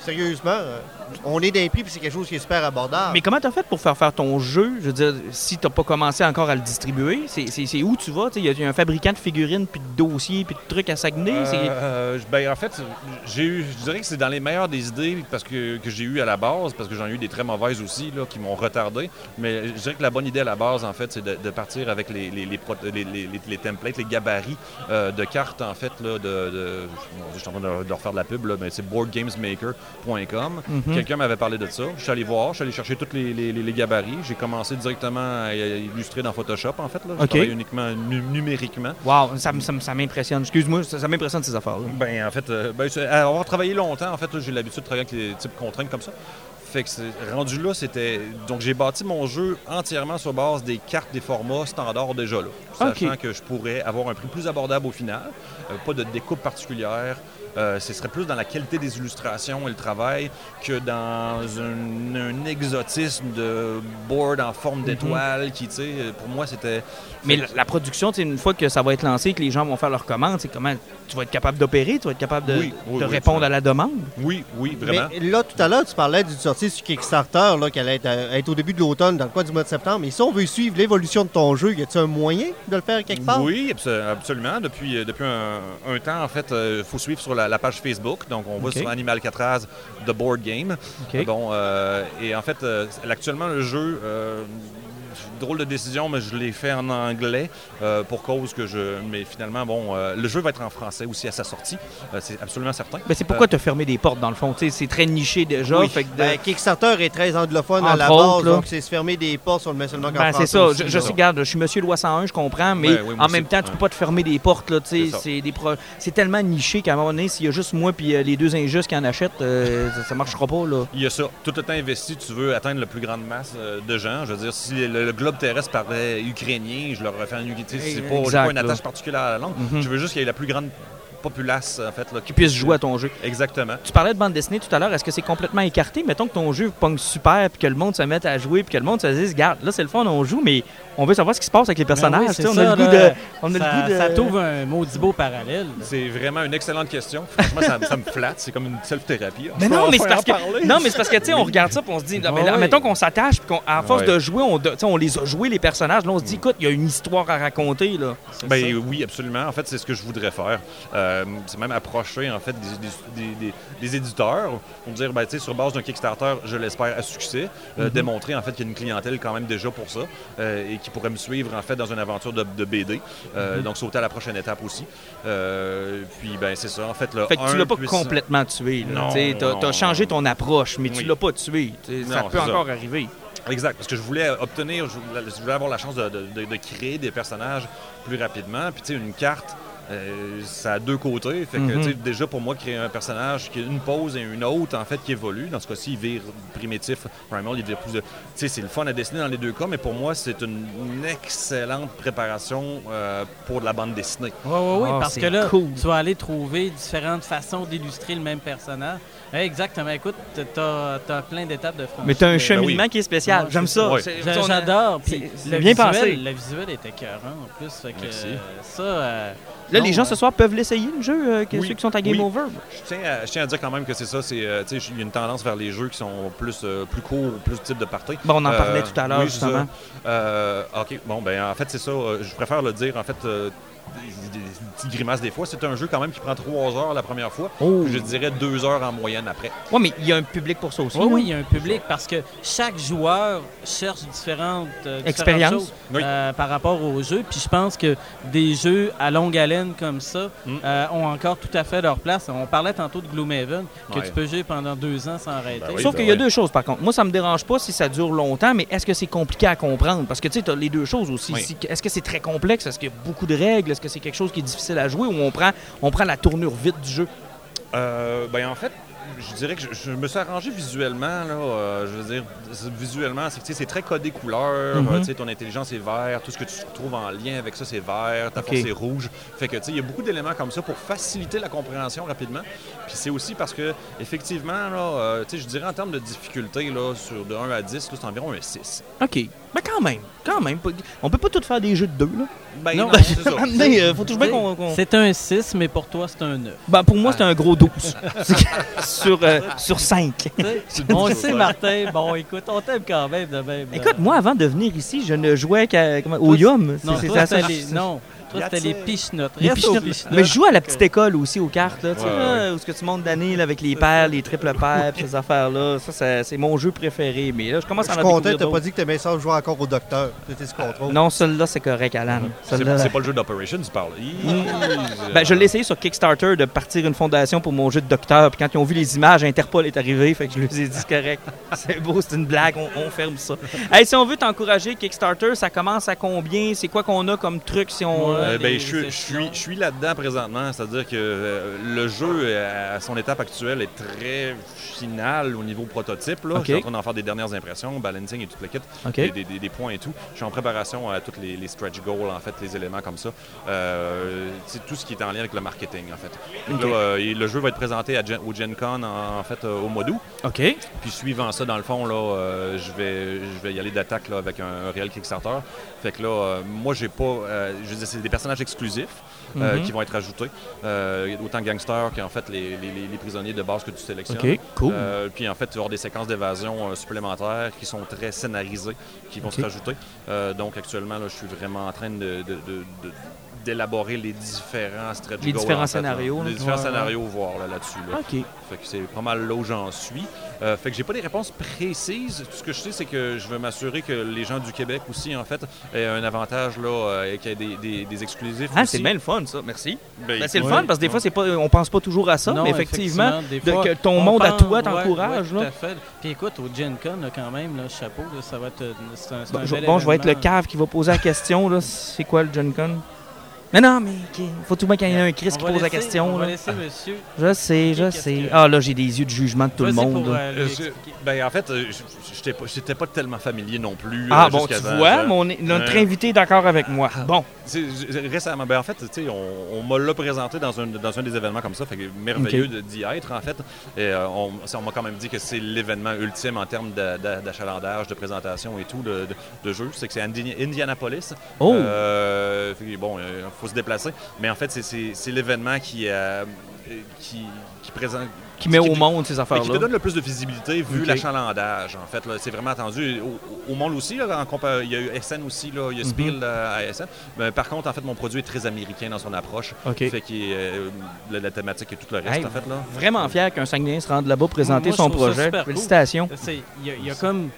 Speaker 4: Sérieusement, euh, on est d'un prix, puis c'est quelque chose qui est super abordable.
Speaker 1: Mais comment t'as fait pour faire faire ton jeu? Je veux dire, si t'as pas commencé encore à le distribuer, c'est- c'est c'est où tu vas? Tu sais, Il y a- il y, a un fabricant de figurines, puis de dossiers, puis de trucs à Saguenay. c'est-
Speaker 11: Euh, euh, ben, en fait, j'ai eu, je dirais que c'est dans les meilleures des idées parce que, que j'ai eu à la base, parce que j'en ai eu des très mauvaises aussi là, qui m'ont retardé. Mais je dirais que la bonne idée à la base, en fait, c'est de, de partir avec les, les, les pro- les- les- les- les templates, les gabarits euh, de cartes, en fait, là, de, de- mon Dieu, je suis en train de, leur- de leur faire de la pub, là, mais c'est boardgamesmaker.com.
Speaker 1: Mhm.
Speaker 11: Quelqu'un m'avait parlé de ça. Je suis allé voir, je suis allé chercher tous les, les- les- les gabarits. J'ai commencé directement à illustrer dans Photoshop, en fait. Là. Je
Speaker 1: Ok.
Speaker 11: travaille uniquement nu- numériquement.
Speaker 1: Wow, ça, me- ça me- ça m'impressionne. Excuse-moi, ça, ça m'impressionne ces affaires-là.
Speaker 11: Ben, en fait, euh, ben, c'est- à avoir travaillé longtemps, en fait, là, j'ai l'habitude de travailler avec les types de contraintes comme ça. Fait que c'est- rendu là, c'était. Donc, j'ai bâti mon jeu entièrement sur base des cartes des formats standards déjà là. Sachant
Speaker 1: Ok.
Speaker 11: que je pourrais avoir un prix plus abordable au final, euh, pas de découpe particulière. Euh, ce serait plus dans la qualité des illustrations et le travail que dans un, un exotisme de board en forme d'étoile qui, tu sais, pour moi, c'était.
Speaker 1: Mais la, la production, tu sais, une fois que ça va être lancé, que les gens vont faire leurs commandes, c'est comment tu vas être capable d'opérer, tu vas être capable de,
Speaker 11: Oui, oui,
Speaker 1: de
Speaker 11: oui,
Speaker 1: répondre
Speaker 11: absolument.
Speaker 1: à la demande.
Speaker 11: Oui, oui, vraiment.
Speaker 4: Mais là, tout à l'heure, tu parlais d'une sortie sur Kickstarter là, qui allait être, euh, être au début de l'automne, dans le coin du mois de septembre. Mais si on veut suivre l'évolution de ton jeu, y a-t-il un moyen de le faire quelque part?
Speaker 11: Oui, abso- absolument. Depuis, euh, depuis un, un temps, en fait, il faut suivre sur la, la page Facebook. Donc, on va
Speaker 1: OK.
Speaker 11: sur Animal Catraz The Board Game.
Speaker 1: OK.
Speaker 11: Bon, euh, et en fait, euh, actuellement, le jeu, euh, drôle de décision, mais je l'ai fait en anglais euh, pour cause que je. Mais finalement, bon, euh, le jeu va être en français aussi à sa sortie. Euh, c'est absolument certain.
Speaker 1: Ben, c'est pourquoi tu as fermé des portes, dans le fond. Tu sais, C'est très niché déjà.
Speaker 11: Euh. Oui.
Speaker 1: fait que de-
Speaker 4: Ben, Kickstarter est très anglophone à
Speaker 1: Entre
Speaker 4: la
Speaker 1: autres,
Speaker 4: base,
Speaker 1: là.
Speaker 4: donc c'est se fermer des portes, on le met seulement qu'en
Speaker 1: Ben,
Speaker 4: français
Speaker 1: c'est ça.
Speaker 4: aussi,
Speaker 1: Je, je
Speaker 4: là.
Speaker 1: suis, garde, je suis monsieur loi 101, je comprends, mais
Speaker 11: Ouais, oui, moi
Speaker 1: en
Speaker 11: aussi.
Speaker 1: même temps, tu
Speaker 11: Ouais.
Speaker 1: peux pas te fermer des portes. là, tu sais,
Speaker 11: C'est ça.
Speaker 1: C'est des pro- c'est tellement niché qu'à un moment donné, s'il y a juste moi puis euh, les deux injustes qui en achètent, euh, ça, ça marchera pas. Là.
Speaker 11: Il y a ça. Tout le temps investi, tu veux atteindre la plus grande masse euh, de gens. Je veux dire, si le, le globe terrestre parlait ukrainien, je leur aurais fait un ukrainien. Tu sais, C'est pas, j'ai
Speaker 1: Exact,
Speaker 11: pas une
Speaker 1: là.
Speaker 11: attache particulière à la langue.
Speaker 1: Mhm.
Speaker 11: Je veux juste qu'il y ait la plus grande populace, en fait. Là, qui
Speaker 1: Qu'ils puissent jouer à ton jeu.
Speaker 11: Exactement.
Speaker 1: Tu parlais de bande dessinée tout à l'heure. Est-ce que c'est complètement écarté? Mettons que ton jeu pogne super, puis que le monde se mette à jouer, puis que le monde se dise, regarde, là, c'est le fun, on joue, mais on veut savoir ce qui se passe avec les
Speaker 11: Ben
Speaker 1: personnages.
Speaker 3: Ben oui,
Speaker 1: tu
Speaker 3: c'est
Speaker 1: sais, on
Speaker 3: ça,
Speaker 1: a le goût
Speaker 3: là.
Speaker 1: de. On a
Speaker 3: ça,
Speaker 1: le goût de...
Speaker 3: ça trouve un maudit beau parallèle.
Speaker 11: C'est vraiment une excellente question. Franchement, ça, ça me flatte. C'est comme une self-thérapie.
Speaker 1: Mais non, mais c'est parce que
Speaker 11: parler.
Speaker 1: non, mais c'est parce que tu sais, on regarde ça, puis on se dit, là, mais là,
Speaker 3: Ah ouais.
Speaker 1: mettons qu'on s'attache, puis qu'on- à force
Speaker 11: Ouais.
Speaker 1: de jouer, on, de- tu sais, on les a joués les personnages. Là, on se dit, écoute, il y a une histoire à raconter là.
Speaker 11: Ben oui, absolument. En fait, c'est ce que je voudrais faire. Euh, c'est même approcher en fait des, des- des- des- des éditeurs pour dire, ben, tu sais, sur base d'un Kickstarter, je l'espère à succès, euh,
Speaker 1: Mhm.
Speaker 11: démontrer en fait qu'il y a une clientèle quand même déjà pour ça euh, et qui pourrait me suivre en fait dans une aventure de, de BD. Euh,
Speaker 1: Mhm.
Speaker 11: Donc sauter à la prochaine étape aussi. Euh, puis ben c'est ça. En fait, le
Speaker 1: Fait que tu
Speaker 11: un
Speaker 1: l'as pas
Speaker 11: puissant-
Speaker 1: complètement tué. Là,
Speaker 11: Non,
Speaker 1: Tu sais, t'as,
Speaker 11: non,
Speaker 1: t'as changé ton approche, mais tu
Speaker 11: Oui.
Speaker 1: l'as pas tué. Tu sais, ça
Speaker 11: Non,
Speaker 1: peut
Speaker 11: c'est ça.
Speaker 1: encore arriver.
Speaker 11: Exact, parce que je voulais obtenir, je voulais, je voulais avoir la chance de, de- de- de créer des personnages plus rapidement. Puis tu sais, une carte, euh, ça a deux côtés. Fait que
Speaker 1: Mhm.
Speaker 11: tu sais, déjà pour moi, créer un personnage qui a une pause et une autre, en fait, qui évolue. Dans ce cas-ci, il vire primitif, primal, il vire plus de... Tu sais, c'est le fun à dessiner dans les deux cas, mais pour moi, c'est une, une excellente préparation euh, pour de la bande dessinée.
Speaker 3: Oui, oui, oui,
Speaker 1: Ah,
Speaker 3: parce
Speaker 1: c'est
Speaker 3: que là,
Speaker 1: cool.
Speaker 3: tu vas aller trouver différentes façons d'illustrer le même personnage. Ouais, exactement. Écoute, t'as as plein d'étapes de franchise.
Speaker 1: Mais t'as un cheminement
Speaker 11: Ben oui.
Speaker 1: qui est spécial.
Speaker 3: Ouais,
Speaker 1: J'aime
Speaker 3: c'est
Speaker 1: ça.
Speaker 11: ça.
Speaker 1: C'est-
Speaker 3: J'a-
Speaker 1: on a-
Speaker 3: J'adore. Puis
Speaker 1: c'est-
Speaker 3: le
Speaker 1: bien
Speaker 3: visuel,
Speaker 1: pensé.
Speaker 3: Le visuel est écœurant en plus. Fait que,
Speaker 11: Merci.
Speaker 3: euh, ça, euh,
Speaker 1: Là,
Speaker 3: non,
Speaker 1: les gens
Speaker 3: euh,
Speaker 1: ce soir peuvent l'essayer le jeu. euh, que-
Speaker 11: Oui.
Speaker 1: Ceux qui sont à Game
Speaker 11: Oui.
Speaker 1: Over.
Speaker 11: Je tiens, à, je tiens à dire quand même que c'est ça, c'est, euh, tu sais, il y a une tendance vers les jeux qui sont plus, euh, plus courts, plus type de parties.
Speaker 1: Bon, on en parlait
Speaker 11: Euh,
Speaker 1: tout à l'heure
Speaker 11: oui, c'est
Speaker 1: justement.
Speaker 11: ça. Euh, OK, bon, ben en fait, c'est ça. euh, je préfère le dire. En fait, euh, des petites grimaces des fois. C'est un jeu quand même qui prend trois heures la première fois.
Speaker 1: Oh.
Speaker 11: puis Je dirais deux heures en moyenne après.
Speaker 1: Ouais, mais il y a un public pour ça aussi.
Speaker 3: Oui,
Speaker 1: là.
Speaker 3: oui, il y a un public parce que chaque joueur cherche différentes, euh, différentes
Speaker 1: Expérience.
Speaker 3: choses,
Speaker 11: Oui.
Speaker 3: euh, par rapport aux jeux. Puis je pense que des jeux à longue haleine comme ça
Speaker 11: Mm.
Speaker 3: euh, ont encore tout à fait leur place. On parlait tantôt de Gloomhaven, que
Speaker 11: Ouais.
Speaker 3: tu peux jouer pendant deux ans sans arrêter.
Speaker 11: Ben oui.
Speaker 1: Sauf qu'il y a
Speaker 11: ouais.
Speaker 1: deux choses, par contre. Moi, ça me dérange pas si ça dure longtemps, mais est-ce que c'est compliqué à comprendre? Parce que, tu sais, t'as les deux choses aussi.
Speaker 11: Oui.
Speaker 1: Si- Est-ce que c'est très complexe? Est-ce qu'il y a beaucoup de règles? Est-ce que c'est quelque chose qui est difficile à jouer ou on prend, on prend la tournure vite du jeu?
Speaker 11: Euh, ben en fait, je dirais que je, je me suis arrangé visuellement. Là, euh, je veux dire, c'est- visuellement, c'est que, tu sais, c'est très codé couleur.
Speaker 1: Mhm.
Speaker 11: euh, tu sais, ton intelligence est vert. Tout ce que tu trouves en lien avec ça, c'est vert. Ta
Speaker 1: Ok.
Speaker 11: force est rouge. Fait que, tu sais, il y a beaucoup d'éléments comme ça pour faciliter la compréhension rapidement. Puis c'est aussi parce que, effectivement, là, euh, tu sais, je dirais en termes de difficulté, là, sur de 1 à 10, là, c'est environ un 6.
Speaker 1: OK. Ben quand même, quand même. Pas- On peut pas tout faire des jeux de deux, là.
Speaker 11: Ben
Speaker 1: Non,
Speaker 11: non,
Speaker 1: ben,
Speaker 11: c'est ça.
Speaker 1: Amenez, euh, faut toujours bien qu'on... qu'on-
Speaker 3: C'est un 6, mais pour toi, c'est un 9.
Speaker 1: Ben, pour moi, c'est un gros 12 sur, euh, sur 5.
Speaker 3: on le sait, Martin. Bon, écoute, on t'aime quand même de même. là.
Speaker 1: Euh, Écoute, moi, avant de venir ici, je ne jouais qu'à, comment- au
Speaker 3: Toi,
Speaker 1: Yum.
Speaker 3: non,
Speaker 1: C'est- c'est
Speaker 3: toi,
Speaker 1: à ça-
Speaker 3: c'était les, non, toi, c'était les pichenottes.
Speaker 1: Les
Speaker 3: Reste aux
Speaker 1: pichenottes.
Speaker 3: pichenottes.
Speaker 1: Mais je joue à la petite école aussi aux cartes, là, tu sais,
Speaker 11: Ouais,
Speaker 1: là, où ce que tu montes d'année là, avec les paires, les triples paires, puis ces affaires-là. Ça, ça, c'est mon jeu préféré. Mais là, je commence
Speaker 4: Je
Speaker 1: à
Speaker 4: suis
Speaker 1: en
Speaker 4: content,
Speaker 1: découvrir
Speaker 4: t'as pas
Speaker 1: d'autres.
Speaker 4: dit que t'aimais ça jouer encore au docteur. C'était ce contrôle.
Speaker 1: Non, celui-là, c'est correct, Alan. Celui-là,
Speaker 11: C'est, c'est pas le jeu d'Operation, tu parles. Hi,
Speaker 1: Ben, je l'ai essayé sur Kickstarter de partir une fondation pour mon jeu de docteur. Puis quand ils ont vu les images, Interpol est arrivé. Fait que je leur ai dit c'est correct. C'est beau, c'est une blague. On, on ferme ça. Hey, si on veut t'encourager, Kickstarter, ça commence à combien C'est quoi qu'on a comme truc si on.
Speaker 3: Ouais.
Speaker 11: Euh, ben,
Speaker 3: les
Speaker 11: je, suis- je suis,
Speaker 3: sessions.
Speaker 11: je suis là-dedans présentement, c'est-à-dire que euh, le jeu, euh, à son étape actuelle, est très final au niveau prototype. Là.
Speaker 1: Ok.
Speaker 11: Je suis en train d'en faire des dernières impressions, balancing et tout le kit,
Speaker 1: Ok.
Speaker 11: des, des- des points et tout. Je suis en préparation à tous les, les stretch goals, en fait, les éléments comme ça. Euh, c'est tout ce qui est en lien avec le marketing, en fait. Fait que
Speaker 1: Ok.
Speaker 11: là, euh, et le jeu va être présenté à Gen- au Gen Con, en, en fait, euh, au mois d'août.
Speaker 1: Ok.
Speaker 11: Puis suivant ça, dans le fond, là, euh, je, vais, je vais y aller d'attaque là, avec un, un réel Kickstarter. Fait que là, euh, moi, j'ai pas. euh, je veux dire, c'est des personnages exclusifs euh,
Speaker 1: Mhm.
Speaker 11: qui vont être ajoutés. Euh, autant gangsters qu'en fait les, les- les- les prisonniers de base que tu sélectionnes.
Speaker 1: Ok, cool.
Speaker 11: Euh, puis en fait, tu vas avoir des séquences d'évasion euh, supplémentaires qui sont très scénarisées, qui vont se rajouter. Euh, donc actuellement, là, je suis vraiment en train de. de- de- de- d'élaborer les différents stretch
Speaker 1: Les
Speaker 11: goals,
Speaker 1: différents
Speaker 11: en fait, là.
Speaker 1: scénarios, là.
Speaker 11: les différents
Speaker 1: Ouais, Ah, ouais.
Speaker 11: scénarios voir là, là-dessus là.
Speaker 1: Ok.
Speaker 11: Fait que c'est pas mal là où j'en suis. Euh, fait que j'ai pas des réponses précises. Tout ce que je sais, c'est que je veux m'assurer que les gens du Québec aussi, en fait, aient un avantage là, euh, et qu'il y ait des, des- des exclusifs.
Speaker 1: Ah,
Speaker 11: aussi.
Speaker 1: c'est bien le fun, ça. Merci.
Speaker 11: Ben,
Speaker 1: Ben, c'est le
Speaker 11: ouais.
Speaker 1: fun parce que des fois, c'est pas, on pense pas toujours à ça,
Speaker 3: Non,
Speaker 1: mais effectivement,
Speaker 3: des
Speaker 1: de-
Speaker 3: fois,
Speaker 1: que ton
Speaker 3: on
Speaker 1: monde à
Speaker 3: pense-
Speaker 1: toi
Speaker 3: ouais,
Speaker 1: t'encourage.
Speaker 3: ouais,
Speaker 1: là.
Speaker 3: tout à fait. Puis écoute, au Gen Con, là, quand même, là, chapeau, là, ça va être. euh, c'est un- c'est
Speaker 1: Bon,
Speaker 3: un
Speaker 1: je,
Speaker 3: bel
Speaker 1: bon, je vais être le
Speaker 3: événement.
Speaker 1: cave qui va poser la question. Là. C'est quoi le John Con? Mais non, mais ok, faut tout bien qu'il y ait un Chris
Speaker 3: On
Speaker 1: qui
Speaker 3: va
Speaker 1: pose la
Speaker 3: laisser- On
Speaker 1: question.
Speaker 3: va
Speaker 1: là.
Speaker 3: laisser monsieur.
Speaker 1: Je sais, je
Speaker 3: Qu'est-ce
Speaker 1: sais.
Speaker 3: que-
Speaker 1: Ah, là, j'ai des yeux de jugement de tout le
Speaker 3: Vas-y
Speaker 1: monde.
Speaker 3: pour,
Speaker 1: là.
Speaker 3: euh, lui
Speaker 11: Euh,
Speaker 3: expliquer.
Speaker 11: je- ben, en fait, euh, je- j'étais pas, j'étais pas tellement familier non plus.
Speaker 1: Ah
Speaker 11: euh,
Speaker 1: bon, tu
Speaker 11: jusqu'à avant,
Speaker 1: vois,
Speaker 11: ça.
Speaker 1: mon- notre
Speaker 11: Ouais.
Speaker 1: invité est d'accord avec moi. Bon,
Speaker 11: C'est- c'est- Récemment, ben en fait, tu sais, on, on me l'a présenté dans un, dans un des événements comme ça, fait que merveilleux de- d'y être en fait. Et, euh, on on m'a quand même dit que c'est l'événement ultime en termes d'a- d'a- d'achalandage, de présentation et tout de, de- de jeu. C'est que c'est à Indi- Indianapolis.
Speaker 1: Oh!
Speaker 11: Euh, fait que bon, il faut se déplacer. Mais en fait, c'est- c'est c'est l'événement qui, euh, qui, qui présente
Speaker 1: qui met
Speaker 11: qui-
Speaker 1: au monde ces
Speaker 11: mais qui te
Speaker 1: affaires-là.
Speaker 11: donne le plus de visibilité vu
Speaker 1: Ok.
Speaker 11: l'achalandage, en fait. là. C'est vraiment attendu. Au, au monde aussi, là, en compa- il y a eu SN aussi, là,
Speaker 3: Mhm.
Speaker 11: il y a Spiel euh, à SN. Mais par contre, en fait, mon produit est très américain dans son approche.
Speaker 1: OK.
Speaker 11: Fait que la, la thématique et tout le reste,
Speaker 1: Hey,
Speaker 11: en fait. Là.
Speaker 1: Vraiment fier qu'un Saguenayen se rende là-bas présenter
Speaker 3: Moi, je
Speaker 1: son
Speaker 3: trouve ça
Speaker 1: projet.
Speaker 3: super cool.
Speaker 1: Félicitations.
Speaker 3: C'est- Il y, a- il y a comme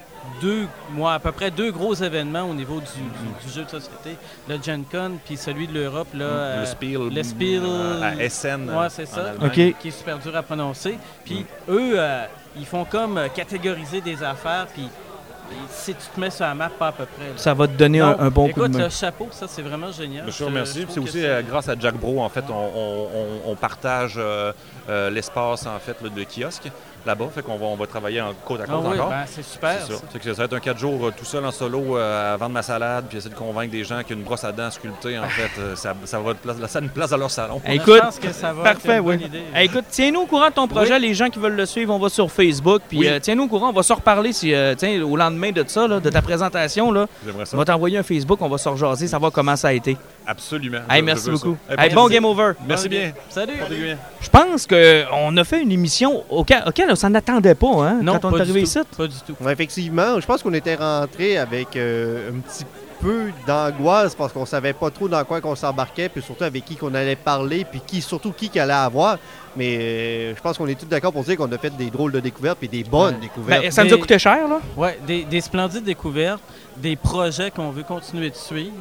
Speaker 3: deux, moi, à peu près deux gros événements au niveau du,
Speaker 1: Mhm.
Speaker 3: du- du jeu de société. Le Gen Con, puis celui de l'Europe, là. euh,
Speaker 11: le Spiel.
Speaker 3: le Spiel-
Speaker 11: euh, à SN.
Speaker 3: Ouais, c'est ça.
Speaker 1: OK. Mhm.
Speaker 3: qui est super dur à prononcer. Puis eux, euh, ils font comme euh, catégoriser des affaires, puis et si tu te mets sur la map, pas à peu près. là.
Speaker 1: Ça va te donner un,
Speaker 3: Non,
Speaker 1: un bon
Speaker 3: écoute,
Speaker 1: coup de main.
Speaker 3: le chapeau, ça, c'est vraiment génial.
Speaker 11: Je te
Speaker 3: Je-
Speaker 11: remercie.
Speaker 3: je
Speaker 11: C'est
Speaker 3: trouve
Speaker 11: aussi
Speaker 3: que
Speaker 11: euh, grâce à Jack Bro, en fait, on, on- on- on partage euh, euh, l'espace en fait là, de kiosque là-bas. Fait qu'on va, on va travailler en côte à
Speaker 3: Ah
Speaker 11: côte
Speaker 3: oui,
Speaker 11: encore.
Speaker 3: ben, c'est super.
Speaker 11: C'est
Speaker 3: ça.
Speaker 11: ça. Fait que ça va être un 4 jours euh, tout seul en solo euh, à vendre ma salade, puis essayer de convaincre des gens qu'une brosse à dents sculptée, en fait, euh, ça, ça va de place, ça a une place dans leur salon.
Speaker 3: On a-
Speaker 1: Écoute,
Speaker 3: je pense que ça va
Speaker 1: Parfait,
Speaker 3: être une
Speaker 1: oui.
Speaker 3: bonne idée.
Speaker 1: Hey, Eh, écoute, tiens-nous au courant de ton projet. Les gens qui veulent le suivre, on va sur Facebook. Puis
Speaker 11: Oui.
Speaker 1: euh, tiens-nous au courant, on va se reparler si, euh, tiens, au lendemain de ça, là, de ta présentation. Là,
Speaker 11: J'aimerais ça.
Speaker 1: on va t'envoyer un Facebook, on va se rejaser, savoir comment ça a été.
Speaker 11: Absolument.
Speaker 1: Hey,
Speaker 11: Je-
Speaker 1: merci
Speaker 11: je veux ça.
Speaker 1: beaucoup.
Speaker 11: Hey,
Speaker 1: Hey,
Speaker 11: merci.
Speaker 1: bon game over.
Speaker 11: Merci bien.
Speaker 3: Salut.
Speaker 11: Portez-vous bien.
Speaker 1: Je pense qu'on a fait une émission auquel, auquel on s'en attendait pas hein,
Speaker 3: Non,
Speaker 1: quand on
Speaker 3: pas
Speaker 1: est
Speaker 3: du
Speaker 1: arrivé
Speaker 3: tout.
Speaker 4: Ben,
Speaker 1: ici.
Speaker 3: Pas du tout.
Speaker 4: Ouais, effectivement, je pense qu'on était rentré avec euh, un petit peu d'angoisse parce qu'on savait pas trop dans quoi qu'on s'embarquait, puis surtout avec qui qu'on allait parler, puis qui, surtout qui qu'on allait avoir. Mais euh, je pense qu'on est tous d'accord pour dire qu'on a fait des drôles de découvertes, puis des bonnes découvertes.
Speaker 1: Ben, ça nous a coûté cher, là.
Speaker 3: Ouais, des, des splendides découvertes, des projets qu'on veut continuer de suivre.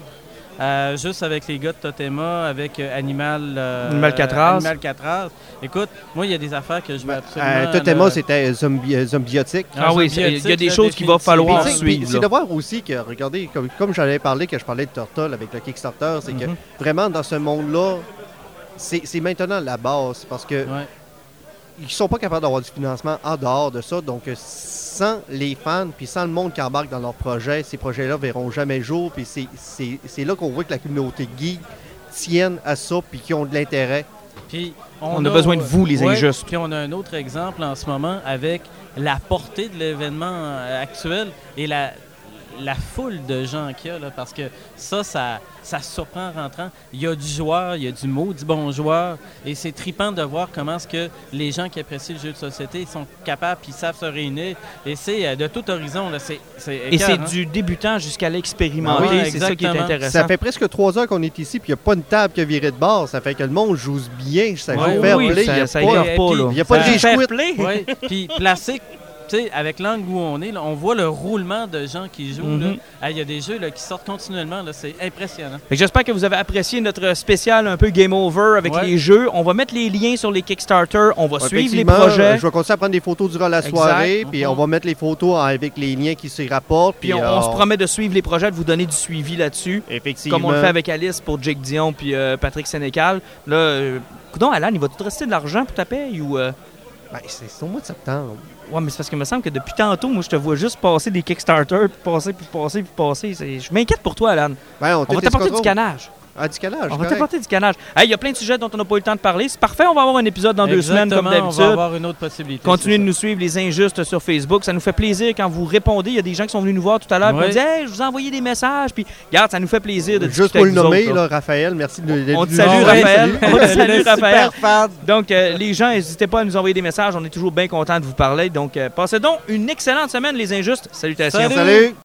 Speaker 3: Euh, juste avec les gars de Totema, avec euh, Animal... euh,
Speaker 1: Animal Catraz.
Speaker 3: Animal Catraz. Écoute, moi, il y a des affaires que je
Speaker 1: Ben,
Speaker 3: vais absolument...
Speaker 4: Euh, Totema, c'était zombie, euh, zombiotique.
Speaker 1: Ah oui, c'est- il y a des choses qu'il va
Speaker 4: Puis,
Speaker 1: falloir
Speaker 4: tu sais, puis
Speaker 1: suivre.
Speaker 4: C'est
Speaker 1: là.
Speaker 4: de voir aussi que, regardez, comme, comme j'en avais parlé, que je parlais de Turtle avec le Kickstarter, c'est
Speaker 1: Mhm.
Speaker 4: que vraiment, dans ce monde-là, c'est c'est maintenant la base parce que
Speaker 3: Ouais.
Speaker 4: ils sont pas capables d'avoir du financement en dehors de ça. Donc, euh, sans les fans, puis sans le monde qui embarque dans leurs projets, ces projets-là verront jamais le jour. Puis c'est- c'est c'est là qu'on voit que la communauté geek tienne à ça, puis qui ont de l'intérêt.
Speaker 3: Puis
Speaker 1: On a besoin de vous, les
Speaker 3: Ouais,
Speaker 1: injustes.
Speaker 3: Puis on a un autre exemple en ce moment avec la portée de l'événement euh, actuel et la, la foule de gens qu'il y a, là, parce que ça, ça, ça se surprend en rentrant. Il y a du joueur, il y a du maudit bon joueur, et c'est tripant de voir comment est-ce que les gens qui apprécient le jeu de société ils sont capables, puis ils savent se réunir, et c'est euh, de tout horizon, là, c'est
Speaker 1: Et c'est du débutant jusqu'à l'expérimenté,
Speaker 3: Ouais,
Speaker 1: c'est ça qui est
Speaker 3: hein. exactement.
Speaker 1: intéressant.
Speaker 4: Ça fait presque trois heures qu'on est ici, puis il n'y a pas une table qui a viré de bord. Ça fait que le monde joue bien, ça joue
Speaker 3: Ouais,
Speaker 4: fair
Speaker 1: oui,
Speaker 4: play,
Speaker 1: ça-
Speaker 4: y a
Speaker 1: ça
Speaker 4: pas-
Speaker 1: énerve pas,
Speaker 4: Il
Speaker 1: là.
Speaker 4: n'y a pas
Speaker 3: Ça-
Speaker 4: de
Speaker 3: fair
Speaker 4: déchouette.
Speaker 3: Oui, puis placé, tu sais, avec l'angle où on est, là, on voit le roulement de gens qui jouent. là.
Speaker 1: Mhm.
Speaker 3: Ah, Il y a des jeux là, qui sortent continuellement, là, c'est impressionnant.
Speaker 1: Fait que J'espère que vous avez apprécié notre spécial un peu Game Over avec
Speaker 3: Ouais.
Speaker 1: les jeux. On va mettre les liens sur les Kickstarter, on va suivre les
Speaker 4: Effectivement, euh,
Speaker 1: projets.
Speaker 4: Je vais continuer à prendre des photos durant la
Speaker 1: Exact.
Speaker 4: soirée, puis
Speaker 3: Mhm.
Speaker 4: on va mettre les photos avec les liens qui s'y rapportent.
Speaker 1: Puis on,
Speaker 4: euh,
Speaker 1: on se promet de suivre les projets, de vous donner du suivi là-dessus.
Speaker 4: Effectivement.
Speaker 1: Comme on le fait avec Alice pour Jake Dion puis euh, Patrick Sénécal. Là, euh, coudonc, Alan, il va te rester de l'argent pour ta paye ou. euh,
Speaker 4: Ben, c'est c'est au mois de septembre.
Speaker 1: Ouais, mais c'est parce qu'il me semble que depuis tantôt, moi, je te vois juste passer des Kickstarter, puis passer, puis passer, puis passer. C'est- Je m'inquiète pour toi, Alan.
Speaker 4: Ben,
Speaker 1: On va
Speaker 4: t'est-
Speaker 1: t'apporter du
Speaker 4: escadron.
Speaker 1: canage.
Speaker 4: Ah, du canage,
Speaker 1: On va
Speaker 4: correct.
Speaker 1: t'apporter du canage. Hey, Il y a plein de sujets dont on n'a pas eu le temps de parler. C'est parfait, on va avoir un épisode dans deux semaines,
Speaker 3: Exactement,
Speaker 1: comme
Speaker 3: On va
Speaker 1: d'habitude.
Speaker 3: avoir une autre possibilité.
Speaker 1: Continuez de
Speaker 3: c'est
Speaker 1: nous suivre, les injustes, sur Facebook. Ça nous fait plaisir quand vous répondez. Il y a des gens qui sont venus nous voir tout à l'heure.
Speaker 3: Ouais.
Speaker 1: Ils nous disent Hey, je vous ai envoyé des messages. Puis, regarde, ça nous fait plaisir de
Speaker 4: Juste
Speaker 1: discuter
Speaker 4: pour le
Speaker 1: avec vous
Speaker 4: nommer,
Speaker 1: autres,
Speaker 4: là, Raphaël, merci de de-
Speaker 1: On te
Speaker 4: du-
Speaker 1: salue,
Speaker 4: Ouais,
Speaker 1: Raphaël.
Speaker 4: salut.
Speaker 1: On te salue,
Speaker 4: Super
Speaker 1: Raphaël.
Speaker 4: fan.
Speaker 1: Donc, euh, les gens, n'hésitez pas à nous envoyer des messages. On est toujours bien contents de vous parler. Donc, euh, passez donc une excellente semaine, les injustes. Salutations.
Speaker 3: Salut.
Speaker 4: Salut.